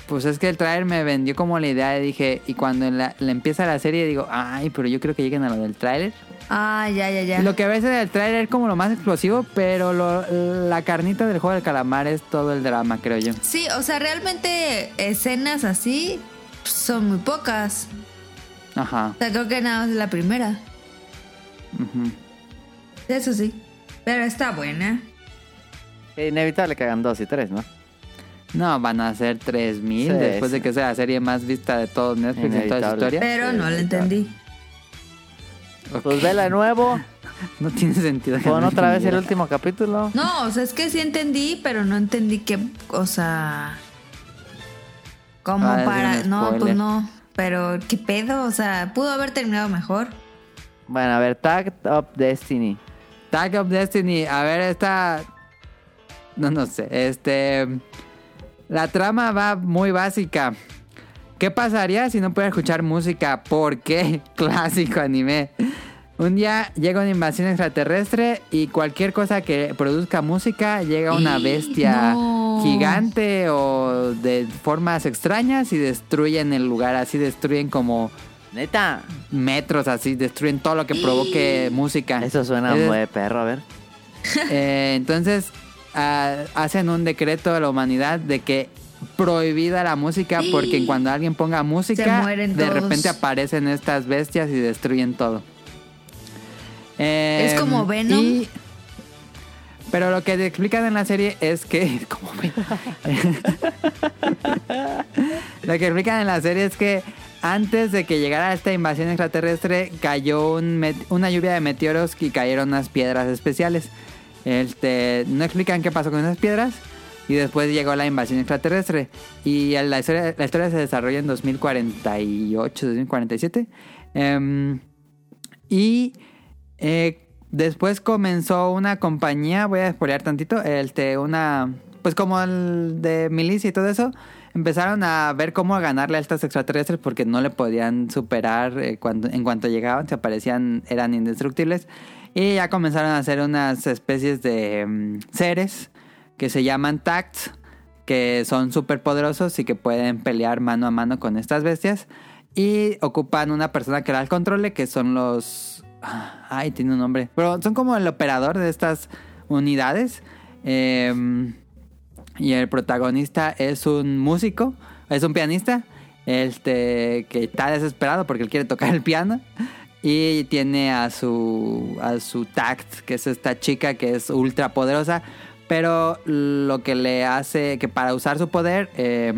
Speaker 2: Pues es que el trailer me vendió como la idea y dije, y cuando la, la empieza la serie digo, ay, pero yo creo que lleguen a lo del tráiler.
Speaker 1: Ah, ya, ya, ya.
Speaker 2: Lo que ves en el tráiler es como lo más explosivo, pero lo- la carnita del juego del calamar es todo el drama, creo yo.
Speaker 1: Sí, o sea, realmente escenas así pues, son muy pocas.
Speaker 2: Ajá.
Speaker 1: O sea, creo que nada más es la primera.
Speaker 2: ujú.
Speaker 1: Eso sí. Pero está buena.
Speaker 3: Inevitable que hagan dos y tres, ¿no?
Speaker 2: No, van a ser 3000
Speaker 3: Sí,
Speaker 2: después
Speaker 3: sí.
Speaker 2: de que sea la serie más vista de todo Netflix en toda su
Speaker 3: Inevitable.
Speaker 2: historia.
Speaker 1: Pero
Speaker 3: Sí,
Speaker 1: no la
Speaker 3: está.
Speaker 1: entendí.
Speaker 3: Pues vela de nuevo,
Speaker 2: No tiene sentido. que
Speaker 3: pon
Speaker 2: no
Speaker 3: otra vez el
Speaker 2: entendiera.
Speaker 3: último capítulo.
Speaker 1: No, o sea, es que sí entendí, pero no entendí qué, o sea, como
Speaker 2: Ah, es
Speaker 1: para,
Speaker 2: un
Speaker 1: no, pues
Speaker 2: spoiler.
Speaker 1: no, pero qué pedo, o sea, pudo haber terminado mejor.
Speaker 3: Bueno, a ver, Tag Up Destiny.
Speaker 2: Tag of Destiny. A ver, esta. No, no sé. Este. La trama va muy básica. ¿Qué pasaría si no pudiera escuchar música? ¿Por qué? (laughs) Clásico anime. Un día llega una invasión extraterrestre y cualquier cosa que produzca música llega una
Speaker 1: ¡Eh!
Speaker 2: bestia
Speaker 1: No.
Speaker 2: gigante o de formas extrañas y destruyen el lugar. Así destruyen como
Speaker 3: Neta.
Speaker 2: metros, así destruyen todo lo que provoque música.
Speaker 3: Eso suena
Speaker 2: Ese es-
Speaker 3: muy de perro, a ver.
Speaker 2: (laughs) eh, entonces ah, hacen un decreto de la humanidad de que prohibida la música porque en cuando alguien ponga música
Speaker 1: Se
Speaker 2: de
Speaker 1: mueren todos.
Speaker 2: repente aparecen estas bestias y destruyen todo.
Speaker 1: Es
Speaker 2: Eh,
Speaker 1: como Venom.
Speaker 2: y- pero lo que te explican en la serie es que (laughs) como Venom. Lo que explican en la serie es que antes de que llegara esta invasión extraterrestre cayó un met- una lluvia de meteoros y cayeron unas piedras especiales. Este, no explican qué pasó con esas piedras y después llegó la invasión extraterrestre. Y la historia, la historia se desarrolla en 2048, 2047. Em, y eh, después comenzó una compañía, voy a despolear tantito, este, una, pues como el de milicia y todo eso, empezaron a ver cómo ganarle a estos extraterrestres porque no le podían superar eh, cuando, en cuanto llegaban, se aparecían, eran indestructibles. Y ya comenzaron a hacer unas especies de mm, seres que se llaman Tacts, que son súper poderosos y que pueden pelear mano a mano con estas bestias. Y ocupan una persona que las controle, que son los... ah, Ay, tiene un nombre. Pero son como el operador de estas unidades. Em, y el protagonista es un músico, es un pianista. este que está desesperado porque él quiere tocar el piano y tiene a su a su tact que es esta chica que es ultra poderosa pero lo que le hace que para usar su poder eh,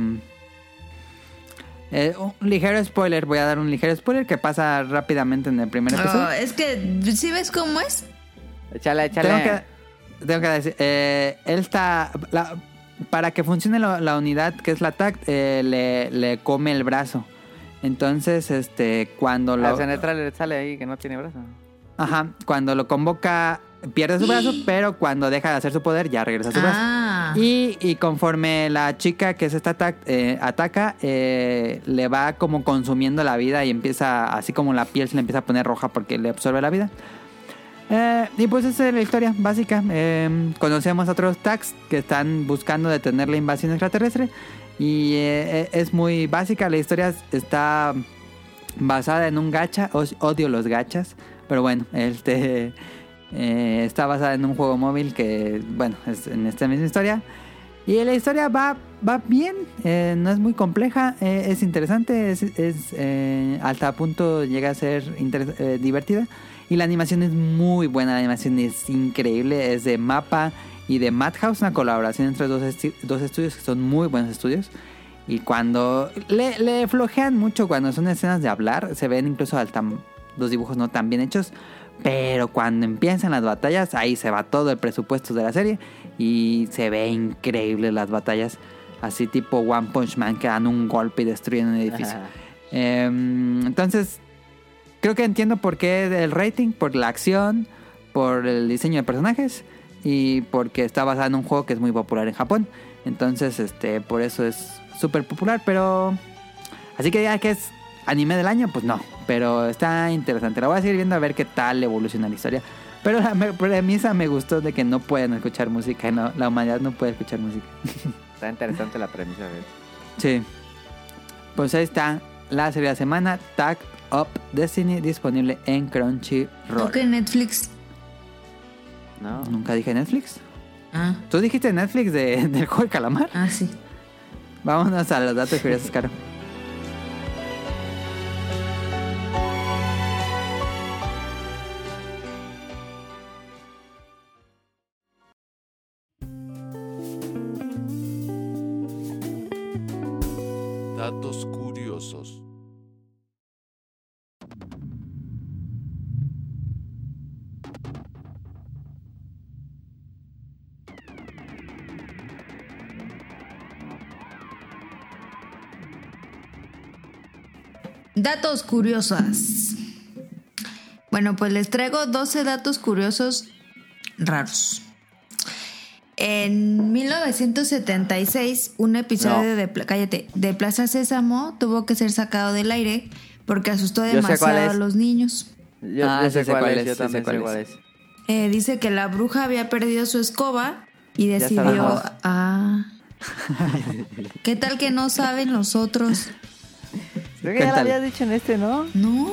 Speaker 2: eh, un ligero spoiler voy a dar un ligero spoiler que pasa rápidamente en el primer episodio
Speaker 1: Ah, es que, ¿sí ves cómo es?
Speaker 3: Échale, échale.
Speaker 2: tengo que, tengo que decir, eh, él está. la- para que funcione lo- la unidad que es la TAC, eh, le, le come el brazo. Entonces, este, cuando
Speaker 3: Ah,
Speaker 2: lo.
Speaker 3: o sea, en el trailer sale ahí que no tiene brazo.
Speaker 2: Ajá, cuando lo convoca, pierde su brazo, pero cuando deja de hacer su poder, ya regresa su brazo.
Speaker 1: Ah,
Speaker 2: Y, y conforme la chica que es esta TAC eh, ataca, eh, le va como consumiendo la vida y empieza, así como la piel se le empieza a poner roja porque le absorbe la vida. Eh, y pues esa es la historia básica. Eh, conocemos a otros tags que están buscando detener la invasión extraterrestre. Y eh, eh, es muy básica. La historia está basada en un gacha. Os- Odio los gachas. Pero bueno, (laughs) este eh, está basada en un juego móvil que, bueno, es en esta misma historia. Y la historia va, va bien, eh, no es muy compleja, eh, es interesante, es, es, eh, hasta punto llega a ser interes- eh, divertida. Y la animación es muy buena, la animación es increíble, es de Mapa y de Madhouse, una colaboración entre dos, esti- dos estudios que son muy buenos estudios. Y cuando le, le flojean mucho cuando son escenas de hablar, se ven incluso hasta los dibujos no tan bien hechos. Pero cuando empiezan las batallas, ahí se va todo el presupuesto de la serie y se ve increíble las batallas. Así tipo One Punch Man que dan un golpe y destruyen un edificio. Em, entonces, creo que entiendo por qué el rating, por la acción, por el diseño de personajes y porque está basado en un juego que es muy popular en Japón. Entonces, este, por eso es súper popular, pero... Así que diga que es anime del año, pues no, pero está interesante. La voy a seguir viendo a ver qué tal evoluciona la historia. Pero la me- premisa me gustó de que no pueden escuchar música, no, la humanidad no puede escuchar música.
Speaker 3: Está interesante la premisa, güey.
Speaker 2: Sí. Pues ahí está la serie de la semana, Tag Up Destiny, disponible en Crunchyroll.
Speaker 1: toque Netflix.
Speaker 3: No.
Speaker 2: Nunca dije Netflix.
Speaker 1: Ah,
Speaker 2: Tú dijiste Netflix de- (laughs) del juego del calamar.
Speaker 1: ah, sí.
Speaker 2: Vámonos a los datos curiosos, Caro.
Speaker 5: Datos curiosos.
Speaker 1: Datos curiosos. Bueno, pues les traigo 12 datos curiosos raros. En 1976, un episodio
Speaker 3: No.
Speaker 1: de, Pla- cállate, de Plaza Sésamo tuvo que ser sacado del aire porque asustó
Speaker 3: Yo sé cuál
Speaker 1: demasiado a
Speaker 3: es.
Speaker 1: los niños.
Speaker 3: Yo,
Speaker 2: Ah,
Speaker 3: yo
Speaker 2: sí
Speaker 3: sé
Speaker 2: sé
Speaker 3: cuál,
Speaker 2: cuál
Speaker 3: es,
Speaker 2: es,
Speaker 3: yo
Speaker 2: sí
Speaker 3: también
Speaker 2: sé cuál
Speaker 3: sé cuál
Speaker 2: es.
Speaker 3: es.
Speaker 1: Eh, dice que la bruja había perdido su escoba y
Speaker 3: Ya
Speaker 1: decidió...
Speaker 3: sabemos. (laughs)
Speaker 1: Ah. ¿Qué tal que no saben los otros?
Speaker 3: Creo que ya lo
Speaker 2: Cuéntale.
Speaker 3: habías dicho en este, ¿no?
Speaker 1: ¿No?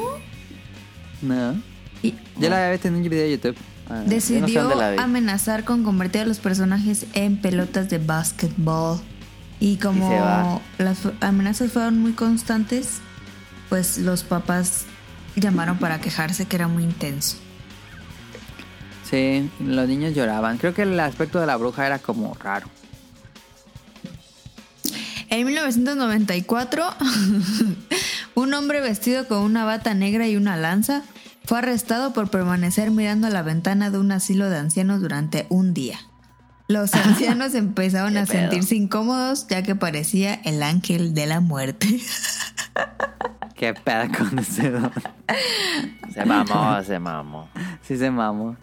Speaker 2: No.
Speaker 1: Y-
Speaker 2: Yo la había visto en un video de YouTube.
Speaker 3: Ah, yo no sé
Speaker 1: Decidió
Speaker 3: dónde la vi.
Speaker 1: amenazar con convertir a los personajes en pelotas de básquetbol. Y
Speaker 3: Y se
Speaker 1: como
Speaker 3: va.
Speaker 1: las fu- amenazas fueron muy constantes, pues los papás llamaron para quejarse que era muy intenso.
Speaker 2: Sí, los niños lloraban. Creo que el aspecto de la bruja era como raro.
Speaker 1: En 1994, (laughs) un hombre vestido con una bata negra y una lanza fue arrestado por permanecer mirando a la ventana de un asilo de ancianos durante un día. Los ancianos empezaron a sentirse incómodos ya que parecía el ángel de la muerte.
Speaker 2: Qué pedo (laughs) con ese don.
Speaker 3: Se (laughs) mamó, se mamó.
Speaker 2: Sí se mamó.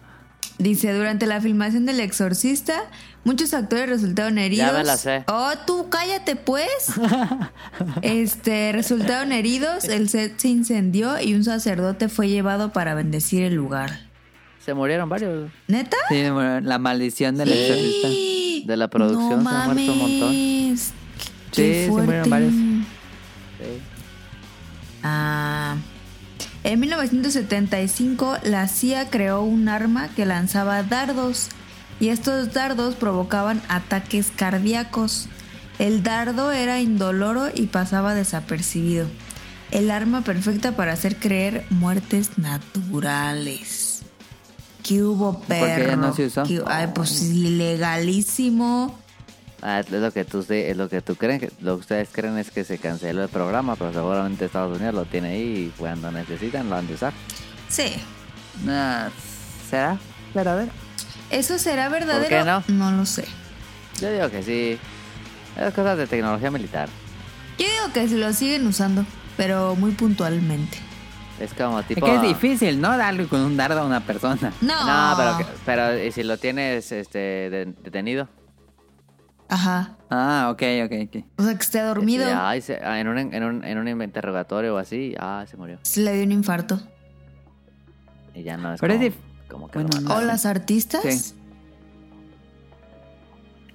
Speaker 1: Dice, durante la filmación del exorcista, muchos actores resultaron heridos.
Speaker 3: Ya me la sé.
Speaker 1: Oh, tú cállate pues.
Speaker 3: (laughs)
Speaker 1: este, resultaron heridos, el set se incendió y un sacerdote fue llevado para bendecir el lugar.
Speaker 3: Se murieron varios.
Speaker 1: ¿Neta?
Speaker 2: Sí, bueno, la maldición del exorcista.
Speaker 3: De la producción
Speaker 1: no
Speaker 3: se ha muerto un montón.
Speaker 1: mames.
Speaker 2: Sí,
Speaker 1: Qué
Speaker 2: se murieron
Speaker 1: fuerte.
Speaker 2: varios.
Speaker 1: Ah. En 1975, la CIA creó un arma que lanzaba dardos y estos dardos provocaban ataques cardíacos. El dardo era indoloro y pasaba desapercibido. El arma perfecta para hacer creer muertes naturales. ¿Qué hubo, perro?
Speaker 2: qué ya no se usó?
Speaker 1: ¿Qué- Ay, pues ilegalísimo.
Speaker 3: Ah, es lo que tú se- es lo que tú creen, que- lo que ustedes creen es que se canceló el programa, pero seguramente Estados Unidos lo tiene ahí y cuando necesitan lo han de usar.
Speaker 1: Sí.
Speaker 2: Nah, Ah, ¿Será verdadero?
Speaker 1: ¿Eso será verdadero?
Speaker 3: no?
Speaker 1: lo sé.
Speaker 3: Yo digo que sí. Es cosas de tecnología militar.
Speaker 1: Yo digo que lo siguen usando, pero muy puntualmente.
Speaker 3: Es como tipo.
Speaker 2: Es que es difícil, ¿no? Darle con un dardo a una persona.
Speaker 1: No.
Speaker 3: No, pero, que- pero ¿y si lo tienes este, de- detenido?
Speaker 1: Ajá.
Speaker 2: Ah, ok, ok, ok.
Speaker 1: O sea, que esté dormido.
Speaker 3: Sí, ay, se- ah, en, un, en, un, en un interrogatorio o así, ah, se murió.
Speaker 1: Se le dio un infarto.
Speaker 3: Y ya no es
Speaker 2: Pero es
Speaker 3: como,
Speaker 2: dif-
Speaker 3: como que lo
Speaker 2: bueno,
Speaker 3: mataron.
Speaker 1: O las artistas.
Speaker 2: Sí.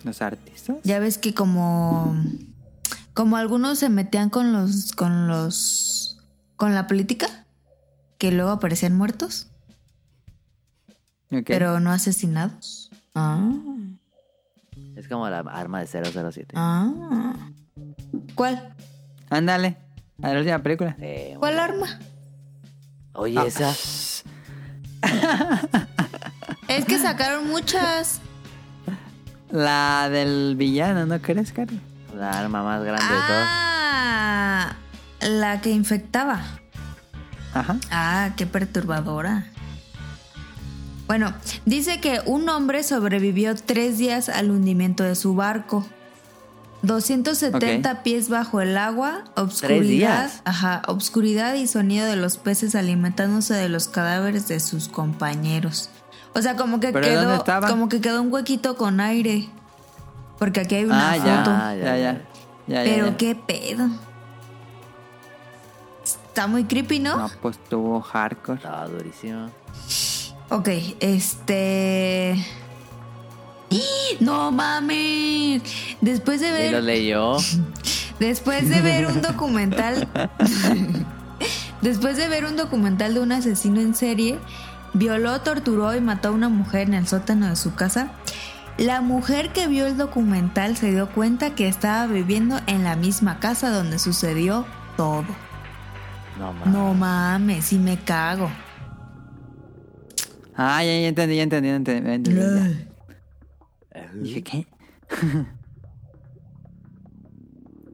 Speaker 2: ¿Los artistas?
Speaker 1: Ya ves que como. Como algunos se metían con los. con los. con la política. Que luego aparecían muertos.
Speaker 2: Ok.
Speaker 1: Pero no asesinados. Ah.
Speaker 3: Es como la arma de 007.
Speaker 1: Ah. ¿Cuál?
Speaker 2: Ándale, a la última película.
Speaker 3: Eh,
Speaker 1: ¿Cuál arma?
Speaker 3: oye,
Speaker 2: Ah.
Speaker 3: esa.
Speaker 1: Es que sacaron muchas.
Speaker 2: La del villano, ¿no crees, Carlos?
Speaker 3: La arma más grande
Speaker 1: Ah, la que infectaba.
Speaker 2: Ajá.
Speaker 1: Ah, qué perturbadora. Bueno, dice que un hombre sobrevivió tres días al hundimiento de su barco. 270 pies bajo el agua, obscuridad,
Speaker 3: días?
Speaker 1: ajá, obscuridad y sonido de los peces alimentándose de los cadáveres de sus compañeros. O sea, como que
Speaker 2: ¿Pero dónde
Speaker 1: quedó,
Speaker 2: estaba?
Speaker 1: como que quedó un huequito con aire, porque aquí hay una
Speaker 2: Ah,
Speaker 1: foto.
Speaker 2: ya,
Speaker 3: Ah, ya,
Speaker 2: ya, ya,
Speaker 3: ya.
Speaker 2: ya. ya,
Speaker 1: Pero
Speaker 2: ya.
Speaker 1: qué pedo. Está muy creepy, ¿no?
Speaker 2: No, pues tuvo hardcore.
Speaker 3: de todo. Estaba durísimo.
Speaker 1: Ok, este. ¡Ih! ¡No mames! Después de
Speaker 3: Y lo
Speaker 1: ver.
Speaker 2: (laughs)
Speaker 3: leyó.
Speaker 1: Después de ver un documental. (laughs) después de ver un documental de un asesino en serie, violó, torturó y mató a una mujer en el sótano de su casa. La mujer que vio el documental se dio cuenta que estaba viviendo en la misma casa donde sucedió todo.
Speaker 3: No mames.
Speaker 1: No mames, y me cago.
Speaker 2: Ah, ya, ya entendí, ya entendí, ya entendí. ya entendí, ya. Dije, ¿qué?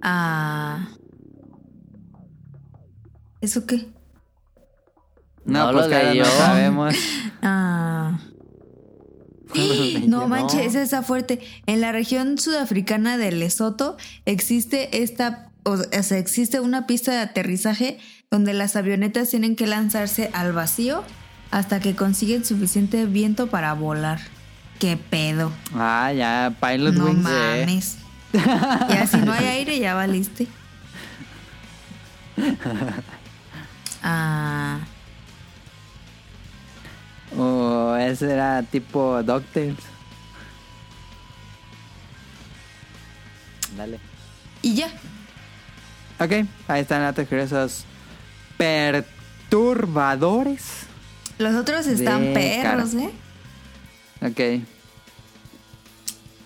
Speaker 1: Ah. ¿Eso qué?
Speaker 2: No,
Speaker 3: No
Speaker 2: pues
Speaker 3: lo
Speaker 2: claro,
Speaker 3: leyó.
Speaker 2: no sabemos.
Speaker 1: Ah. (gasps) No manches, esa está fuerte. En la región sudafricana de Lesoto existe esta, o sea, existe una pista de aterrizaje donde las avionetas tienen que lanzarse al vacío hasta que consiguen suficiente viento para volar. Qué pedo.
Speaker 2: Ah, ya, Pilot
Speaker 1: no
Speaker 2: Wings. eh.
Speaker 1: mames. Ya si no hay aire, ya
Speaker 2: (laughs)
Speaker 1: valiste. Ah,
Speaker 2: O ese era tipo DuckTales.
Speaker 3: Dale.
Speaker 1: y ya.
Speaker 2: Ok, ahí están los curiosos perturbadores.
Speaker 1: Los otros están
Speaker 2: De
Speaker 1: perros,
Speaker 2: cara.
Speaker 1: ¿eh?
Speaker 2: Ok.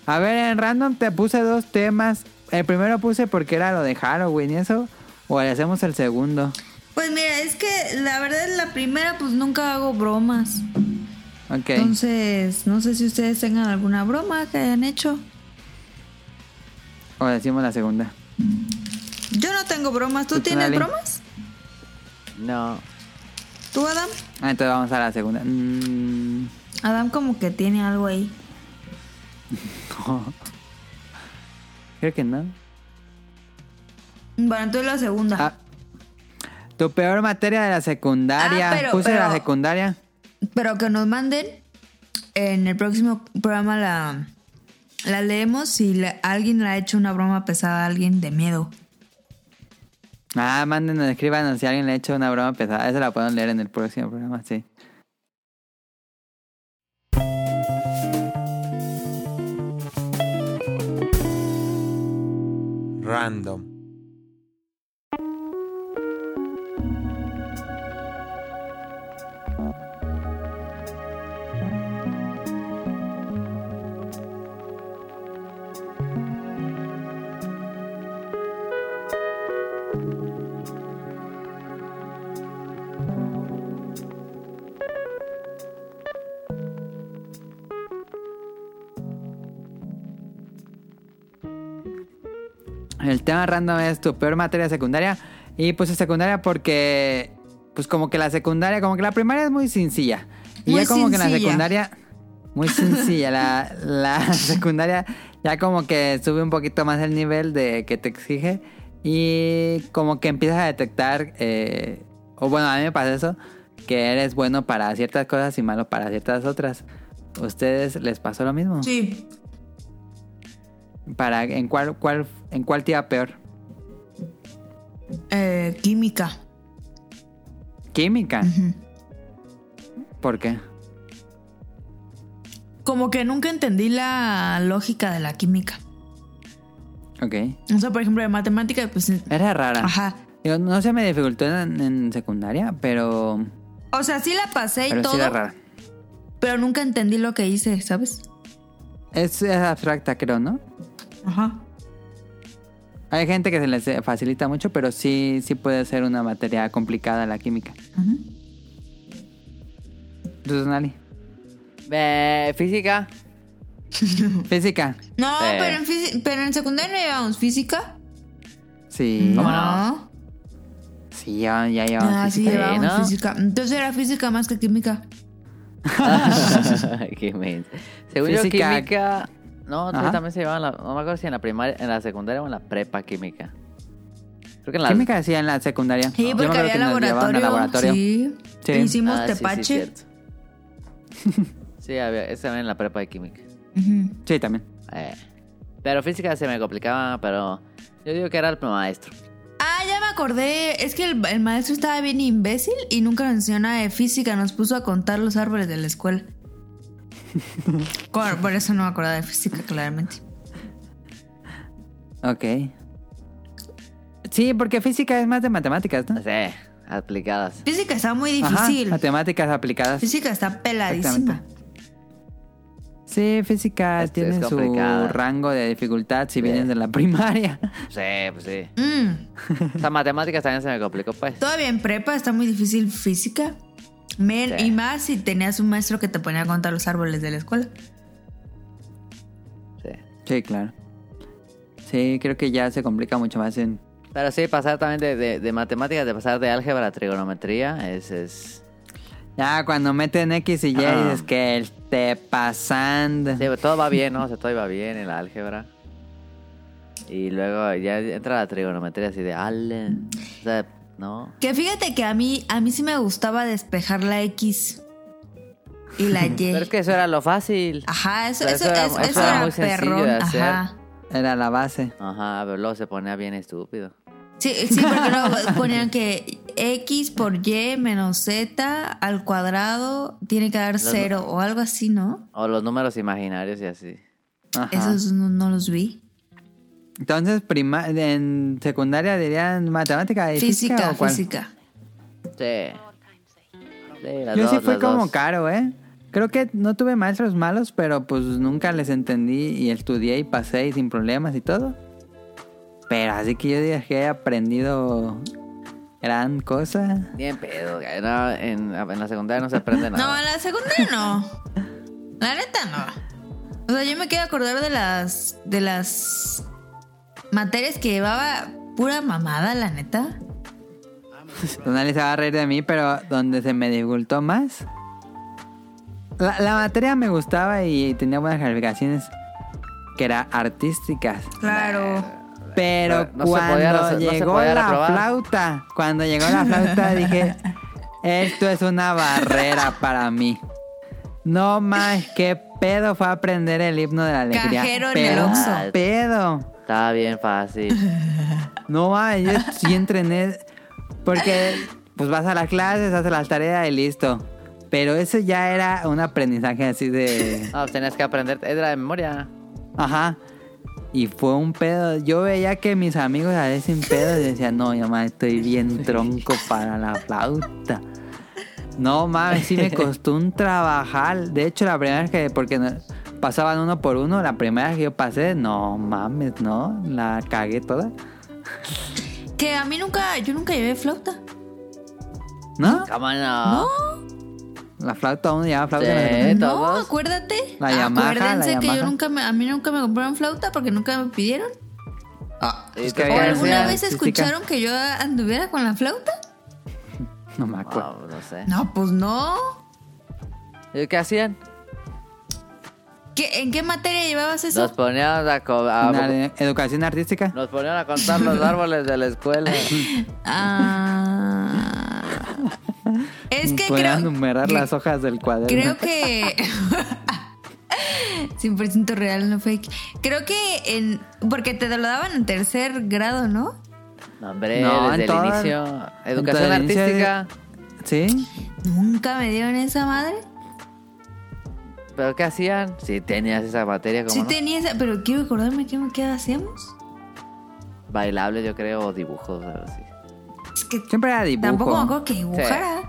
Speaker 2: A ver, en random te puse dos temas. El primero puse porque era lo de Halloween y eso. O le hacemos el segundo.
Speaker 1: Pues mira, es que la verdad es la primera, pues nunca hago bromas.
Speaker 2: Ok.
Speaker 1: Entonces, no sé si ustedes tengan alguna broma que hayan hecho.
Speaker 2: O le decimos la segunda.
Speaker 1: Yo no tengo bromas. ¿Tú
Speaker 2: Tú,
Speaker 1: tienes
Speaker 2: Pues dale.
Speaker 1: bromas?
Speaker 3: No.
Speaker 1: ¿Tú, Adam?
Speaker 2: Ah, entonces vamos a la segunda. Mm,
Speaker 1: Adam como que tiene algo ahí.
Speaker 2: creo que no.
Speaker 1: Bueno, entonces la segunda.
Speaker 2: Ah, tu peor materia de la secundaria.
Speaker 1: Ah, pero-
Speaker 2: puse
Speaker 1: pero-
Speaker 2: la secundaria.
Speaker 1: Pero que nos manden en el próximo programa la, la leemos si la- alguien le ha hecho una broma pesada a alguien de miedo.
Speaker 2: Ah, mándenos, escríbanos si alguien le ha hecho una broma pesada. Esa la pueden leer en el próximo programa, sí.
Speaker 5: Random.
Speaker 2: El tema random es tu peor materia secundaria. Y puse secundaria porque, pues como que la secundaria, como que la primaria es muy sencilla. Y
Speaker 1: Muy
Speaker 2: ya como que en la
Speaker 1: sencilla.
Speaker 2: secundaria, muy sencilla, la, la (laughs) secundaria ya como que sube un poquito más el nivel de que te exige. Y como que empiezas a detectar, eh, o bueno, a mí me pasa eso, que eres bueno para ciertas cosas y malo para ciertas otras. ¿Ustedes les pasó lo mismo?
Speaker 1: Sí.
Speaker 2: Para, ¿en, cuál, cuál, ¿En cuál te iba peor?
Speaker 1: Eh, química.
Speaker 2: Química.
Speaker 1: Ujú.
Speaker 2: ¿Por qué?
Speaker 1: Como que nunca entendí la lógica de la química.
Speaker 2: Ok.
Speaker 1: O sea, por ejemplo, de matemáticas, pues.
Speaker 2: Era rara.
Speaker 1: Ajá.
Speaker 2: Digo, no se me dificultó en, en secundaria, pero.
Speaker 1: O sea, sí la pasé y
Speaker 2: Pero
Speaker 1: todo,
Speaker 2: sí era rara.
Speaker 1: pero nunca entendí lo que hice, ¿sabes?
Speaker 2: Es, es abstracta, creo, ¿no?
Speaker 1: Ajá.
Speaker 2: Hay gente que se les eh, facilita mucho, pero sí, sí puede ser una materia complicada la química. Entonces, Nali.
Speaker 3: Eh, física. (laughs)
Speaker 1: Mm.
Speaker 2: Física.
Speaker 1: No,
Speaker 3: Sí.
Speaker 1: pero, en fisi- pero en secundaria no llevábamos física.
Speaker 2: Sí.
Speaker 3: ¿Cómo
Speaker 1: no?
Speaker 2: Sí, ya, ya llevamos
Speaker 1: Mm. Ah, sí,
Speaker 2: física.
Speaker 1: llevábamos
Speaker 3: ¿no?
Speaker 1: física. Entonces era física más que química.
Speaker 3: Qué menso. Según yo,
Speaker 2: Física.
Speaker 3: química. No, sí,
Speaker 2: Ajá.
Speaker 3: también se llevaban. La, no me acuerdo si en la primaria, en la secundaria o en la prepa química. Creo que en la.
Speaker 2: Química decía en la secundaria.
Speaker 1: Sí,
Speaker 2: Yo me
Speaker 1: porque
Speaker 2: acuerdo
Speaker 1: había
Speaker 2: que nos llevaban
Speaker 1: laboratorio.
Speaker 2: al laboratorio.
Speaker 1: Sí.
Speaker 2: Sí.
Speaker 1: Hicimos
Speaker 3: Ah, sí, sí,
Speaker 1: tepache.
Speaker 3: cierto. Sí, había. Esa también en la prepa de química.
Speaker 1: Ujú.
Speaker 2: Sí, también.
Speaker 3: Eh, Pero física se me complicaba, pero yo digo que era el maestro.
Speaker 1: Ah, ya me acordé. Es que el, el maestro estaba bien imbécil y nunca nos enseñó nada de física. Nos puso a contar los árboles de la escuela. Cor- Por eso no me acordaba de física, claramente.
Speaker 2: Ok. Sí, porque física es más de matemáticas, ¿no?
Speaker 3: No sé, aplicadas.
Speaker 1: Física está muy
Speaker 2: Ajá,
Speaker 1: difícil.
Speaker 2: matemáticas aplicadas.
Speaker 1: Física está peladísima.
Speaker 2: Sí, física
Speaker 3: Este
Speaker 2: tiene
Speaker 3: es
Speaker 2: su
Speaker 3: complicada.
Speaker 2: rango de dificultad si vienes de la primaria.
Speaker 3: Sí, pues sí.
Speaker 1: Mm,
Speaker 3: O sea, matemáticas también se me complicó, pues.
Speaker 1: todavía en prepa está muy difícil física. Men,
Speaker 3: Sí.
Speaker 1: Y más si tenías un maestro que te ponía a contar los árboles de la escuela.
Speaker 3: Sí.
Speaker 2: Sí, claro. Sí, creo que ya se complica mucho más en...
Speaker 3: Pero sí, pasar también de, de- de matemáticas, de pasar de álgebra a trigonometría, es... es...
Speaker 2: Ya, cuando meten X y Y
Speaker 3: Ah.
Speaker 2: dices que el te pasando.
Speaker 3: Sí, pues, todo va bien, ¿no? O sea, todo iba bien en la álgebra. Y luego ya entra la trigonometría así de... Ale. O sea, no.
Speaker 1: Que fíjate que a mí, a mí sí me gustaba despejar la X y la Y.
Speaker 3: (laughs) Pero es que eso era lo fácil.
Speaker 1: Ajá, eso,
Speaker 3: Pero
Speaker 1: eso,
Speaker 3: eso era-
Speaker 1: eso-
Speaker 3: eso
Speaker 1: eso
Speaker 3: era
Speaker 1: era,
Speaker 3: muy sencillo
Speaker 1: perrón.
Speaker 3: de hacer.
Speaker 1: Ajá.
Speaker 2: Era la base.
Speaker 3: Ajá, pero luego se ponía bien estúpido.
Speaker 1: Sí, sí, porque luego ponían que X por Y menos Z al cuadrado tiene que dar cero o algo así, ¿no?
Speaker 3: O los números imaginarios y así.
Speaker 2: Ajá.
Speaker 1: Esos no, no los vi.
Speaker 2: Entonces, prima en secundaria dirían matemática y física,
Speaker 1: Física,
Speaker 2: o cuál?
Speaker 1: física.
Speaker 3: Sí. Sí, las
Speaker 2: Yo sí
Speaker 3: dos,
Speaker 2: fui
Speaker 3: las
Speaker 2: como
Speaker 3: dos.
Speaker 2: caro, ¿eh? Creo que no tuve maestros malos, pero pues nunca les entendí y estudié y pasé y sin problemas y todo. Pero así que yo diría que he aprendido gran
Speaker 3: (laughs)
Speaker 2: cosa.
Speaker 3: Bien pedo, güey. No, en, en la secundaria no
Speaker 1: (laughs)
Speaker 3: se aprende
Speaker 1: No,
Speaker 3: nada.
Speaker 1: la segunda no. La neta no. O sea, yo me quedo a acordar de las de las materias que llevaba pura mamada, la neta.
Speaker 2: Donali Pues, se va a reír de mí, pero donde se me dificultó más. La, la materia me gustaba y tenía buenas calificaciones, que era artísticas.
Speaker 1: Claro.
Speaker 2: Pero
Speaker 3: No se
Speaker 2: cuando
Speaker 3: podía reso- no se
Speaker 2: llegó
Speaker 3: podía
Speaker 2: la
Speaker 3: reprobar.
Speaker 2: flauta, cuando llegó la
Speaker 3: (laughs)
Speaker 2: flauta dije, esto es una barrera para mí. No más qué pedo fue aprender el himno de la alegría.
Speaker 1: Cajero en
Speaker 2: pero
Speaker 1: el
Speaker 2: un
Speaker 1: Oxxo.
Speaker 2: pedo.
Speaker 3: Estaba bien fácil.
Speaker 2: No mames, yo sí entrené porque pues vas a las clases, haces las tareas y listo. Pero eso ya era un aprendizaje así de
Speaker 3: No, pues tenías que aprender. Era de memoria.
Speaker 2: Ajá. Y fue un pedo. Yo veía que mis amigos a veces sin pedo y decían, no, yo más estoy bien tronco para la flauta. No mames, sí me costó un trabajal. De hecho, la primera vez que, porque no- pasaban uno por uno, la primera vez que yo pasé, no mames, no, la cagué toda.
Speaker 1: Que a mí nunca, yo nunca llevé flauta.
Speaker 2: ¿No?
Speaker 3: ¿Cómo
Speaker 1: No,
Speaker 3: no?
Speaker 2: La flauta, uno llevaba flauta. en la
Speaker 3: Sí,
Speaker 2: secundaria.
Speaker 1: Oh, no,
Speaker 3: todos.
Speaker 1: acuérdate. Ah,
Speaker 2: La Yamaha, la
Speaker 1: Acuérdense que
Speaker 2: Yamaha.
Speaker 1: yo nunca me- a mí nunca me compraron flauta porque nunca me pidieron.
Speaker 2: Ah,
Speaker 3: Sí,
Speaker 2: pues
Speaker 3: te
Speaker 2: que
Speaker 1: ¿O
Speaker 3: Ya,
Speaker 2: había-
Speaker 1: alguna
Speaker 3: sea,
Speaker 1: vez
Speaker 2: artística.
Speaker 1: escucharon que yo anduviera con la flauta?
Speaker 2: No me acuerdo.
Speaker 3: Wow, no sé.
Speaker 1: No, pues no.
Speaker 3: ¿Y ¿Qué hacían?
Speaker 1: ¿Qué- ¿En qué materia llevabas eso?
Speaker 3: Nos poníamos a, co- a-
Speaker 2: Una de- educación artística.
Speaker 3: nos ponían a
Speaker 2: (laughs)
Speaker 3: contar los árboles de la escuela.
Speaker 1: Ah. Es que
Speaker 2: Podían
Speaker 1: creo,
Speaker 2: numerar
Speaker 1: que-
Speaker 2: las hojas del cuaderno.
Speaker 1: creo que (laughs) 100% real, no fake. Creo que en porque te lo daban en tercer grado, ¿no?
Speaker 3: No, hombre,
Speaker 2: No,
Speaker 3: desde
Speaker 2: en
Speaker 3: el
Speaker 2: todo-
Speaker 3: inicio.
Speaker 2: en
Speaker 3: Educación
Speaker 2: todo el inicio de-
Speaker 3: artística.
Speaker 2: Sí.
Speaker 1: Nunca me dieron esa madre.
Speaker 3: ¿Pero qué hacían? Si tenías esa materia, como
Speaker 1: Sí
Speaker 3: no?
Speaker 1: tenía esa, pero quiero acordarme qué, qué hacíamos.
Speaker 3: Bailable, yo creo, o dibujos, algo así.
Speaker 1: Es que
Speaker 2: Siempre era dibujo.
Speaker 1: tampoco me acuerdo que dibujara.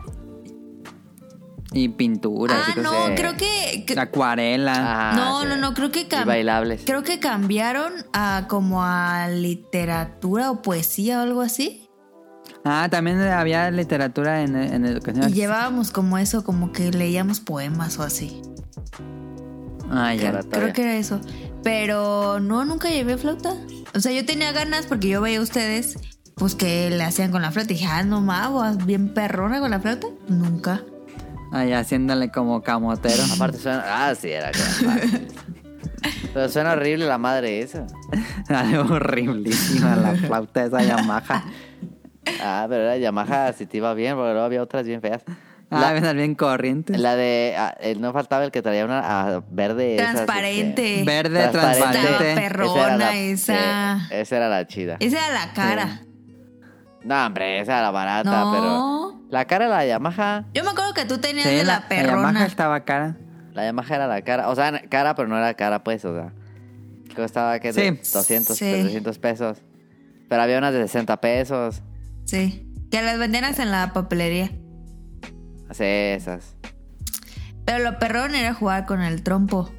Speaker 2: Y pinturas
Speaker 1: ah,
Speaker 2: y cosas
Speaker 1: no,
Speaker 3: sé.
Speaker 1: creo que, Ah. que-
Speaker 2: Acuarela.
Speaker 3: Ajá,
Speaker 1: no,
Speaker 3: sí.
Speaker 1: no, no, creo que
Speaker 3: Y
Speaker 1: cam-
Speaker 3: bailables.
Speaker 1: Creo que cambiaron a como a literatura o poesía o algo así.
Speaker 2: Ah, también había literatura en, en educación.
Speaker 1: Y llevábamos como eso, como que leíamos poemas o así.
Speaker 2: Ah, ya.
Speaker 3: Oratoria.
Speaker 1: Creo que era eso. Pero no, nunca llevé flauta. O sea, yo tenía ganas porque yo veía a ustedes, pues que le hacían con la flauta. Y dije, ah, no mames, bien perrona con la flauta. Nunca.
Speaker 2: Ahí haciéndole como camotero. (laughs)
Speaker 3: Aparte suena. Ah, sí, era que era fácil. Pero suena horrible la madre esa.
Speaker 2: Era horriblísima la flauta esa
Speaker 1: (laughs)
Speaker 2: Yamaha.
Speaker 3: Ah, pero la Yamaha si te iba bien, porque luego había otras bien feas.
Speaker 2: Ah,
Speaker 3: La,
Speaker 2: ven, bien corriente.
Speaker 3: la de. ah, eh, no faltaba el que traía una ah, verde. esas, este,
Speaker 1: Transparente.
Speaker 2: Verde,
Speaker 3: transparente.
Speaker 1: Estaba
Speaker 2: transparente.
Speaker 1: perrona
Speaker 3: esa. era
Speaker 1: esa.
Speaker 3: la- sí, eh, esa era la chida.
Speaker 1: Esa era la cara.
Speaker 3: No, hombre, esa era la barata,
Speaker 1: No.
Speaker 3: pero. La cara de la Yamaha.
Speaker 1: Yo me acuerdo que tú tenías
Speaker 2: Sí,
Speaker 1: de la,
Speaker 2: la, la Yamaha
Speaker 1: perrona.
Speaker 2: estaba cara. (laughs)
Speaker 3: La Yamaha era la cara. O sea, na- cara, pero no era cara, pues, o sea. Costaba que
Speaker 2: Sí.
Speaker 3: 200,
Speaker 1: Sí.
Speaker 3: 300 pesos. Pero había unas de 60 pesos.
Speaker 1: Sí. Que las vendían hasta en la papelería.
Speaker 3: Así, (laughs) esas.
Speaker 1: Pero lo perrón era jugar con el trompo.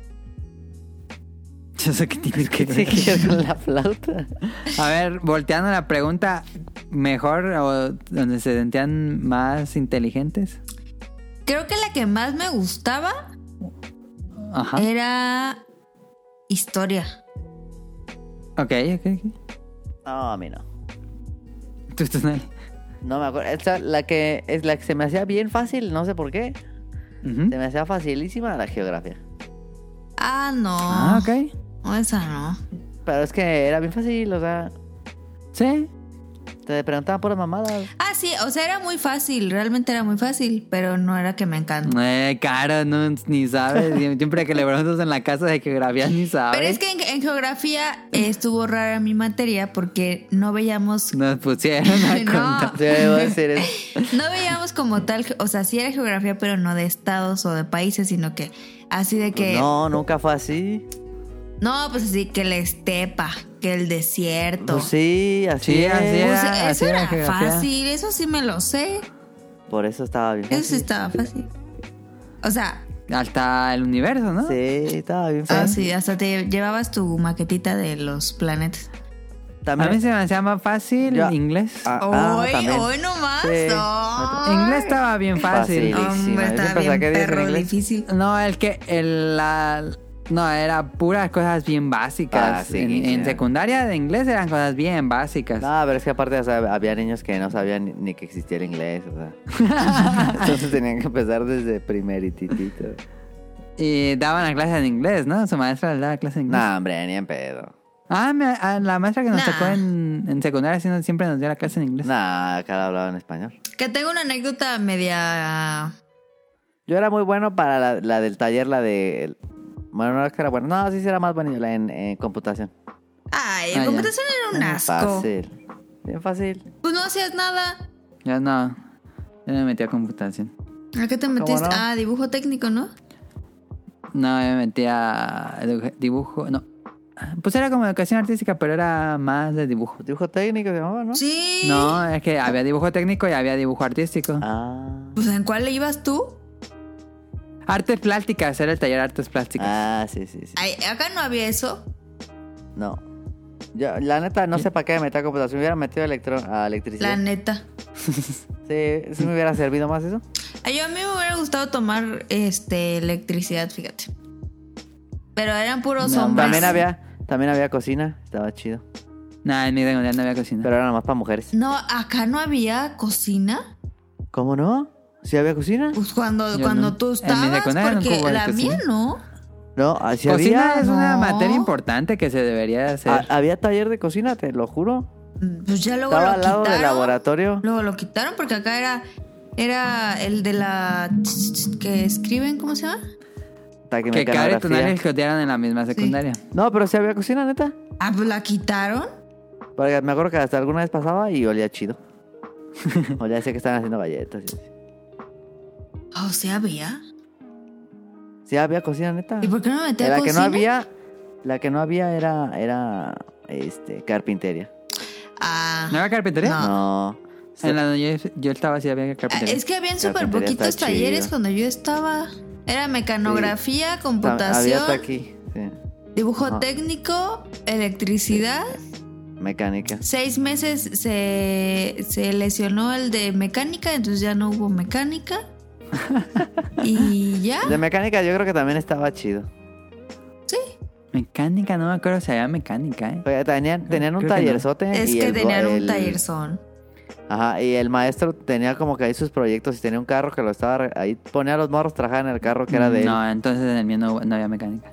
Speaker 2: Yo sé que tienes que
Speaker 3: Sí, que con la flauta.
Speaker 2: A ver, volteando la pregunta, mejor o donde se sentían más inteligentes.
Speaker 1: Creo que la que más me gustaba
Speaker 2: Ajá.
Speaker 1: era historia.
Speaker 2: Ok, ok, ok.
Speaker 3: No, a mí no.
Speaker 2: Tú, tú, Nelly.
Speaker 3: No me acuerdo. Esta, la que es la que se me hacía bien fácil, no sé por qué.
Speaker 2: Ujú.
Speaker 3: Se me hacía facilísima la geografía.
Speaker 1: Ah, no.
Speaker 2: Ah, ok.
Speaker 1: No, Esa no.
Speaker 3: Pero es que era bien fácil, o sea,
Speaker 2: Sí.
Speaker 3: te preguntaban puras mamadas.
Speaker 1: Ah, sí, o sea, era muy fácil, realmente era muy fácil, pero no era que me encantó.
Speaker 2: Eh, caro, no, ni sabes. Siempre que le preguntas en la casa de geografía, ni sabes.
Speaker 1: Pero es que en, en geografía eh, estuvo rara mi materia porque no
Speaker 2: (laughs)
Speaker 1: veíamos...
Speaker 2: Nos
Speaker 1: (laughs)
Speaker 2: pusieron a
Speaker 1: No.
Speaker 2: contar.
Speaker 3: Sí, voy a decir eso.
Speaker 1: (laughs) No veíamos como tal, ge- o sea, sí era geografía, pero no de estados o de países, sino que así de que...
Speaker 3: No, nunca fue así.
Speaker 1: No, pues así que la estepa, que el desierto.
Speaker 3: Pues sí, así.
Speaker 2: Sí,
Speaker 3: es.
Speaker 2: así
Speaker 1: Pues
Speaker 2: era, así
Speaker 1: eso
Speaker 2: era
Speaker 1: era
Speaker 2: geografía.
Speaker 1: fácil, eso sí me lo sé.
Speaker 3: Por eso estaba bien.
Speaker 1: Eso sí
Speaker 3: fácil.
Speaker 1: estaba fácil. O sea,
Speaker 2: Hasta el universo, ¿no?
Speaker 3: Sí, estaba bien
Speaker 1: ah,
Speaker 3: fácil.
Speaker 1: sí, hasta te llevabas tu maquetita de los planetas.
Speaker 2: A mí
Speaker 3: También.
Speaker 2: se me hacía más fácil
Speaker 3: Yo-
Speaker 2: inglés.
Speaker 3: Ah, ah,
Speaker 1: hoy,
Speaker 3: también.
Speaker 1: hoy nomás.
Speaker 3: Sí.
Speaker 1: Ay.
Speaker 2: Inglés estaba bien fácil.
Speaker 3: Fácil.
Speaker 1: Hombre,
Speaker 3: Yo
Speaker 1: estaba
Speaker 3: siempre
Speaker 1: bien
Speaker 3: saqué diez en
Speaker 1: perro
Speaker 3: inglés.
Speaker 1: difícil.
Speaker 2: No, el que el, la, no era puras cosas bien básicas.
Speaker 3: Ah, sí,
Speaker 2: en,
Speaker 3: sí.
Speaker 2: en secundaria de inglés eran cosas bien básicas.
Speaker 3: No, pero es que aparte o sea, había niños que no sabían ni- ni que existía el inglés, o sea. Entonces tenían que empezar desde primerititito.
Speaker 2: Y daban la clase en inglés, ¿no? Su maestra les daba clase en inglés.
Speaker 3: No, hombre, ni en pedo.
Speaker 2: Ah, me- ah, la maestra que nos
Speaker 1: Nah.
Speaker 2: tocó en, en secundaria sí, nos- siempre nos dio la clase en inglés.
Speaker 3: Nah, acá hablaba en español.
Speaker 1: Que tengo una anécdota media.
Speaker 3: Yo era muy bueno para la, la del taller, la de... el- Bueno, no es que era bueno. No, sí, sí era más bueno la en, en computación.
Speaker 1: Ay,
Speaker 2: Ah, ya.
Speaker 1: la computación era un asco.
Speaker 3: Fácil. Bien fácil.
Speaker 1: Pues no hacías nada.
Speaker 2: Yo no. Yo me metí a computación.
Speaker 1: ¿A qué te metiste?
Speaker 3: no?
Speaker 1: Ah, dibujo técnico, ¿no?
Speaker 2: No, yo me metí a edu- dibujo. No. Pues era como educación artística, pero era más de dibujo.
Speaker 3: Pues Dibujo técnico se llamaba, ¿no?
Speaker 1: Sí.
Speaker 2: No, es que había dibujo técnico y había dibujo artístico.
Speaker 3: Ah.
Speaker 1: Pues ¿en cuál le ibas tú?
Speaker 2: Artes plásticas, era el taller de artes plásticas.
Speaker 3: Ah, sí, sí, sí.
Speaker 1: Ay, acá no había eso.
Speaker 3: No. Yo, la neta, no sé para qué me metí a computación. Me hubiera metido electro, a
Speaker 1: La
Speaker 3: electricidad.
Speaker 1: neta.
Speaker 3: Sí, sí me hubiera servido más eso.
Speaker 1: Ay, Yo a mí me hubiera gustado tomar este electricidad, fíjate. Pero eran puros
Speaker 2: No,
Speaker 1: hombres.
Speaker 3: También había, también había cocina. Estaba chido.
Speaker 2: Nah, en mi reunión no había cocina.
Speaker 3: Pero era nada más para mujeres.
Speaker 1: No, acá no había cocina.
Speaker 3: ¿Cómo no? ¿Sí había cocina?
Speaker 1: Pues cuando,
Speaker 2: Yo
Speaker 1: cuando
Speaker 2: no.
Speaker 1: tú
Speaker 2: En mi
Speaker 1: estabas,
Speaker 2: secundaria nunca
Speaker 1: porque
Speaker 2: hubo
Speaker 1: la
Speaker 2: cocina.
Speaker 1: mía no.
Speaker 3: No, así
Speaker 2: cocina
Speaker 3: había. Ah,
Speaker 2: es una
Speaker 1: no.
Speaker 2: materia importante que se debería hacer.
Speaker 3: Ha- había taller de cocina, te lo juro.
Speaker 1: Pues ya luego
Speaker 3: Estaba
Speaker 1: lo
Speaker 3: al lado del
Speaker 1: quitaron.
Speaker 3: laboratorio.
Speaker 1: Luego lo quitaron porque acá era era el de la que escriben, ¿cómo se llama?
Speaker 2: que Cabri y
Speaker 3: taquimecanografía.
Speaker 2: Tonali jotearon en la misma secundaria.
Speaker 3: No, pero sí había cocina, neta.
Speaker 1: Ah, pues la quitaron.
Speaker 3: Porque me acuerdo que hasta alguna vez pasaba y olía
Speaker 2: (laughs)
Speaker 3: chido. olía así que estaban haciendo galletas. y así.
Speaker 1: O sea, había.
Speaker 3: Sí había cocina, neta.
Speaker 1: ¿Y por qué no me metí a
Speaker 3: la que no
Speaker 1: cocina?
Speaker 3: había, la que no había era, era, este, carpintería.
Speaker 1: Ah.
Speaker 2: ¿No había carpintería?
Speaker 1: No.
Speaker 3: No. Sí.
Speaker 2: En la donde yo, yo estaba sí había
Speaker 1: Ah,
Speaker 2: carpintería.
Speaker 1: Es que habían súper
Speaker 3: Carpintería está
Speaker 1: poquitos talleres
Speaker 3: chido.
Speaker 1: cuando yo estaba. Era mecanografía,
Speaker 3: Tam- Había
Speaker 1: computación,
Speaker 3: taqui, sí.
Speaker 1: dibujo
Speaker 3: Ajá.
Speaker 1: técnico, electricidad.
Speaker 3: Mecánica.
Speaker 1: Seis meses se, se lesionó el de mecánica, entonces ya no hubo
Speaker 3: (laughs)
Speaker 1: mecánica. y ya.
Speaker 3: De mecánica yo creo que también estaba chido.
Speaker 2: Mecánica, no me acuerdo si había mecánica, ¿eh?
Speaker 3: Oye, tenían, tenían un
Speaker 2: Creo que no.
Speaker 3: tallerzote.
Speaker 1: Es
Speaker 3: y
Speaker 1: que
Speaker 3: el-
Speaker 1: tenían un
Speaker 3: el-
Speaker 1: tallerzón.
Speaker 3: Ajá, y el maestro tenía como que ahí sus proyectos y tenía un carro que lo estaba... re- Ahí ponía a los morros, trabajaban en el carro que era de él.
Speaker 2: No, entonces en el mío no, no había mecánica.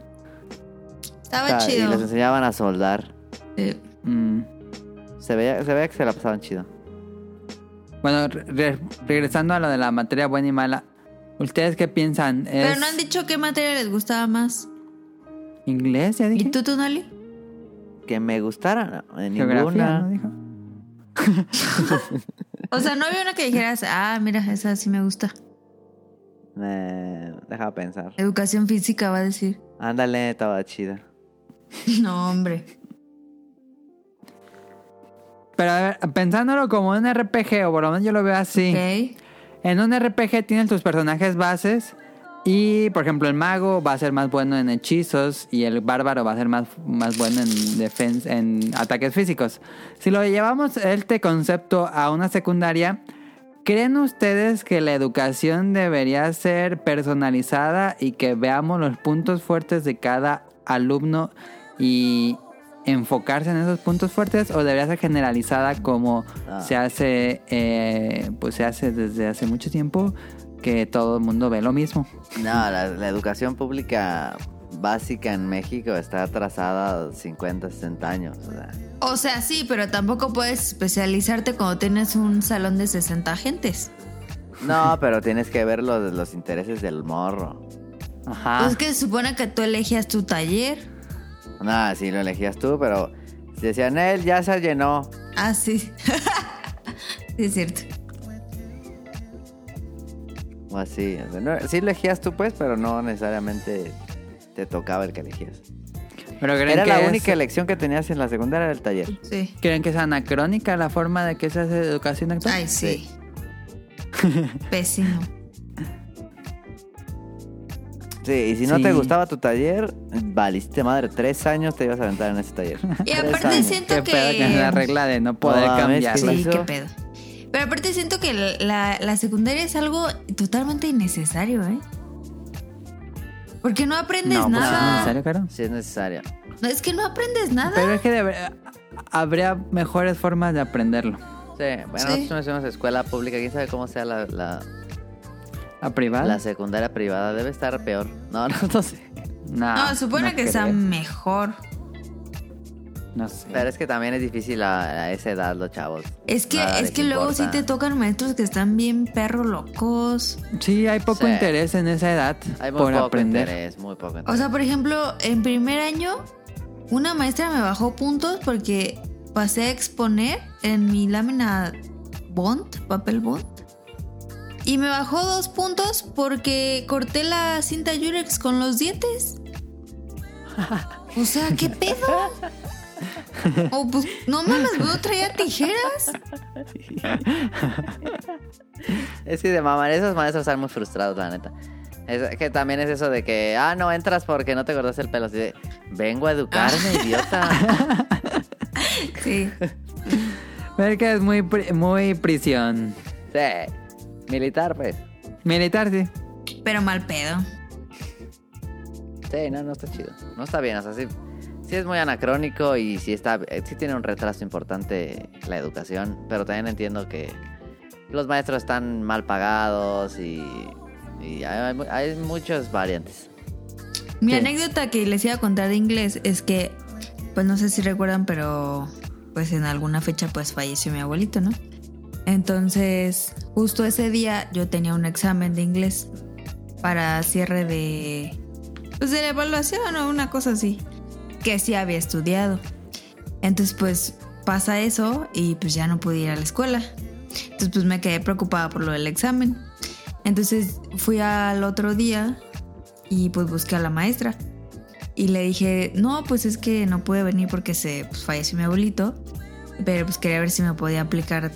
Speaker 1: Estaba
Speaker 3: Ta- Y les
Speaker 1: chido.
Speaker 3: enseñaban a soldar.
Speaker 1: Eh,
Speaker 2: Mm.
Speaker 3: Se veía, se veía que se la pasaban chido.
Speaker 2: Bueno, re- re- regresando a lo de la materia buena y mala, ¿ustedes qué piensan? ¿Es
Speaker 1: Pero no han dicho qué materia les gustaba más.
Speaker 2: inglés? ¿Ya dije?
Speaker 1: ¿Y tú, Tonali?
Speaker 3: Que me gustaran. no, en
Speaker 2: ¿Geografía?
Speaker 3: ninguna.
Speaker 2: ¿no? Dijo.
Speaker 1: O sea, no había una que dijeras, ah, mira, esa sí me gusta.
Speaker 3: Eh, deja pensar.
Speaker 1: Educación física va a decir. (laughs)
Speaker 3: Ándale, estaba chida.
Speaker 1: No, hombre.
Speaker 2: Pero a ver, pensándolo como un RPG, o por lo menos yo lo veo así.
Speaker 1: Ok.
Speaker 2: En un RPG tienes tus personajes bases y, por ejemplo, el mago va a ser más bueno en hechizos y el bárbaro va a ser más, más bueno en, defen- en ataques físicos. Si lo llevamos este concepto a una secundaria, ¿creen ustedes que la educación debería ser personalizada y que veamos los puntos fuertes de cada alumno y enfocarse en esos puntos fuertes o debería ser generalizada como
Speaker 3: Ah.
Speaker 2: se hace eh, pues se hace desde hace mucho tiempo que todo el mundo ve lo mismo
Speaker 3: No, la, la educación pública básica en México está atrasada 50, 60 años. o sea.
Speaker 1: O sea, sí, pero tampoco puedes especializarte cuando tienes un salón de 60 gentes.
Speaker 3: No, pero tienes que ver los, los intereses del morro.
Speaker 2: ajá
Speaker 1: Pues es que se supone que tú elegías tu taller.
Speaker 3: No, sí lo elegías tú, pero si decían, él ya se llenó.
Speaker 1: Ah, sí. (laughs) sí, es cierto.
Speaker 3: O así. o sea, no- sí elegías tú, pues, pero no necesariamente te tocaba el que elegías.
Speaker 2: pero creen
Speaker 3: Era
Speaker 2: que
Speaker 3: la
Speaker 2: es-
Speaker 3: única elección que tenías en la secundaria del taller.
Speaker 1: Sí.
Speaker 2: creen que es anacrónica la forma de que se hace educación actual
Speaker 1: Ay, sí. (laughs) Pésimo.
Speaker 3: Sí, y si no
Speaker 2: Sí.
Speaker 3: te gustaba tu taller, valiste madre. Tres años te ibas a aventar en ese taller.
Speaker 1: (laughs) Y
Speaker 3: Tres
Speaker 1: aparte
Speaker 3: años.
Speaker 1: siento
Speaker 2: qué
Speaker 1: que...
Speaker 2: pedo que es la regla de no poder
Speaker 3: Toda vez que
Speaker 2: cambiar
Speaker 1: Sí,
Speaker 3: Eso-
Speaker 1: qué pedo. Pero aparte siento que la, la secundaria es algo totalmente innecesario, ¿eh? Porque no aprendes
Speaker 2: no pues es
Speaker 1: nada.
Speaker 2: necesario claro
Speaker 3: Sí, es necesario.
Speaker 1: No, es que no aprendes nada.
Speaker 2: pero es que debe- habría mejores formas de aprenderlo
Speaker 3: Sí, bueno,
Speaker 1: Sí.
Speaker 3: nosotros no hicimos escuela pública. ¿Quién sabe cómo sea la, la,
Speaker 2: a privada (laughs)
Speaker 3: la secundaria privada? Debe estar peor. No, (laughs) no, no sé.
Speaker 1: no, supone que está
Speaker 2: creo.
Speaker 1: mejor.
Speaker 2: no sé
Speaker 3: Pero es que también es difícil a, a esa edad los chavos.
Speaker 1: Es que,
Speaker 3: Nada
Speaker 1: es
Speaker 3: les
Speaker 1: que luego sí
Speaker 3: importa.
Speaker 1: te tocan maestros que están bien perro locos.
Speaker 2: sí hay poco
Speaker 3: Sí.
Speaker 2: interés en esa edad
Speaker 3: Hay muy
Speaker 2: por
Speaker 3: poco
Speaker 2: aprender
Speaker 3: interés, muy poco interés.
Speaker 1: O sea, por ejemplo, en primer año, una maestra me bajó puntos porque pasé a exponer en mi lámina Bond, papel Bond. Y me bajó dos puntos porque corté la cinta Yurex con los dientes. O sea, ¿qué pedo?
Speaker 3: (laughs)
Speaker 1: O pues, no mames, no traía tijeras.
Speaker 3: Es que de mamá, esos maestros están muy frustrados, la neta. Es que también es eso de que, ah, no entras porque no te cortaste el pelo. Así de, vengo a educarme,
Speaker 1: Ah. (laughs)
Speaker 3: idiota.
Speaker 1: Sí.
Speaker 2: Ver que es muy, pri- muy prisión.
Speaker 3: Sí, militar, pues.
Speaker 2: Militar, sí.
Speaker 1: Pero mal pedo.
Speaker 3: Sí, no, no está chido. No está bien, o sea, sí, sí Sí es muy anacrónico y sí está, eh, sí tiene un retraso importante la educación, pero también entiendo que los maestros están mal pagados y, y hay, hay- hay muchas variantes.
Speaker 1: Mi
Speaker 2: Sí.
Speaker 1: anécdota que les iba a contar de inglés es que, pues no sé si recuerdan, pero pues en alguna fecha pues falleció mi abuelito, ¿no? Entonces, justo ese día yo tenía un examen de inglés para cierre de, pues de la evaluación o una cosa así, que sí había estudiado. Entonces, pues pasa eso y pues ya no pude ir a la escuela. Entonces, pues me quedé preocupada por lo del examen. Entonces fui al otro día y pues busqué a la maestra. Y le dije, no, pues es que no pude venir porque se pues, falleció mi abuelito, pero pues quería ver si me podía aplicar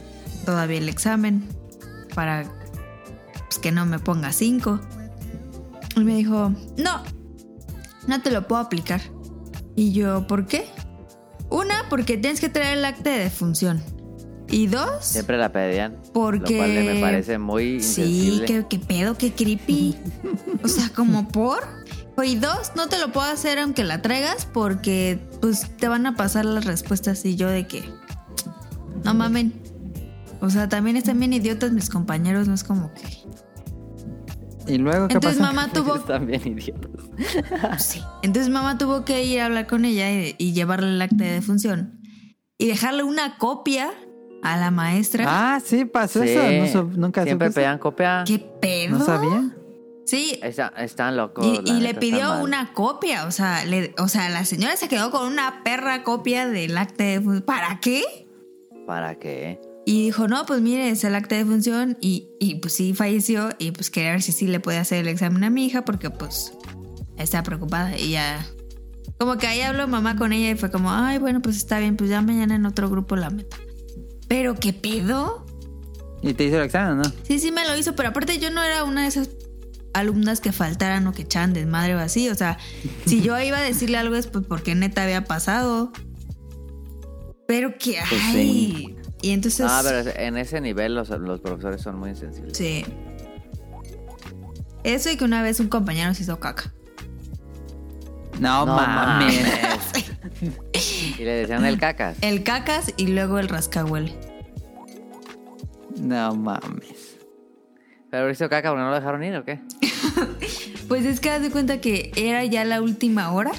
Speaker 1: todavía el examen para pues, que no me ponga cinco. Y me dijo, no, no te lo puedo aplicar. Y yo, ¿por qué? Una, porque tienes que traer el acta de defunción. Y dos,
Speaker 3: Siempre la pedían.
Speaker 1: Porque-
Speaker 3: Lo cual me parece muy
Speaker 1: Sí,
Speaker 3: insensible.
Speaker 1: qué, qué pedo, qué creepy. o sea, como por. Y dos, no te lo puedo hacer aunque la traigas porque pues te van a pasar las respuestas y yo de que. No mamen. O sea, también están bien idiotas mis compañeros, no es como que.
Speaker 2: ¿Y luego qué
Speaker 1: Entonces (laughs)
Speaker 2: pasó?
Speaker 1: mamá tuvo.
Speaker 3: Están bien idiotas.
Speaker 1: sí. Entonces mamá tuvo que ir a hablar con ella y, y llevarle el acta de defunción. Y dejarle una copia a la maestra.
Speaker 2: Ah, sí, pasó
Speaker 3: Sí,
Speaker 2: eso. No sup- nunca
Speaker 3: Siempre
Speaker 2: supe eso.
Speaker 3: pedían copia.
Speaker 1: ¿Qué pedo?
Speaker 2: No sabía.
Speaker 1: Sí,
Speaker 3: Está- están locos.
Speaker 1: Y,
Speaker 3: la
Speaker 1: y
Speaker 3: neta,
Speaker 1: le
Speaker 3: está
Speaker 1: pidió
Speaker 3: mal.
Speaker 1: una copia, o sea, le- o sea, la señora se quedó con una perra copia del acta de función. ¿Para qué?
Speaker 3: ¿Para qué?
Speaker 1: Y dijo, no, pues mire, es el acta de función y, y, pues sí falleció y pues quería ver si sí le podía hacer el examen a mi hija porque pues está preocupada y ya... Como que ahí habló mamá con ella y fue como, ay, bueno, pues está bien, pues ya mañana en otro grupo la meto. Pero qué pedo.
Speaker 2: ¿Y te hizo el examen o no?
Speaker 1: Sí, sí me lo hizo, pero aparte yo no era una de esas alumnas que faltaran o que echaban desmadre o así. O sea, si yo iba a decirle algo es pues porque neta había pasado. Pero que
Speaker 3: Pues
Speaker 1: ay. Y entonces.
Speaker 3: Ah, pero en ese nivel los, los profesores son muy insensibles.
Speaker 1: Sí. Eso y que una vez un compañero se hizo caca.
Speaker 2: No, mames.
Speaker 3: y le decían el cacas.
Speaker 1: El cacas y luego el rascahuele.
Speaker 2: No mames.
Speaker 3: Pero hizo caca porque no lo dejaron ir o qué?
Speaker 1: Pues es que haz de cuenta que era ya la última hora.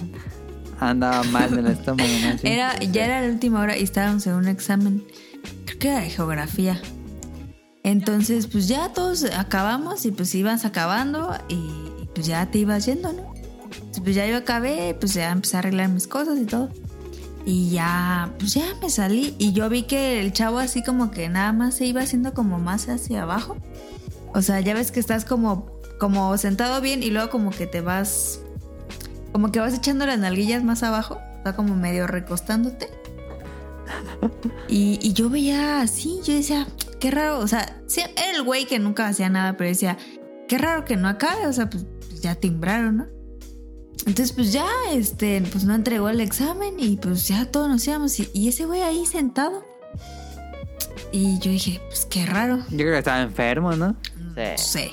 Speaker 2: Andaba mal del estómago, ¿no? Sí.
Speaker 1: Era, ya era la última hora y estábamos en un examen, creo que era de geografía. Entonces, pues ya todos acabamos y pues ibas acabando y, y, pues ya te ibas yendo, ¿no? Entonces, pues ya yo acabé, pues ya empecé a arreglar mis cosas y todo. Y ya, pues ya me salí y yo vi que el chavo así como que nada más se iba haciendo como más hacia abajo. O sea, ya ves que estás como, como sentado bien y luego como que te vas como que vas echando las nalguillas más abajo, está como medio recostándote. Y, y yo veía así, yo decía, qué raro, o sea, sí, era el güey que nunca hacía nada, pero decía, qué raro que no acabe, o sea, pues, pues ya timbraron, ¿no? Entonces, pues ya, este, pues no entregó el examen y pues ya todos nos íbamos. Y, y ese güey ahí sentado. Y yo dije, pues qué raro,
Speaker 2: Yo creo que estaba enfermo, ¿no?
Speaker 3: Eh.
Speaker 1: no sé.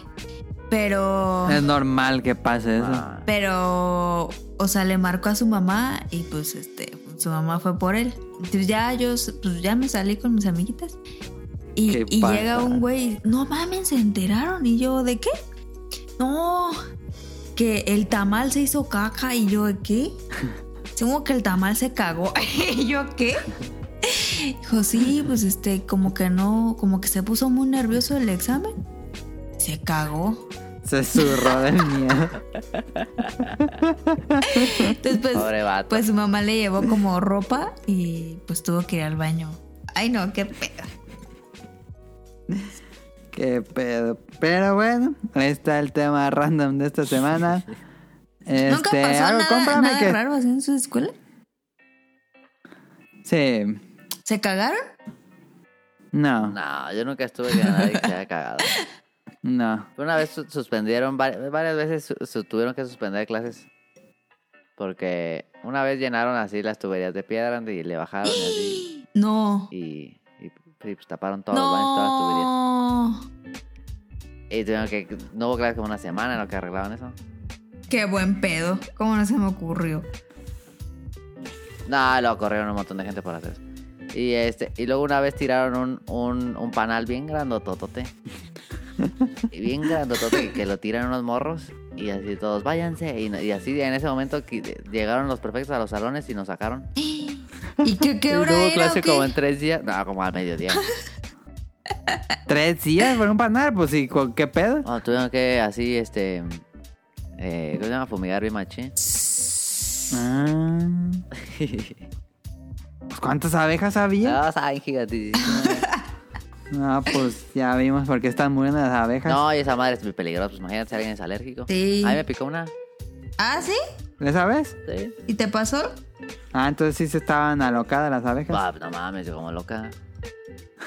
Speaker 1: Pero...
Speaker 2: Es normal que pase eso.
Speaker 3: Ah,
Speaker 1: Pero, o sea, le marcó a su mamá y pues este, su mamá fue por él. Entonces ya yo, pues ya me salí con mis amiguitas. Y,
Speaker 2: ¿Qué
Speaker 1: y
Speaker 2: pasa?
Speaker 1: llega un güey, no mames, se enteraron. Y yo, ¿de qué? No, que el tamal se hizo caca. Y yo, ¿de qué? Según que el tamal se cagó. (laughs) ¿Y yo qué? Dijo, sí, pues este, como que no, como que se puso muy nervioso el examen. Se cagó.
Speaker 2: Se zurró del miedo.
Speaker 1: Entonces, pues,
Speaker 3: Pobre vato.
Speaker 1: pues su mamá le llevó como ropa y pues tuvo que ir al baño. Ay, no, qué pedo.
Speaker 2: Qué pedo. Pero bueno, ahí está el tema random de esta semana. Este,
Speaker 1: ¿Nunca pasó
Speaker 2: algo,
Speaker 1: nada,
Speaker 2: cómprame
Speaker 1: nada
Speaker 2: que-
Speaker 1: raro así en su escuela?
Speaker 2: Sí.
Speaker 1: ¿Se cagaron?
Speaker 2: No,
Speaker 3: No, yo nunca estuve que nadie que se haya cagado.
Speaker 2: no.
Speaker 3: Pero Una vez su- suspendieron, vari- varias veces su- su- tuvieron que suspender clases. Porque una vez llenaron así las tuberías de piedra y le bajaron así.
Speaker 1: No.
Speaker 3: Y, y, y, pues, taparon todos los baños, todas las tuberías.
Speaker 1: No.
Speaker 3: Y tuvieron que. No hubo clases como una semana en lo que arreglaban eso.
Speaker 1: Qué buen pedo. ¿Cómo no se me ocurrió?
Speaker 3: No, lo corrieron un montón de gente por hacer eso. Y, este, y luego una vez tiraron un, un, un panal bien grandototote. (laughs) Y bien grandotote que lo tiran unos morros y así todos, váyanse. Y, y así en ese momento que eh, llegaron los perfectos a los salones y nos sacaron.
Speaker 1: ¿Y qué, qué
Speaker 3: Y
Speaker 1: hora
Speaker 3: tuvo
Speaker 1: era,
Speaker 3: clase
Speaker 1: o qué?
Speaker 3: como en tres días. No, como al
Speaker 1: (laughs)
Speaker 3: mediodía.
Speaker 2: Tres días por un panal, pues sí, cu- ¿qué pedo?
Speaker 3: Bueno, tuvieron que así, este... Eh, ¿Cómo se llama? Fumigar bien machín.
Speaker 2: Ah, pues, ¿Cuántas abejas había?
Speaker 3: No, Ah, saben, gigantísimo.
Speaker 2: No, pues ya vimos por qué están muriendo las abejas.
Speaker 3: No, y esa madre es muy peligrosa. Pues imagínate si alguien es alérgico.
Speaker 1: Sí.
Speaker 3: A mí me picó una.
Speaker 1: ¿Ah, sí?
Speaker 2: ¿Le sabes?
Speaker 3: Sí.
Speaker 1: ¿Y te pasó?
Speaker 2: (laughs) Ah, entonces sí se estaban alocadas las abejas.
Speaker 3: Bah, no mames, yo como loca.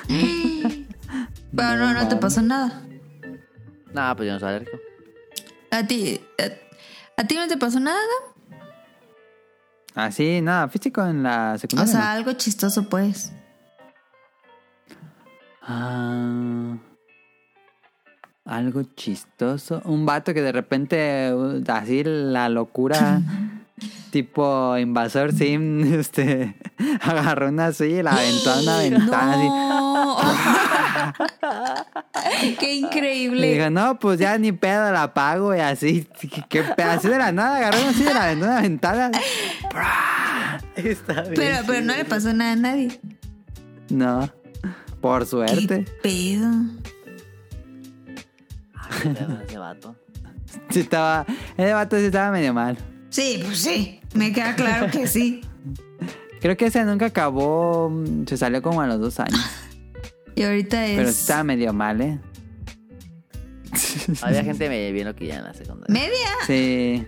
Speaker 1: Pero no, no te pasó nada.
Speaker 3: No, pues yo no soy alérgico.
Speaker 1: ¿A ti, a, a ti no te pasó nada?
Speaker 2: Así, Ah, nada, físico en la
Speaker 1: O
Speaker 2: secundaria.
Speaker 1: sea,
Speaker 2: ¿no?
Speaker 1: algo chistoso, pues.
Speaker 2: Ah, algo chistoso. Un vato que de repente, uh, así
Speaker 1: (laughs)
Speaker 2: la locura, tipo invasor sim, (laughs) este, agarró una así y la aventó a
Speaker 1: (gasps)
Speaker 2: una (laughs) ventana. así.
Speaker 1: ¡No! (laughs) ¡Qué increíble!
Speaker 2: Ah, Le dijo, no, pues ya ni pedo la pago y así, que- que pedo, así de la nada, agarró así de la ventana, una
Speaker 1: (laughs)
Speaker 2: ventana. (laughs) ¡Pra! Está bien.
Speaker 1: Pero, pero no le pasó nada a nadie.
Speaker 2: No, por suerte.
Speaker 1: ¿Qué pedo?
Speaker 3: Ay, qué pedo ese vato.
Speaker 2: Sí estaba, el vato sí estaba medio mal.
Speaker 1: Sí, pues sí. Me queda claro que sí.
Speaker 2: Creo que ese nunca acabó, mm, se salió como a los dos años.
Speaker 1: Y ahorita Ah, es.
Speaker 2: Pero sí estaba medio mal, ¿eh?
Speaker 3: Había gente me bien loquilla en la secundaria.
Speaker 1: Media.
Speaker 2: Sí.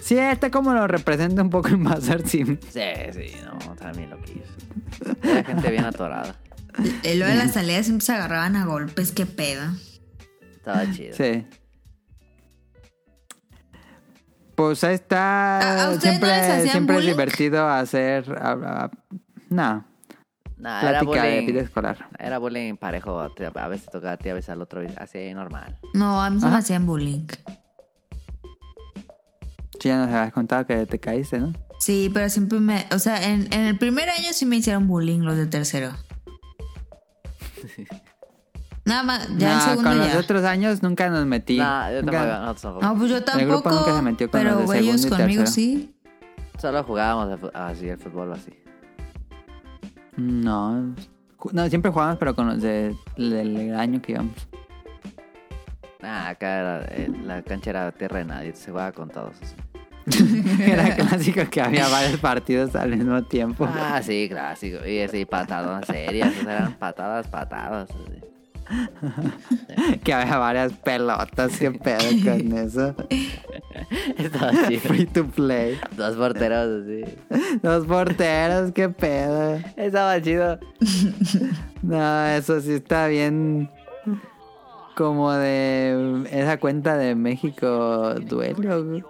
Speaker 2: Sí, está como lo representa un poco Invasor Sim.
Speaker 3: Sí, sí, no, estaban bien loquillos. Había gente bien atorada.
Speaker 1: Y luego de las salidas siempre se agarraban a golpes. ¿Qué pedo?
Speaker 3: Estaba chido.
Speaker 2: Sí. Pues
Speaker 1: ¿A- a
Speaker 2: ahí
Speaker 1: ustedes
Speaker 2: está.
Speaker 1: no les
Speaker 2: Siempre,
Speaker 1: hacían
Speaker 2: siempre es
Speaker 1: bullying?
Speaker 2: divertido hacer. a- a- no,
Speaker 3: Nah, era
Speaker 2: plática de vida
Speaker 3: bullying.
Speaker 2: escolar.
Speaker 3: Era bullying parejo. A veces tocaba a ti, a veces al otro. Así normal.
Speaker 1: No, a mí se me
Speaker 2: Ajá.
Speaker 1: hacían bullying.
Speaker 2: Sí, ya nos habías contado que te caíste, ¿no?
Speaker 1: Sí, pero siempre me. O sea, en, en el primer año sí me hicieron bullying los de
Speaker 2: (laughs)
Speaker 1: tercero. Nada más, ya en
Speaker 2: No,
Speaker 1: segundo
Speaker 2: con
Speaker 1: ya.
Speaker 2: los otros años nunca nos metí.
Speaker 3: Nah, yo
Speaker 2: Nunca-
Speaker 3: tampoco. Nosotros tampoco.
Speaker 1: No, pues yo
Speaker 2: El grupo
Speaker 1: tampoco.
Speaker 2: nunca se metió con
Speaker 1: pero
Speaker 2: los de
Speaker 1: ellos
Speaker 2: segundo y
Speaker 1: conmigo
Speaker 2: tercero.
Speaker 1: sí.
Speaker 2: pues-
Speaker 3: Solo jugábamos al fu- así el fútbol o así.
Speaker 2: No, ju- no, siempre jugábamos, pero con los de- del año que íbamos. (laughs)
Speaker 3: Ah, acá era, eh, la cancha era tierra de nadie, se jugaba con todos. así.
Speaker 2: Era clásico que había varios partidos al mismo tiempo. (laughs)
Speaker 3: Ah, sí, clásico. Y así, patadas serias, o sea, eran patadas, patadas. así.
Speaker 2: Que había varias pelotas. ¿Qué pedo
Speaker 3: (laughs)
Speaker 2: con eso?
Speaker 3: Estaba chido.
Speaker 2: Free to play.
Speaker 3: (laughs) Dos porteros así.
Speaker 2: Los porteros, qué pedo.
Speaker 3: Estaba chido.
Speaker 2: No, eso sí está bien. Como de esa cuenta de México duelo.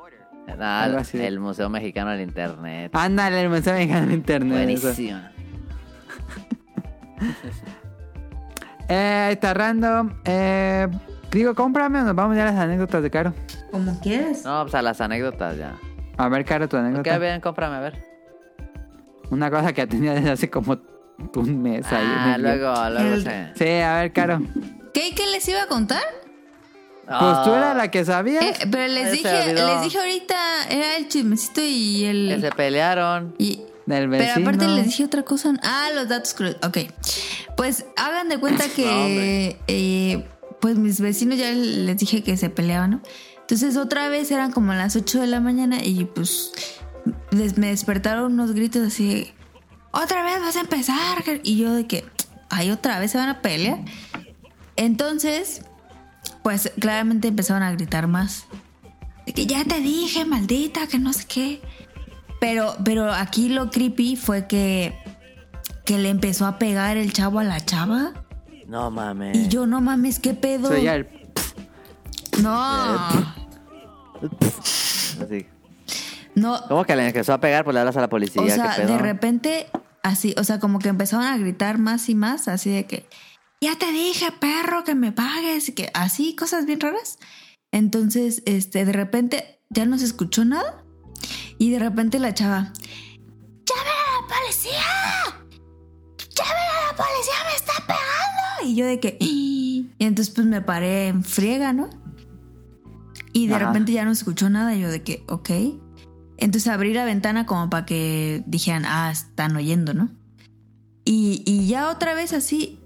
Speaker 3: Nada,
Speaker 2: Algo así.
Speaker 3: el Museo Mexicano del Internet.
Speaker 2: Ándale, el mensaje en internet. eso.
Speaker 3: Buenísimo.
Speaker 2: Eh, está random. Eh, digo, cómprame o nos vamos ya a las anécdotas de Caro.
Speaker 1: Como quieras.
Speaker 3: No, pues a las anécdotas ya.
Speaker 2: A ver, Caro, tu
Speaker 3: Ok,
Speaker 2: anécdota.
Speaker 3: bien, cómprame, a ver.
Speaker 2: Una cosa que tenía desde hace como un mes ahí. en
Speaker 3: Ah,
Speaker 2: el
Speaker 3: luego, luego
Speaker 1: El-
Speaker 3: se...
Speaker 2: Sí, a ver, Caro.
Speaker 1: ¿Qué, ¿Qué les iba a contar?
Speaker 2: Pues
Speaker 3: Oh,
Speaker 2: tú eras la que
Speaker 1: Eh,
Speaker 2: sabías.
Speaker 1: pero les
Speaker 3: se
Speaker 1: dije,
Speaker 3: olvidó.
Speaker 1: les dije ahorita, era el chismecito y el.
Speaker 3: Se pelearon.
Speaker 1: y-
Speaker 2: del
Speaker 1: pero
Speaker 2: vecino.
Speaker 1: aparte les dije otra cosa. Ah, los datos crudos. Ok. Pues hagan de cuenta que. eh, pues mis vecinos ya les dije que se peleaban, ¿no? Entonces otra vez eran como las 8 de la mañana y pues les- me despertaron unos gritos así. Otra vez vas a empezar. Y yo de que, ay, otra vez se van a pelear. Entonces, pues claramente empezaron a gritar más. De que ya te dije, maldita, que no sé qué. Pero, pero aquí lo creepy fue que, que le empezó a pegar el chavo a la chava.
Speaker 3: No mames.
Speaker 1: Y yo, no mames, qué pedo.
Speaker 2: Soy ya el-
Speaker 1: No,
Speaker 3: Así.
Speaker 1: no,
Speaker 3: ¿Cómo que le empezó a pegar? Pues le hablas a la policía.
Speaker 1: o
Speaker 3: ¿qué
Speaker 1: sea,
Speaker 3: pedo?
Speaker 1: de repente, así, o sea, como que empezaron a gritar más y más, así de que, ya te dije, perro, que me pagues, y que así, cosas bien raras. Entonces, este, de repente, ya no se escuchó nada. Y de repente la chava, policía! ¡Llámenle a la policía! ¡Me está pegando! Y yo de que... "Ih". Y entonces pues me paré en friega, ¿no? Y de
Speaker 2: Ajá.
Speaker 1: repente ya no se escuchó nada. y Yo de que, ok. Entonces abrí la ventana como para que dijeran, ah, están oyendo, ¿no? Y, y ya otra vez así,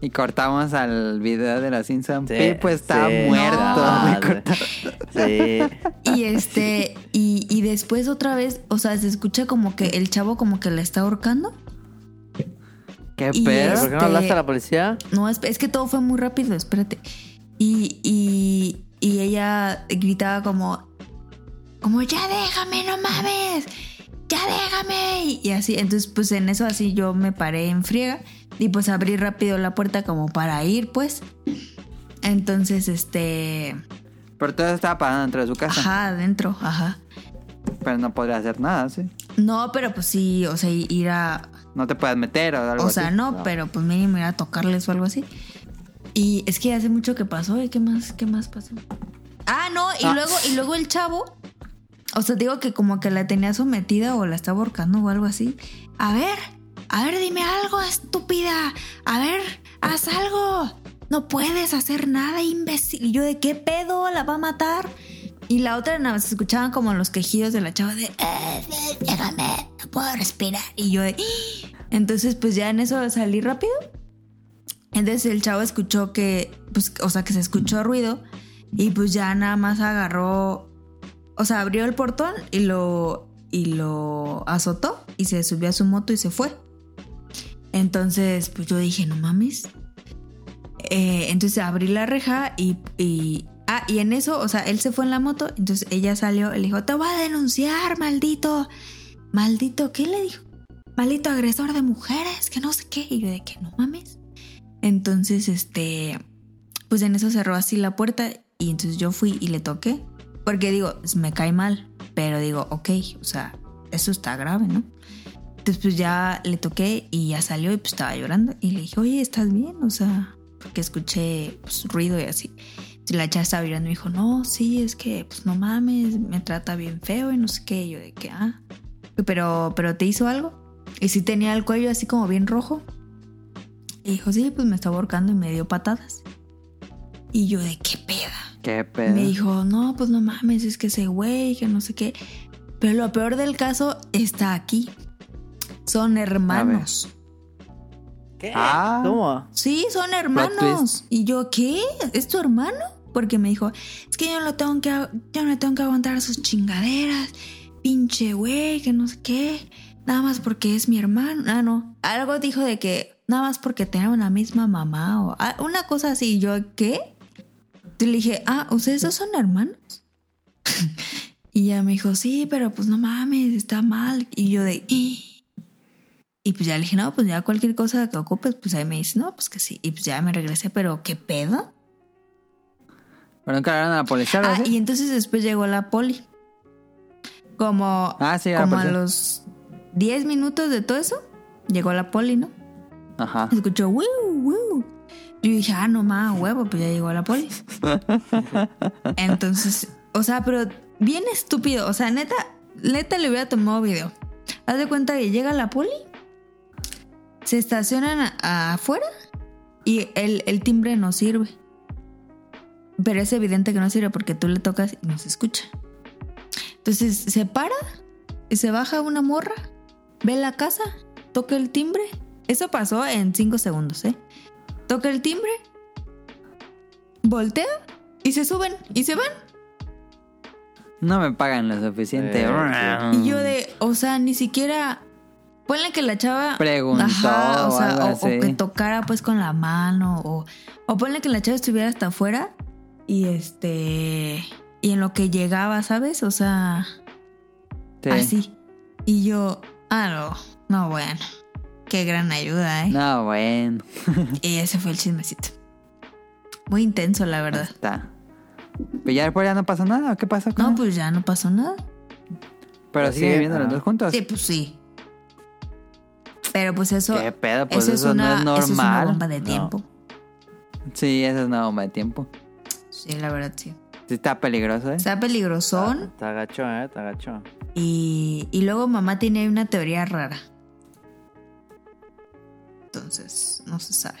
Speaker 2: Y cortamos al video de los Simpsons.
Speaker 3: Sí,
Speaker 2: Pipo está
Speaker 3: sí.
Speaker 2: pues, muerto.
Speaker 3: Ah,
Speaker 2: (laughs) Me cortó.
Speaker 3: Sí.
Speaker 1: Y este, y, y después otra vez, o sea, se escucha como que el chavo como que la está ahorcando.
Speaker 2: ¿Qué
Speaker 1: Y
Speaker 2: pedo?
Speaker 1: es-
Speaker 3: ¿Por qué no
Speaker 1: Este-
Speaker 3: hablaste a la policía?
Speaker 1: No, es, es que todo fue muy rápido, espérate. Y, y, y ella gritaba como, como, ya déjame, no mames, ya déjame. Y, y así, entonces pues en eso así yo me paré en friega y pues abrí rápido la puerta como para ir, pues. Entonces, este,
Speaker 2: Pero todo estaba parado dentro de su casa.
Speaker 1: ajá, adentro, ajá.
Speaker 2: Pero no podría hacer nada, ¿sí?
Speaker 1: No, pero pues sí, o sea, ir a,
Speaker 2: No te puedes meter o algo
Speaker 1: O sea,
Speaker 2: así. Ah.
Speaker 1: no, pero pues mínimo ir a tocarles o algo así. Y es que hace mucho que pasó. ¿Y qué más, qué más pasó? Ah, no, y luego, y luego el chavo. O sea, digo que como que la tenía sometida o la estaba ahorcando o algo así. A ver, a ver, dime algo, estúpida. A ver, haz algo. No puedes hacer nada, imbécil. Y yo, ¿de qué pedo? ¿La va a matar? Y la otra nada más se escuchaban como los quejidos de la chava de, "Eh, eh, déjame, no puedo respirar. Y yo, de, "Ih". entonces pues ya en eso salí rápido. Entonces el chavo escuchó que, pues, o sea, que se escuchó ruido y pues ya nada más agarró, o sea, abrió el portón y lo, y lo azotó y se subió a su moto y se fue. Entonces, pues yo dije, no mames. Eh, entonces abrí la reja y, y- Ah, y en eso, o sea, él se fue en la moto, entonces ella salió, él dijo, te voy a denunciar, maldito. Maldito, ¿qué le dijo? Maldito agresor de mujeres, que no sé qué. Y yo de que no mames. Entonces, este, pues en eso cerró así la puerta y entonces yo fui y le toqué. Porque digo, "S- me cae mal, pero digo, ok, o sea, eso está grave, ¿no? Entonces pues ya le toqué y ya salió y pues estaba llorando. Y le dije, oye, ¿estás bien? O sea, porque escuché pues, ruido y así. Entonces, la chava estaba llorando y me dijo, no, sí, es que pues no mames, me trata bien feo y no sé qué. Y yo de que, ah, pero, pero te hizo algo. Y sí tenía el cuello así como bien rojo. Y dijo, sí, pues me estaba ahorcando y me dio patadas. Y yo de qué peda.
Speaker 2: ¿Qué pedo?
Speaker 1: Me dijo, no, pues no mames, es que ese güey, que no sé qué. Pero lo peor del caso está aquí. Son hermanos.
Speaker 3: ¿Qué?
Speaker 2: Ah.
Speaker 3: ¿Cómo?
Speaker 1: Sí, son
Speaker 2: twist.
Speaker 1: hermanos. Y yo, ¿qué? ¿Es tu hermano? Porque me dijo, es que yo no lo tengo que, ag- yo no le tengo que aguantar sus chingaderas, pinche güey, que no sé qué. Nada más porque es mi hermano. Ah, no. Algo dijo de que nada más porque tenían la misma mamá o ah, una cosa así. Y yo, ¿qué? Entonces le dije, ah, ¿ustedes dos son hermanos? (laughs) y ella me dijo, sí, pero pues no mames, está mal. Y yo de... "Ih". Y pues ya le dije, no, pues ya cualquier cosa que ocupes, pues ahí me dice, no, pues que sí. Y pues ya me regresé, pero ¿qué pedo?
Speaker 2: ¿Pero nunca hablaron a la policía? o
Speaker 1: Ah,
Speaker 2: así?
Speaker 1: y entonces después llegó la poli. Como,
Speaker 2: Ah, sí, la
Speaker 1: como a
Speaker 2: policía.
Speaker 1: los 10 minutos de todo eso, llegó la poli, ¿no? (laughs)
Speaker 2: Ajá.
Speaker 1: Escuchó, wow, wow. Yo dije, ah, no más, huevo, pues ya llegó la poli. Entonces, o sea, pero bien estúpido. O sea, neta, neta le hubiera tomado video. Haz de cuenta que llega la poli, se estacionan a- afuera y el, el timbre no sirve. Pero es evidente que no sirve porque tú le tocas y no se escucha. Entonces se para, y se baja una morra, ve la casa, toca el timbre. Eso pasó en cinco segundos, ¿eh? Toca el timbre, voltea y se suben y se van.
Speaker 2: No me pagan lo suficiente.
Speaker 3: Eh,
Speaker 2: Ah.
Speaker 1: Y yo de, o sea, ni siquiera. Ponle que la chava.
Speaker 2: Preguntó
Speaker 1: Ajá, o
Speaker 2: o
Speaker 1: sea,
Speaker 2: algo
Speaker 1: o, o
Speaker 2: así.
Speaker 1: que tocara pues con la mano. O, o ponle que la chava estuviera hasta afuera. Y este. Y en lo que llegaba, ¿sabes? O sea,
Speaker 2: Sí.
Speaker 1: así. Y yo, ah, no, no, bueno. Qué gran ayuda, ¿eh?
Speaker 2: No, bueno.
Speaker 1: Y ese fue el chismecito. Muy intenso, la verdad.
Speaker 2: Está. Pero ya después ya no pasó nada. ¿o ¿Qué pasó con
Speaker 1: No,
Speaker 2: él?
Speaker 1: pues ya no pasó nada.
Speaker 2: Pero
Speaker 3: Pues
Speaker 2: siguen
Speaker 3: sí,
Speaker 2: viviendo
Speaker 3: ajá.
Speaker 2: los dos juntos.
Speaker 1: Sí, pues sí. Pero pues eso.
Speaker 2: ¿Qué pedo? Pues
Speaker 1: eso,
Speaker 2: eso,
Speaker 1: es una,
Speaker 2: no es
Speaker 1: eso es una
Speaker 2: normal.
Speaker 1: bomba de
Speaker 3: No.
Speaker 1: tiempo.
Speaker 2: Sí, eso es una bomba de tiempo.
Speaker 1: Sí, la verdad, sí.
Speaker 2: Sí, está peligroso, ¿eh?
Speaker 1: Está
Speaker 3: Está
Speaker 1: peligrosón
Speaker 3: está gacho, ¿eh? Está gacho.
Speaker 1: y, y luego mamá tiene una teoría rara. Entonces, no se sabe.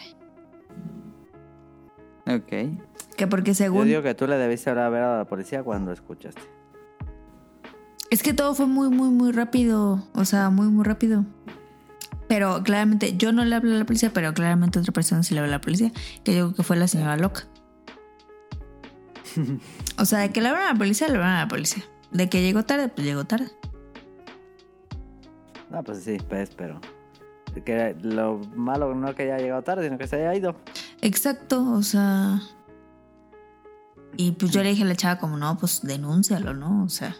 Speaker 2: Ok.
Speaker 1: Que porque
Speaker 3: Yo
Speaker 1: según...
Speaker 3: digo que tú le debiste hablar ver a la policía cuando escuchaste.
Speaker 1: Es que todo fue muy, muy, muy rápido. O sea, muy, muy rápido. Pero claramente, yo no le hablé a la policía, pero claramente otra persona sí le habló a la policía. Que yo creo que fue la señora loca. O sea, de que le hablaron a la policía, le hablaron a la policía. De que llegó tarde, pues llegó tarde.
Speaker 3: No, pues sí, pues, pero. Que lo malo no que haya llegado tarde, sino que se haya ido.
Speaker 1: Exacto, o sea. Y pues yo le dije a la chava, como no, pues denúncialo, ¿no? O sea.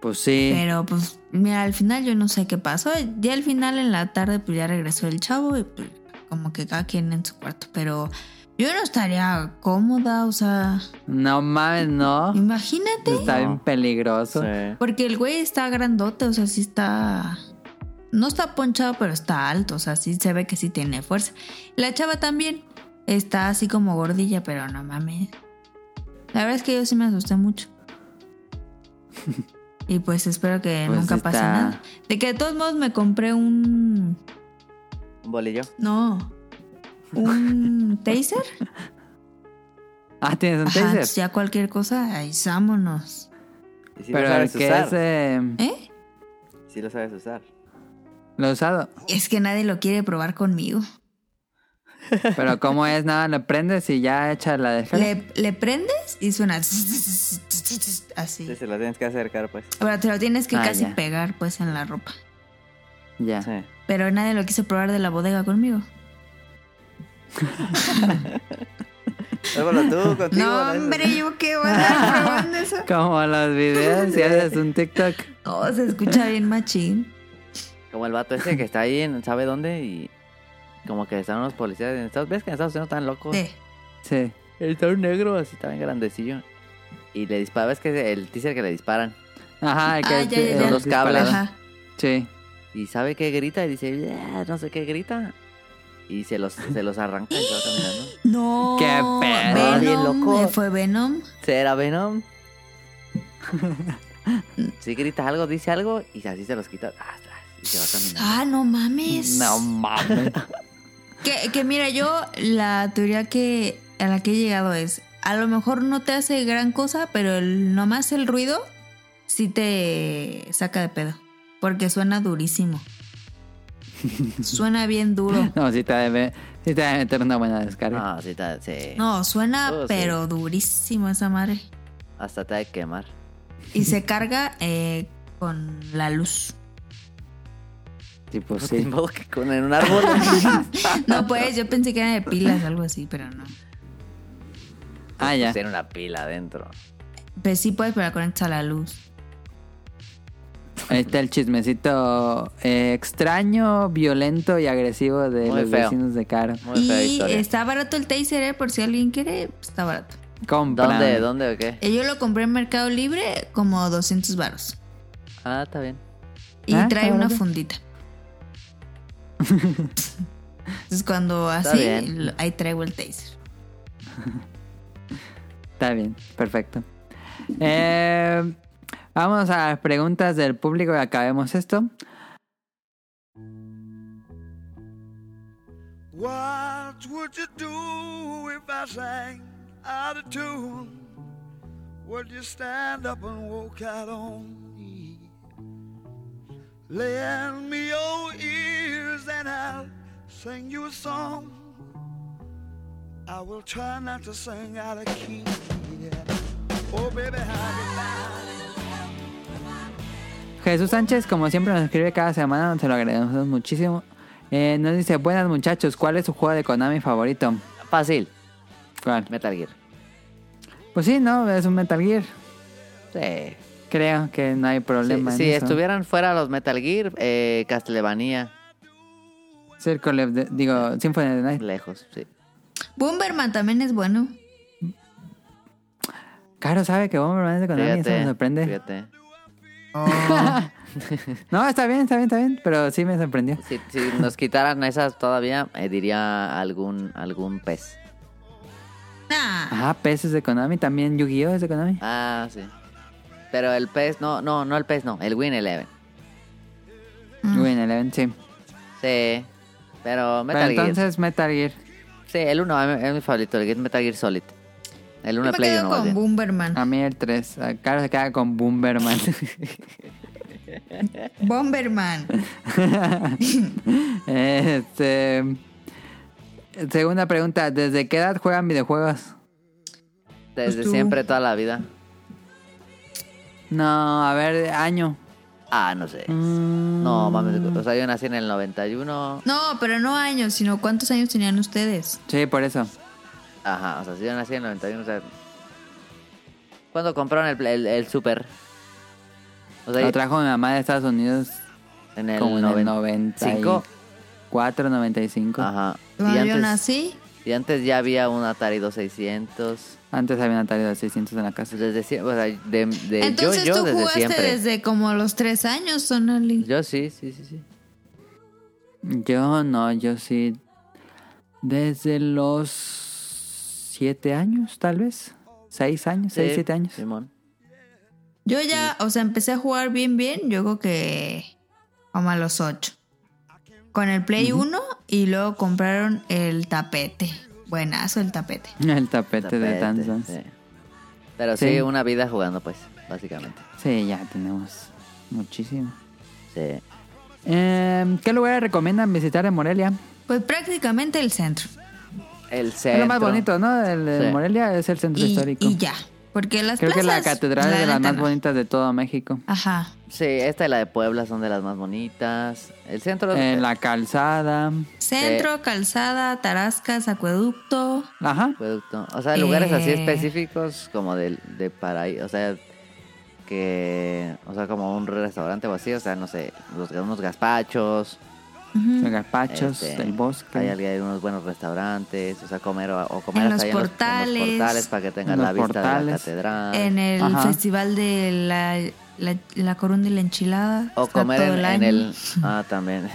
Speaker 2: Pues sí.
Speaker 1: Pero pues, mira, al final yo no sé qué pasó. Ya al final en la tarde, pues ya regresó el chavo y pues, como que cada quien en su cuarto. Pero yo no estaría cómoda, o sea,
Speaker 2: No mames, no.
Speaker 1: imagínate.
Speaker 2: Está bien peligroso.
Speaker 3: Sí.
Speaker 1: Porque el güey está grandote, o sea, sí está. No está ponchado, pero está alto, o sea, sí se ve que sí tiene fuerza. La chava también está así como gordilla, pero no mames. La verdad es que yo sí me asusté
Speaker 2: (laughs)
Speaker 1: mucho. Y pues espero que
Speaker 2: Pues
Speaker 1: nunca pase
Speaker 2: está-
Speaker 1: nada. De que de todos modos me compré un.
Speaker 3: Un bolillo.
Speaker 1: No.
Speaker 2: (laughs)
Speaker 1: Un taser.
Speaker 2: Ah, tienes un
Speaker 1: Ajá,
Speaker 2: taser.
Speaker 1: entonces ya cualquier cosa, ahí vámonos.
Speaker 3: Y si lo
Speaker 2: Pero el
Speaker 3: sabes
Speaker 2: que
Speaker 3: usar.
Speaker 2: es. eh,
Speaker 1: ¿Eh?
Speaker 3: Si lo sabes usar.
Speaker 2: lo usado.
Speaker 1: Es que nadie lo quiere probar conmigo.
Speaker 2: Pero como es, nada, lo prendes y ya echa la deja.
Speaker 1: Le, le prendes y suena
Speaker 3: Sí,
Speaker 1: así.
Speaker 3: se lo tienes que acercar, pues.
Speaker 1: Ahora te lo tienes que
Speaker 2: Ah,
Speaker 1: casi
Speaker 2: ya.
Speaker 1: pegar pues en la ropa.
Speaker 2: Ya.
Speaker 3: Sí.
Speaker 1: Pero nadie lo quiso probar de la bodega conmigo.
Speaker 3: Pruébalo
Speaker 2: (laughs)
Speaker 3: tú contigo.
Speaker 1: no,
Speaker 3: de esos.
Speaker 1: hombre, yo qué voy a estar (laughs) probando eso.
Speaker 2: Como los videos, si haces un TikTok.
Speaker 1: Oh, se escucha bien machín.
Speaker 3: Como el vato ese que está ahí en sabe dónde y. Como que están unos policías en Estados ¿Ves que en Estados Unidos están locos?
Speaker 1: Sí.
Speaker 2: Sí.
Speaker 3: Está un negro así, también grandecillo. Y le dispara, ves que el teaser que le disparan.
Speaker 2: Ajá, el que
Speaker 1: Ah, ya, ya, ya.
Speaker 2: el
Speaker 3: Los cables.
Speaker 2: disparado.
Speaker 1: Ajá.
Speaker 2: Sí.
Speaker 3: Y sabe que grita y dice, "Ah, no sé qué grita. Y se los, se los arranca y se va caminando.
Speaker 2: (laughs)
Speaker 1: No.
Speaker 2: Qué pedo.
Speaker 3: Bien
Speaker 1: Venom,
Speaker 3: loco.
Speaker 1: eh, ¿Fue Venom?
Speaker 3: ¿Será Venom? (laughs) Si grita algo, dice algo y así se los quita. Ah, ah, Y se va caminando.
Speaker 1: Ah, no mames.
Speaker 2: No mames. (laughs)
Speaker 1: Que, que mira, yo la teoría que a la que he llegado es, a lo mejor no te hace gran cosa, pero el, nomás el ruido sí te saca de pedo, porque suena durísimo. Suena bien duro.
Speaker 2: (laughs) No, si te debe, sí te debe meter una buena descarga.
Speaker 3: No, sí, está- sí.
Speaker 1: No, suena
Speaker 3: Oh, sí.
Speaker 1: pero durísimo esa madre.
Speaker 3: Hasta te ha de quemar.
Speaker 1: Y se carga eh, con la luz.
Speaker 2: Tipo,
Speaker 3: Pues ni
Speaker 2: sí.
Speaker 3: modo que con en un árbol.
Speaker 1: No, pues yo pensé que era de pilas o algo así, pero no.
Speaker 2: Ah, (laughs) ya.
Speaker 3: Tiene una pila adentro.
Speaker 1: Pues sí puedes, pero la conectas a la luz.
Speaker 2: Ahí está el chismecito eh, extraño, violento y agresivo de
Speaker 3: Muy
Speaker 2: los
Speaker 3: feo.
Speaker 2: vecinos de Caro.
Speaker 3: Muy fea
Speaker 1: Y
Speaker 3: historia.
Speaker 1: está barato el taser, eh, por si alguien quiere, pues, está barato.
Speaker 2: Compra.
Speaker 3: ¿Dónde? ¿Dónde o qué?
Speaker 1: Eh, Yo lo compré en Mercado Libre como 200 varos.
Speaker 3: Ah, está bien.
Speaker 1: Y
Speaker 2: Ah,
Speaker 1: trae
Speaker 2: está
Speaker 1: una
Speaker 2: barato.
Speaker 3: (laughs)
Speaker 1: fundita. Entonces cuando
Speaker 3: Está
Speaker 1: así,
Speaker 3: bien.
Speaker 1: lo- ahí traigo el taser.
Speaker 2: Está bien, perfecto. Eh, vamos a las preguntas del público y acabemos esto.
Speaker 6: What would you do if I sang out of tune? Would you stand up and walk out on me? Lend me your ears and I'll sing you a song. I will try not to sing out of key. Oh, baby, how you like?
Speaker 2: Jesús Sánchez, como siempre, nos escribe cada semana, se lo agradecemos muchísimo. Eh, nos dice, buenas muchachos, ¿cuál es su juego de Konami favorito?
Speaker 3: Fácil.
Speaker 2: ¿Cuál?
Speaker 3: Metal Gear.
Speaker 2: Pues sí, ¿no? Es un Metal Gear.
Speaker 3: Sí.
Speaker 2: Creo que no hay problema.
Speaker 3: Sí,
Speaker 2: en
Speaker 3: si
Speaker 2: eso.
Speaker 3: estuvieran fuera los Metal Gear, eh, Castlevania.
Speaker 2: Circle of the- digo, Symphony of the Night.
Speaker 3: Lejos, sí.
Speaker 1: Bomberman también es bueno.
Speaker 2: Caro sabe que Bomberman es de Konami, eso me sorprende.
Speaker 3: Fíjate.
Speaker 2: No, está bien, está bien, está bien, pero sí me sorprendió.
Speaker 3: Si, si nos quitaran esas todavía, eh, diría algún algún pez.
Speaker 1: Nah.
Speaker 2: Ah, peces de Konami, también Yu-Gi-Oh es de Konami.
Speaker 3: Ah, sí. Pero el pez, no, no, no el pez, no. El Win Eleven.
Speaker 1: Mm.
Speaker 2: Win Eleven, sí.
Speaker 3: Sí. Pero
Speaker 2: Pero
Speaker 3: Metal Gear.
Speaker 2: entonces Metal Gear.
Speaker 3: Sí, el 1 es mi favorito, el Metal Gear Solid. El
Speaker 1: Yo
Speaker 3: 1
Speaker 1: me
Speaker 3: de Ah. Play
Speaker 1: quedo
Speaker 3: 1. más
Speaker 1: con
Speaker 3: bien.
Speaker 1: Bomberman.
Speaker 2: A mí el 3. Claro, se queda con Boomerman.
Speaker 3: (laughs)
Speaker 1: Bomberman.
Speaker 2: (laughs) este. Segunda pregunta. ¿Desde qué edad juegan videojuegos?
Speaker 3: Desde
Speaker 1: Pues tú.
Speaker 3: siempre, toda la vida.
Speaker 2: No, a ver, año.
Speaker 3: Ah, no sé. No, mames. O sea, yo nací en el 91.
Speaker 1: No, pero no años, sino cuántos años tenían ustedes.
Speaker 2: Sí, por eso.
Speaker 3: Ajá, o sea, si yo nací en el 91, o sea... ¿Cuándo compraron el, el, el Super? O sea,
Speaker 2: Lo trajo mi mamá de Estados Unidos
Speaker 3: en el
Speaker 2: como en el
Speaker 3: 95.
Speaker 2: 94, 95.
Speaker 3: Ajá. Y
Speaker 1: Cuando yo
Speaker 3: antes,
Speaker 1: nací,
Speaker 3: y antes ya había un Atari 2600.
Speaker 2: Antes había una tarea de 600 en la casa.
Speaker 3: Desde siempre, o sea, de, de
Speaker 1: Entonces
Speaker 3: yo, yo
Speaker 1: tú
Speaker 3: desde
Speaker 1: jugaste
Speaker 3: siempre.
Speaker 1: desde como los tres años, Sonali.
Speaker 3: Yo sí, sí, sí, sí.
Speaker 2: Yo no, yo sí. Desde los 7 años, tal vez. 6 años, 6,
Speaker 3: Sí,
Speaker 2: 7 años.
Speaker 3: Simón.
Speaker 1: Yo ya, o sea, empecé a jugar bien, bien, yo creo que como a los ocho. Con el Play 1 y luego compraron el tapete. Buenazo el tapete.
Speaker 2: El tapete, Este de
Speaker 3: Tapete,
Speaker 2: Tanzans.
Speaker 3: sí. Pero sí.
Speaker 2: Sí.
Speaker 3: una vida jugando, pues, básicamente.
Speaker 2: Sí, ya tenemos muchísimo.
Speaker 3: Sí.
Speaker 2: Eh, ¿Qué lugares recomiendan visitar en Morelia?
Speaker 1: Pues prácticamente el centro.
Speaker 3: El
Speaker 2: Es
Speaker 3: centro.
Speaker 2: lo más bonito, ¿no? El, el
Speaker 3: Sí.
Speaker 2: Morelia es el centro
Speaker 1: Y,
Speaker 2: histórico.
Speaker 1: y ya. Porque las
Speaker 2: Creo que la
Speaker 1: plazas,
Speaker 2: catedral es de las
Speaker 1: neta,
Speaker 2: más
Speaker 1: no.
Speaker 2: bonitas de todo México.
Speaker 1: Ajá.
Speaker 3: Sí, esta y la de Puebla son de las más bonitas. El centro...
Speaker 2: En Eh, la calzada.
Speaker 1: Centro, calzada, tarascas, acueducto.
Speaker 2: Ajá.
Speaker 3: Producto. O sea, lugares así
Speaker 1: Eh.
Speaker 3: específicos como del de paraíso. O sea, que. O sea, como un restaurante vacío. O sea, no sé, los, unos gazpachos.
Speaker 2: Los gazpachos,
Speaker 3: este,
Speaker 2: el bosque.
Speaker 3: Hay, hay unos buenos restaurantes. O sea, comer o, o comer
Speaker 1: En
Speaker 3: hasta
Speaker 1: los
Speaker 3: ahí en los
Speaker 1: portales.
Speaker 3: portales para que tengan
Speaker 2: En
Speaker 3: la
Speaker 2: los
Speaker 3: vista de la
Speaker 2: portales.
Speaker 3: catedral.
Speaker 1: en el
Speaker 2: Ajá.
Speaker 1: festival de la, la, la corona y la enchilada.
Speaker 3: O
Speaker 1: está
Speaker 3: comer
Speaker 1: todo
Speaker 3: en, en
Speaker 1: año.
Speaker 3: el. (laughs) Ah, también.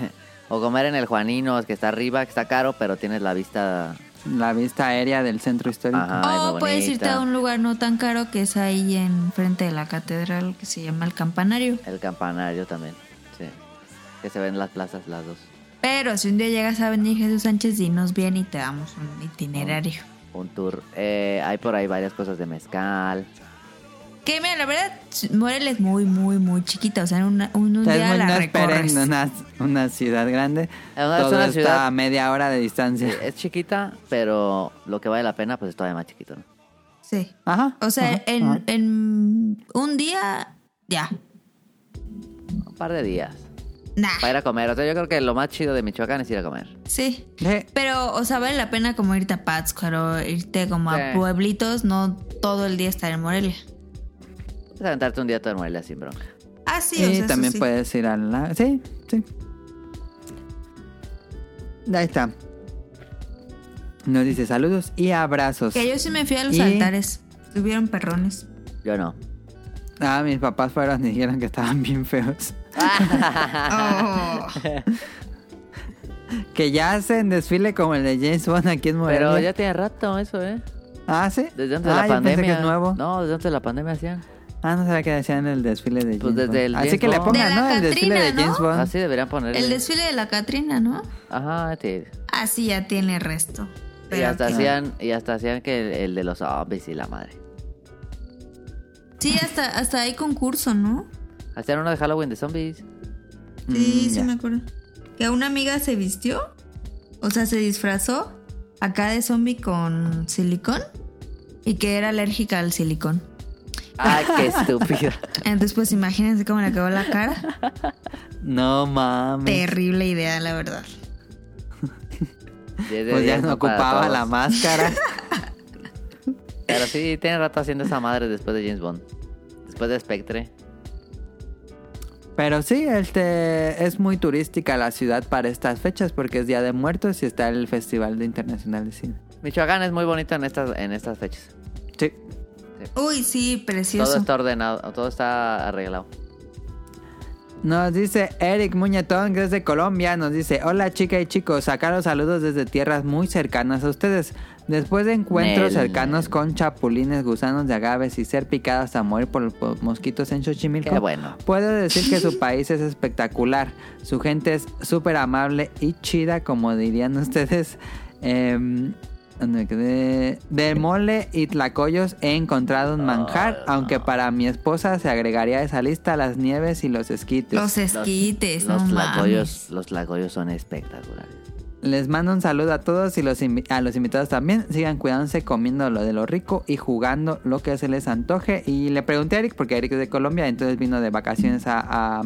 Speaker 3: O comer en el Juaninos, que está arriba, que está caro, pero tienes la vista.
Speaker 2: La vista aérea del centro histórico.
Speaker 3: Ajá. Ay,
Speaker 1: O
Speaker 3: muy
Speaker 1: puedes
Speaker 3: bonita.
Speaker 1: irte a un lugar no tan caro que es ahí en frente de la catedral que se llama el campanario.
Speaker 3: El campanario también. Sí. Que se ven las plazas, las dos.
Speaker 1: Pero si un día llegas a venir Jesús Sánchez, dinos bien y te damos un itinerario.
Speaker 3: un tour. Eh, hay por ahí varias cosas de mezcal.
Speaker 1: Que mira, la verdad, Morelia es muy, muy, muy chiquita. O sea, en una- un, un
Speaker 2: O sea, es
Speaker 1: día
Speaker 2: muy-
Speaker 1: la
Speaker 2: no
Speaker 1: recorres.
Speaker 2: esperen una, una ciudad grande.
Speaker 3: Es una- Ah, es
Speaker 2: Todo
Speaker 3: una
Speaker 2: está
Speaker 3: ciudad-
Speaker 2: a media hora de distancia.
Speaker 3: Eh, (laughs) Es chiquita, pero lo que vale la pena, pues es todavía más chiquito. ¿no?
Speaker 1: Sí.
Speaker 2: Ajá.
Speaker 1: O sea,
Speaker 2: ajá,
Speaker 1: en,
Speaker 2: ajá.
Speaker 1: en un día, ya.
Speaker 3: Un par de días. Para
Speaker 1: Nah.
Speaker 3: ir a comer. O sea, yo creo que lo más chido de Michoacán es ir a comer.
Speaker 1: Sí.
Speaker 2: Sí,
Speaker 1: Pero, o sea, vale la pena como irte a Pátzcuaro, irte como a
Speaker 3: Sí.
Speaker 1: pueblitos, no todo el día estar en Morelia.
Speaker 3: Puedes aventarte un día todo en Morelia sin bronca.
Speaker 1: Ah, sí,
Speaker 2: y
Speaker 1: o sea, eso
Speaker 2: también
Speaker 1: sí.
Speaker 2: puedes ir a la... Sí, sí. Ahí está. Nos dice saludos y abrazos.
Speaker 1: Que yo sí me fui a los
Speaker 2: Y-
Speaker 1: altares. Tuvieron perrones.
Speaker 3: Yo no.
Speaker 2: Ah, mis papás fueron y dijeron que estaban bien feos.
Speaker 3: Ah.
Speaker 2: Que ya hacen desfile como el de James Bond aquí en Morelia.
Speaker 3: Pero ya tiene rato eso, ¿eh?
Speaker 2: Ah, sí.
Speaker 3: Desde antes
Speaker 2: ah,
Speaker 3: de la
Speaker 2: yo
Speaker 3: pandemia.
Speaker 2: Pensé que es nuevo.
Speaker 3: No, desde antes de la pandemia hacían.
Speaker 2: Ah, no sabía que decían el desfile de James
Speaker 3: Pues desde
Speaker 2: Bond.
Speaker 3: el
Speaker 2: Así
Speaker 3: James
Speaker 2: que le
Speaker 3: Bond. Ah,
Speaker 1: De
Speaker 2: pongan,
Speaker 1: la
Speaker 2: ¿no? El desfile de
Speaker 1: Catrina, ¿no?
Speaker 2: James Bond.
Speaker 3: Así deberían
Speaker 1: (laughs)
Speaker 3: ponerle.
Speaker 1: El desfile de la Catrina, ¿no?
Speaker 3: Ajá, sí.
Speaker 1: Así ya tiene resto.
Speaker 3: Y
Speaker 1: Pero
Speaker 3: hasta,
Speaker 1: que-
Speaker 3: hacían, y hasta hacían que el, el de los zombies y la madre.
Speaker 1: Sí, hasta, hasta hay concurso, ¿no?
Speaker 3: Hacían uno de Halloween de zombies.
Speaker 1: Sí,
Speaker 2: Mm,
Speaker 1: sí
Speaker 2: ya.
Speaker 1: me acuerdo. Que una amiga se vistió, o sea, se disfrazó acá de zombie con silicón y que era alérgica al silicón.
Speaker 3: ¡Ay, Ah, qué (laughs) estúpido!
Speaker 1: Entonces, pues imagínense cómo le quedó la
Speaker 3: (laughs)
Speaker 1: cara.
Speaker 2: No mames.
Speaker 1: Terrible idea, la verdad.
Speaker 3: Diez de
Speaker 2: Pues ya
Speaker 3: diez,
Speaker 2: no
Speaker 3: para
Speaker 2: ocupaba
Speaker 3: todos.
Speaker 2: la
Speaker 3: (laughs)
Speaker 2: máscara.
Speaker 3: Pero sí, tiene rato haciendo esa madre después de James Bond. Después de Spectre.
Speaker 2: Pero sí, este es muy turística la ciudad para estas fechas porque es Día de Muertos y está el Festival de Internacional de Cine.
Speaker 3: Michoacán es muy bonito en estas, en estas fechas.
Speaker 2: Sí.
Speaker 1: Uy, sí,
Speaker 3: Todo
Speaker 1: precioso.
Speaker 3: está ordenado, todo está arreglado.
Speaker 2: Nos dice Eric Muñetón, que es de Colombia. Nos dice: Hola, chica y chicos. Acá los saludos desde tierras muy cercanas a ustedes. Después de encuentros
Speaker 3: Nel.
Speaker 2: cercanos con chapulines, gusanos de agaves y ser picadas hasta morir por, por mosquitos en Xochimilco,
Speaker 3: Qué bueno.
Speaker 2: puedo decir que su país es espectacular. Su gente es súper amable y chida, como dirían ustedes. Em, ¿dónde me quedé? De mole y tlacoyos he encontrado un manjar, aunque para mi esposa se agregaría a esa lista las nieves y los esquites.
Speaker 1: Los esquites,
Speaker 3: los
Speaker 1: no mames.
Speaker 3: tlacoyos, los tlacoyos son espectaculares.
Speaker 2: Les mando un saludo a todos y los invi- a los invitados también. Sigan cuidándose, comiendo lo de lo rico y jugando lo que se les antoje. Y le pregunté a Eric, porque Eric es de Colombia, entonces vino de vacaciones a, a-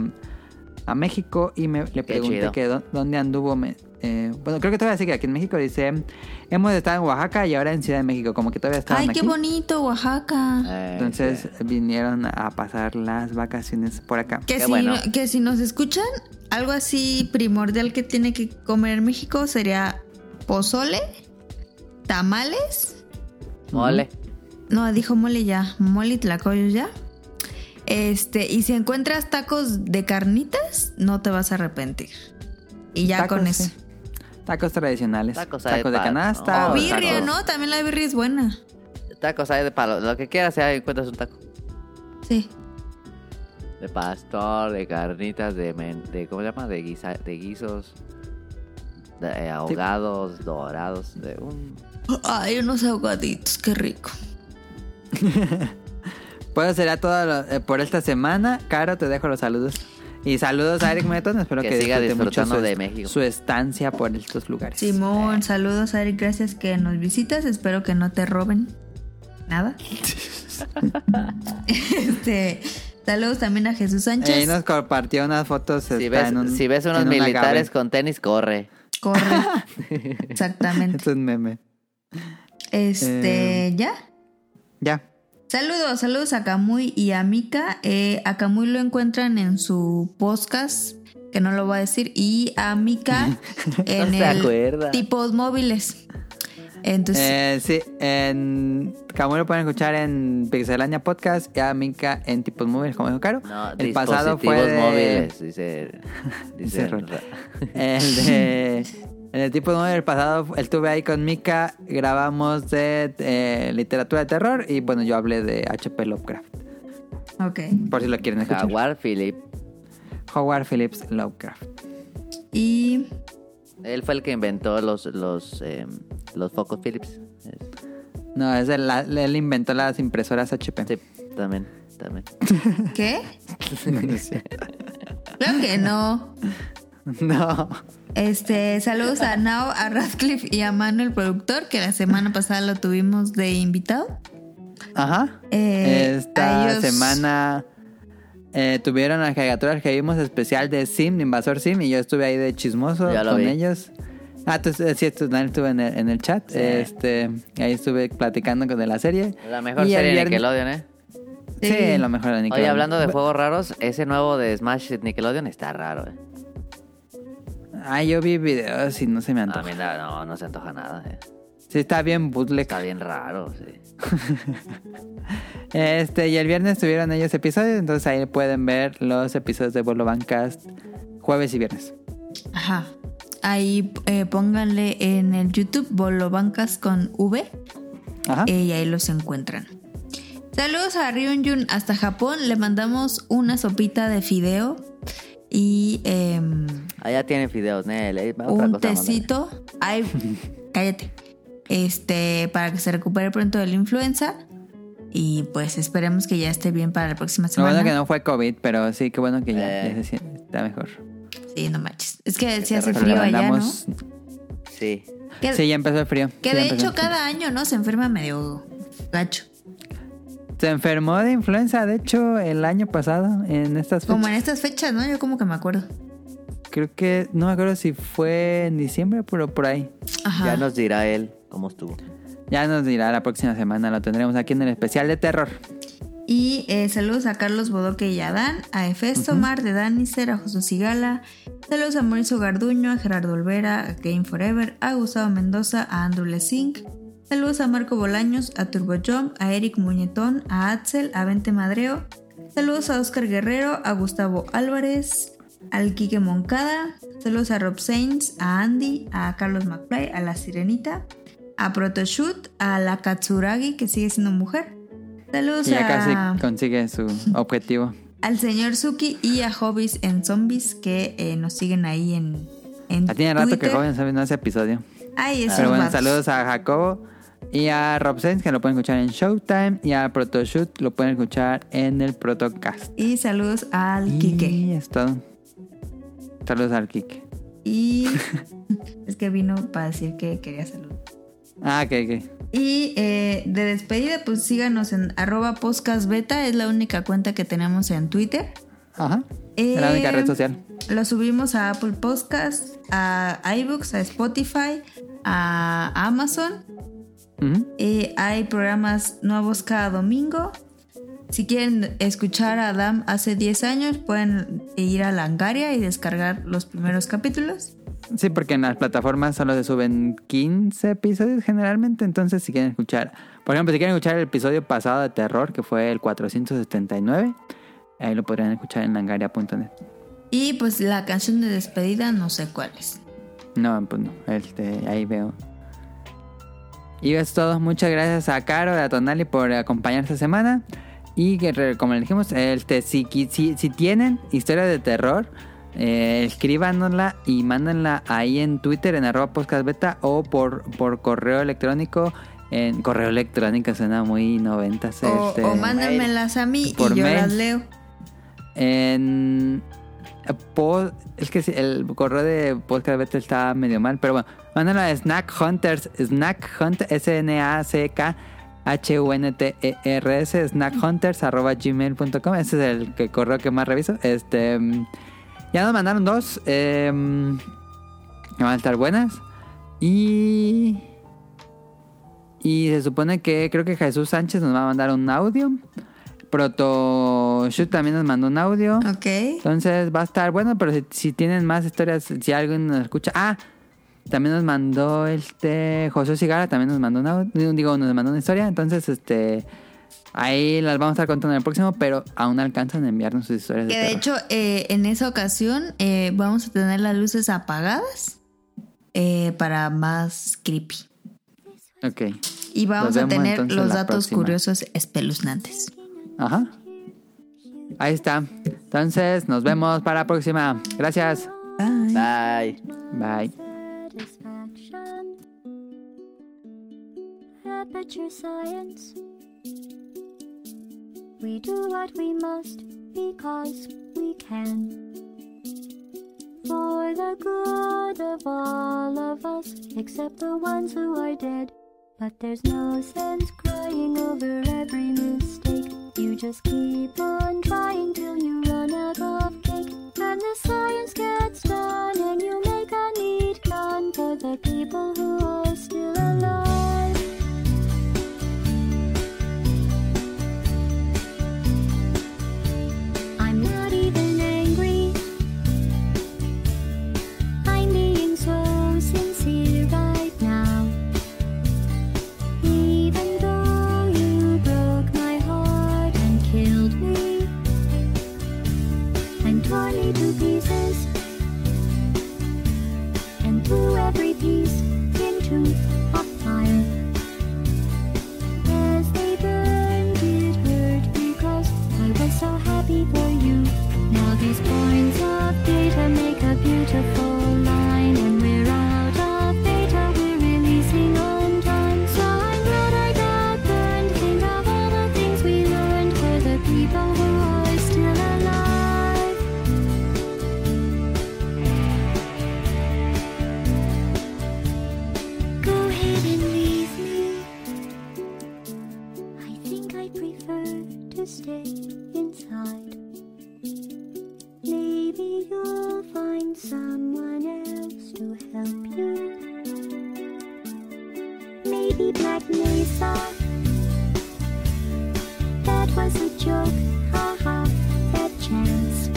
Speaker 2: a México y me, le pregunté
Speaker 3: chido.
Speaker 2: que dó- dónde anduvo. me- eh, bueno, creo que todavía sigue aquí en México. Dice, hemos estado en Oaxaca y ahora en Ciudad de México, como que todavía estaban
Speaker 1: Ay,
Speaker 2: aquí. Ah,
Speaker 1: qué bonito, Oaxaca.
Speaker 3: Eh,
Speaker 2: Entonces
Speaker 3: sí.
Speaker 2: vinieron a pasar las vacaciones por acá.
Speaker 1: Que
Speaker 3: qué
Speaker 1: si,
Speaker 3: bueno.
Speaker 1: que si nos escuchan, algo así primordial que tiene que comer México sería pozole, tamales.
Speaker 3: mole.
Speaker 1: No, dijo mole ya, mole y tlacoyos ya. Este, y si encuentras tacos de carnitas, no te vas a arrepentir. Y ya
Speaker 2: Tacos,
Speaker 1: con eso.
Speaker 2: sí. Tacos tradicionales.
Speaker 3: Tacos
Speaker 2: Tacos,
Speaker 3: hay de
Speaker 2: de
Speaker 3: pa-
Speaker 2: canasta.
Speaker 3: Oh,
Speaker 2: o
Speaker 1: Birria,
Speaker 2: Ah, tacos-
Speaker 1: ¿no? También la birria es buena.
Speaker 3: Tacos hay de palo, lo que quieras, ahí encuentras un taco.
Speaker 1: Sí.
Speaker 3: De pastor, de carnitas, de, men- de ¿cómo se llama? De, guisa- de guisos, de, eh, ahogados, dorados, de un...
Speaker 1: Ay, unos ahogaditos, qué rico.
Speaker 2: Pues será todo lo- eh, por esta semana. Caro, te dejo los saludos. Y saludos a
Speaker 3: (laughs)
Speaker 2: Eric Meton. Espero que,
Speaker 3: Que siga
Speaker 2: disfrute mucho
Speaker 3: disfrutando
Speaker 2: su,
Speaker 3: de
Speaker 2: est-
Speaker 3: México.
Speaker 2: su estancia por estos lugares. Eh,
Speaker 1: Simón, saludos, Ari, gracias que nos visitas. Espero que no te roben
Speaker 3: (laughs)
Speaker 1: nada. este, saludos también a Jesús Sánchez.
Speaker 2: Ahí nos compartió unas fotos.
Speaker 3: Si
Speaker 2: está
Speaker 3: ves,
Speaker 2: en un-
Speaker 3: si ves unos
Speaker 2: en un agave.
Speaker 3: militares con tenis, corre.
Speaker 1: Corre.
Speaker 3: (laughs)
Speaker 1: Exactamente.
Speaker 2: Es un meme.
Speaker 3: em.
Speaker 1: Este, ¿ya?
Speaker 2: Ya.
Speaker 1: Saludos, saludos a Camuy y a Mika. Eh, a Camuy lo encuentran en su podcast, que no lo voy a decir, y a
Speaker 3: (laughs)
Speaker 1: Mika en
Speaker 3: se
Speaker 1: el
Speaker 3: acuerda.
Speaker 1: tipos móviles. Entonces,
Speaker 2: Eh, sí, en Camuy lo pueden escuchar en Pixelania Podcast y a Minka en Tipos Móviles, como dijo Caro.
Speaker 3: No,
Speaker 2: el
Speaker 3: dispositivos
Speaker 2: pasado fue de- (laughs)
Speaker 3: móviles, dice... dice
Speaker 2: Dice Rol. (laughs)
Speaker 3: Ra-
Speaker 2: El de. En el tipo 9 del pasado fu- estuve ahí con Mika, grabamos de eh, literatura de terror y bueno, yo hablé de HP Lovecraft,
Speaker 1: ok.
Speaker 2: por si lo quieren escuchar.
Speaker 3: Jaguar Philip.
Speaker 2: Howard Phillips Lovecraft.
Speaker 1: Y
Speaker 3: Él fue el que inventó los, los, em, los focos Philips. Es-
Speaker 2: No, es el- la- él inventó las impresoras HP.
Speaker 3: Sí, también, también.
Speaker 1: ¿Qué?
Speaker 2: (laughs) No, no es cierto.
Speaker 1: Claro que no.
Speaker 2: No.
Speaker 1: Este, saludos a Nao, a Radcliffe y a Manuel productor, que la semana pasada lo tuvimos de invitado.
Speaker 2: Ajá.
Speaker 1: Eh,
Speaker 2: Esta
Speaker 1: a ellos-
Speaker 2: semana eh, tuvieron las caricaturas que vimos especial de Sim, de Invasor Sim, y yo estuve ahí de chismoso
Speaker 3: Ya lo
Speaker 2: con
Speaker 3: vi.
Speaker 2: ellos. Ah, tú, eh, sí, tú también estuve en el, en el chat.
Speaker 3: Sí.
Speaker 2: Este, ahí estuve platicando con de la serie.
Speaker 3: La mejor
Speaker 2: Y el
Speaker 3: serie de
Speaker 2: viernes-
Speaker 3: Nickelodeon, ¿eh?
Speaker 2: Sí, lo mejor de Nickelodeon.
Speaker 3: Oye, hablando de juegos raros, ese nuevo de Smash de Nickelodeon está raro, ¿eh?
Speaker 2: Ah, yo vi videos y no se me
Speaker 3: A
Speaker 2: antoja.
Speaker 3: mí no, no, no se antoja nada, ¿eh?
Speaker 2: Sí, está bien bootleg.
Speaker 3: Está bien raro, sí.
Speaker 2: Este, y el viernes tuvieron ellos episodios, entonces ahí pueden ver los episodios de Bolo Bancast jueves y viernes.
Speaker 1: Ajá. Ahí eh, pónganle en el YouTube Bolobancas con V
Speaker 2: Ajá.
Speaker 3: Ah.
Speaker 1: eh, y ahí los encuentran. Saludos a Ryun Jun hasta Japón. Le mandamos una sopita de fideo y em,
Speaker 3: Allá tienen fideos, Nel. ¿eh? Otra
Speaker 1: un
Speaker 3: cosa, mándale.
Speaker 1: tecito. Ay,
Speaker 3: (laughs)
Speaker 1: cállate. Este, para que se recupere pronto de la influenza. Y pues esperemos que ya esté bien para la próxima
Speaker 2: Lo
Speaker 1: semana.
Speaker 2: bueno que no fue COVID, pero sí, qué bueno que ya,
Speaker 3: Eh.
Speaker 2: ya se siente- está mejor.
Speaker 1: Sí, no manches. Es que sí
Speaker 3: te
Speaker 1: hace
Speaker 2: Pero le
Speaker 1: frío allá, ¿no?
Speaker 2: mandamos-
Speaker 3: Sí.
Speaker 1: Que,
Speaker 2: Sí, ya empezó el frío.
Speaker 1: que
Speaker 2: Sí, ya
Speaker 1: de
Speaker 2: empezó
Speaker 1: hecho
Speaker 2: el frío.
Speaker 1: cada año, ¿no? Se enferma medio gacho.
Speaker 2: Se enfermó de influenza, de hecho, el año pasado, en estas
Speaker 1: Como en
Speaker 2: fechas.
Speaker 1: estas fechas, ¿no? Yo como que me acuerdo.
Speaker 2: Creo que, no me acuerdo si fue en diciembre, pero por ahí.
Speaker 1: Ajá.
Speaker 3: Ya nos dirá él cómo estuvo.
Speaker 2: Ya nos dirá la próxima semana, lo tendremos aquí en el especial de terror.
Speaker 1: Y eh, saludos a Carlos Bodoque y Adán, a Efesto Mar de Danister, a José Sigala, saludos a Mauricio Garduño, a Gerardo Olvera, a Game Forever, a Gustavo Mendoza, a Andrew Lessing, saludos a Marco Bolaños, a Turbo Jump, a Eric Muñetón, a Axel, a Vente Madreo, Saludos a Oscar Guerrero, a Gustavo Álvarez, al Quique Moncada. Saludos a Rob Sainz, a Andy, a Carlos McFly, a La Sirenita, a Protoshoot, a la Katsuragi, que sigue siendo mujer. Saludos
Speaker 2: Y ya
Speaker 1: a-
Speaker 2: casi
Speaker 1: (laughs)
Speaker 2: consigue su objetivo.
Speaker 1: al señor Suki y a Hobbies en Zombies que eh, nos siguen ahí en, en
Speaker 2: Ya tiene rato que
Speaker 1: Twitter.
Speaker 2: joven sabe, no hace episodio.
Speaker 1: Ay, esos
Speaker 2: Pero bueno,
Speaker 1: vatos.
Speaker 2: saludos a Jacobo y a Rob Sainz, que lo pueden escuchar en Showtime, y a Protoshoot, lo pueden escuchar en el Protocast.
Speaker 1: Y saludos al Quique.
Speaker 2: Y es todo. Saludos al Kike. (laughs)
Speaker 1: Y es que vino para decir que quería saludos.
Speaker 2: Ah, que, que.
Speaker 1: Y eh, de despedida, pues síganos en arroba podcastbeta, es la única cuenta que tenemos en Twitter.
Speaker 2: Ajá. Es la única
Speaker 1: Eh,
Speaker 2: red social.
Speaker 1: Lo subimos a Apple Podcast, a iBooks, a Spotify, a Amazon.
Speaker 2: Ujú.
Speaker 1: Eh, hay programas nuevos cada domingo. Si quieren escuchar a Adam hace 10 años, pueden ir a Langaria y descargar los primeros capítulos.
Speaker 2: Sí, porque en las plataformas solo se suben 15 episodios generalmente. Entonces, si quieren escuchar, por ejemplo, si quieren escuchar el episodio pasado de terror, que fue el 479, ahí lo podrían escuchar en langaria.net.
Speaker 1: Y pues la canción de despedida, no sé cuál es.
Speaker 2: No, pues no. Este, ahí veo. Y es todo. Muchas gracias a Caro y a Tonali por acompañar esta semana. Y que, re- como le dijimos, este, si, qui- si, si tienen historia de terror, eh, escríbanosla y mándenla ahí en Twitter, en arroba podcastbeta o por, por correo electrónico. En correo electrónico suena muy noventas.
Speaker 1: O,
Speaker 2: este,
Speaker 1: o mándenmelas a mí
Speaker 2: Por
Speaker 1: y yo
Speaker 2: mail.
Speaker 1: las leo.
Speaker 2: en pod- es que sí, el correo de podcast beta está medio mal, pero bueno, mándalo a Snack Hunters, Snack Hunt S N A C K H U N T E R S snackhunters arroba gmail.com. Ese es el que- correo que más reviso. Este mm, ya nos mandaron dos eh, mm, que van a estar buenas y y se supone que creo que Jesús Sánchez nos va a mandar un audio. Proto Shoot también nos mandó un audio.
Speaker 1: Ok.
Speaker 2: Entonces va a estar bueno, pero si, si tienen más historias, si alguien nos escucha. Ah, también nos mandó este José Cigara, también nos mandó una, digo, nos mandó una historia. Entonces, este ahí las vamos a estar contando en el próximo, pero aún alcanzan a enviarnos sus historias.
Speaker 1: Que
Speaker 2: de
Speaker 1: de
Speaker 2: terror.
Speaker 1: hecho, eh, en esa ocasión eh, vamos a tener las luces apagadas eh, para más creepy.
Speaker 2: Ok.
Speaker 1: Y vamos
Speaker 2: Nos
Speaker 1: a
Speaker 2: vemos
Speaker 1: tener
Speaker 2: entonces
Speaker 1: los
Speaker 2: la
Speaker 1: datos
Speaker 2: próxima.
Speaker 1: curiosos espeluznantes.
Speaker 2: Ajá. Ahí está. Entonces, nos vemos para la próxima. Gracias.
Speaker 3: Bye.
Speaker 2: Bye.
Speaker 7: satisfaction. Aperture science. We do what we must because we can. For the good of all of us, except the ones who are dead. But there's no sense crying over every mistake. You just keep on trying till you run out of cake. And the science gets done, and you make a neat gun for the people who are still alive. I'm not even angry. I'm being so sincere right now. Even though you broke my heart and killed me and tore me to pieces and threw every piece into a fire. As they burned, it hurt because I was so happy for you. Now these points of data make a beautiful line, and we're out of data, we're releasing on time. So I'm glad I got burned. Think of all the things we learned for the people who are still alive. Go ahead and leave me. I think I prefer to stay inside. Maybe you'll find someone else to help you. Maybe Black Mesa. That was a joke, haha, that chance.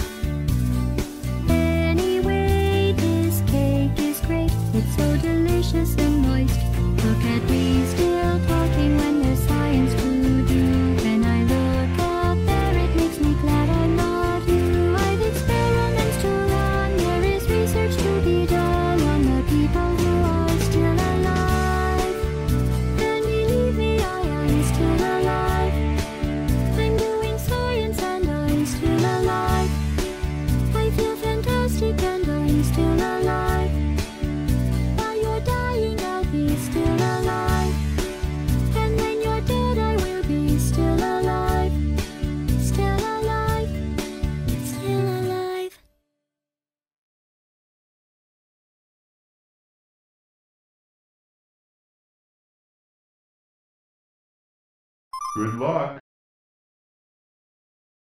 Speaker 7: Anyway, this cake is great. It's so delicious and moist. Look at me still talking when there's science food. When I look up there, it makes me
Speaker 8: Good luck.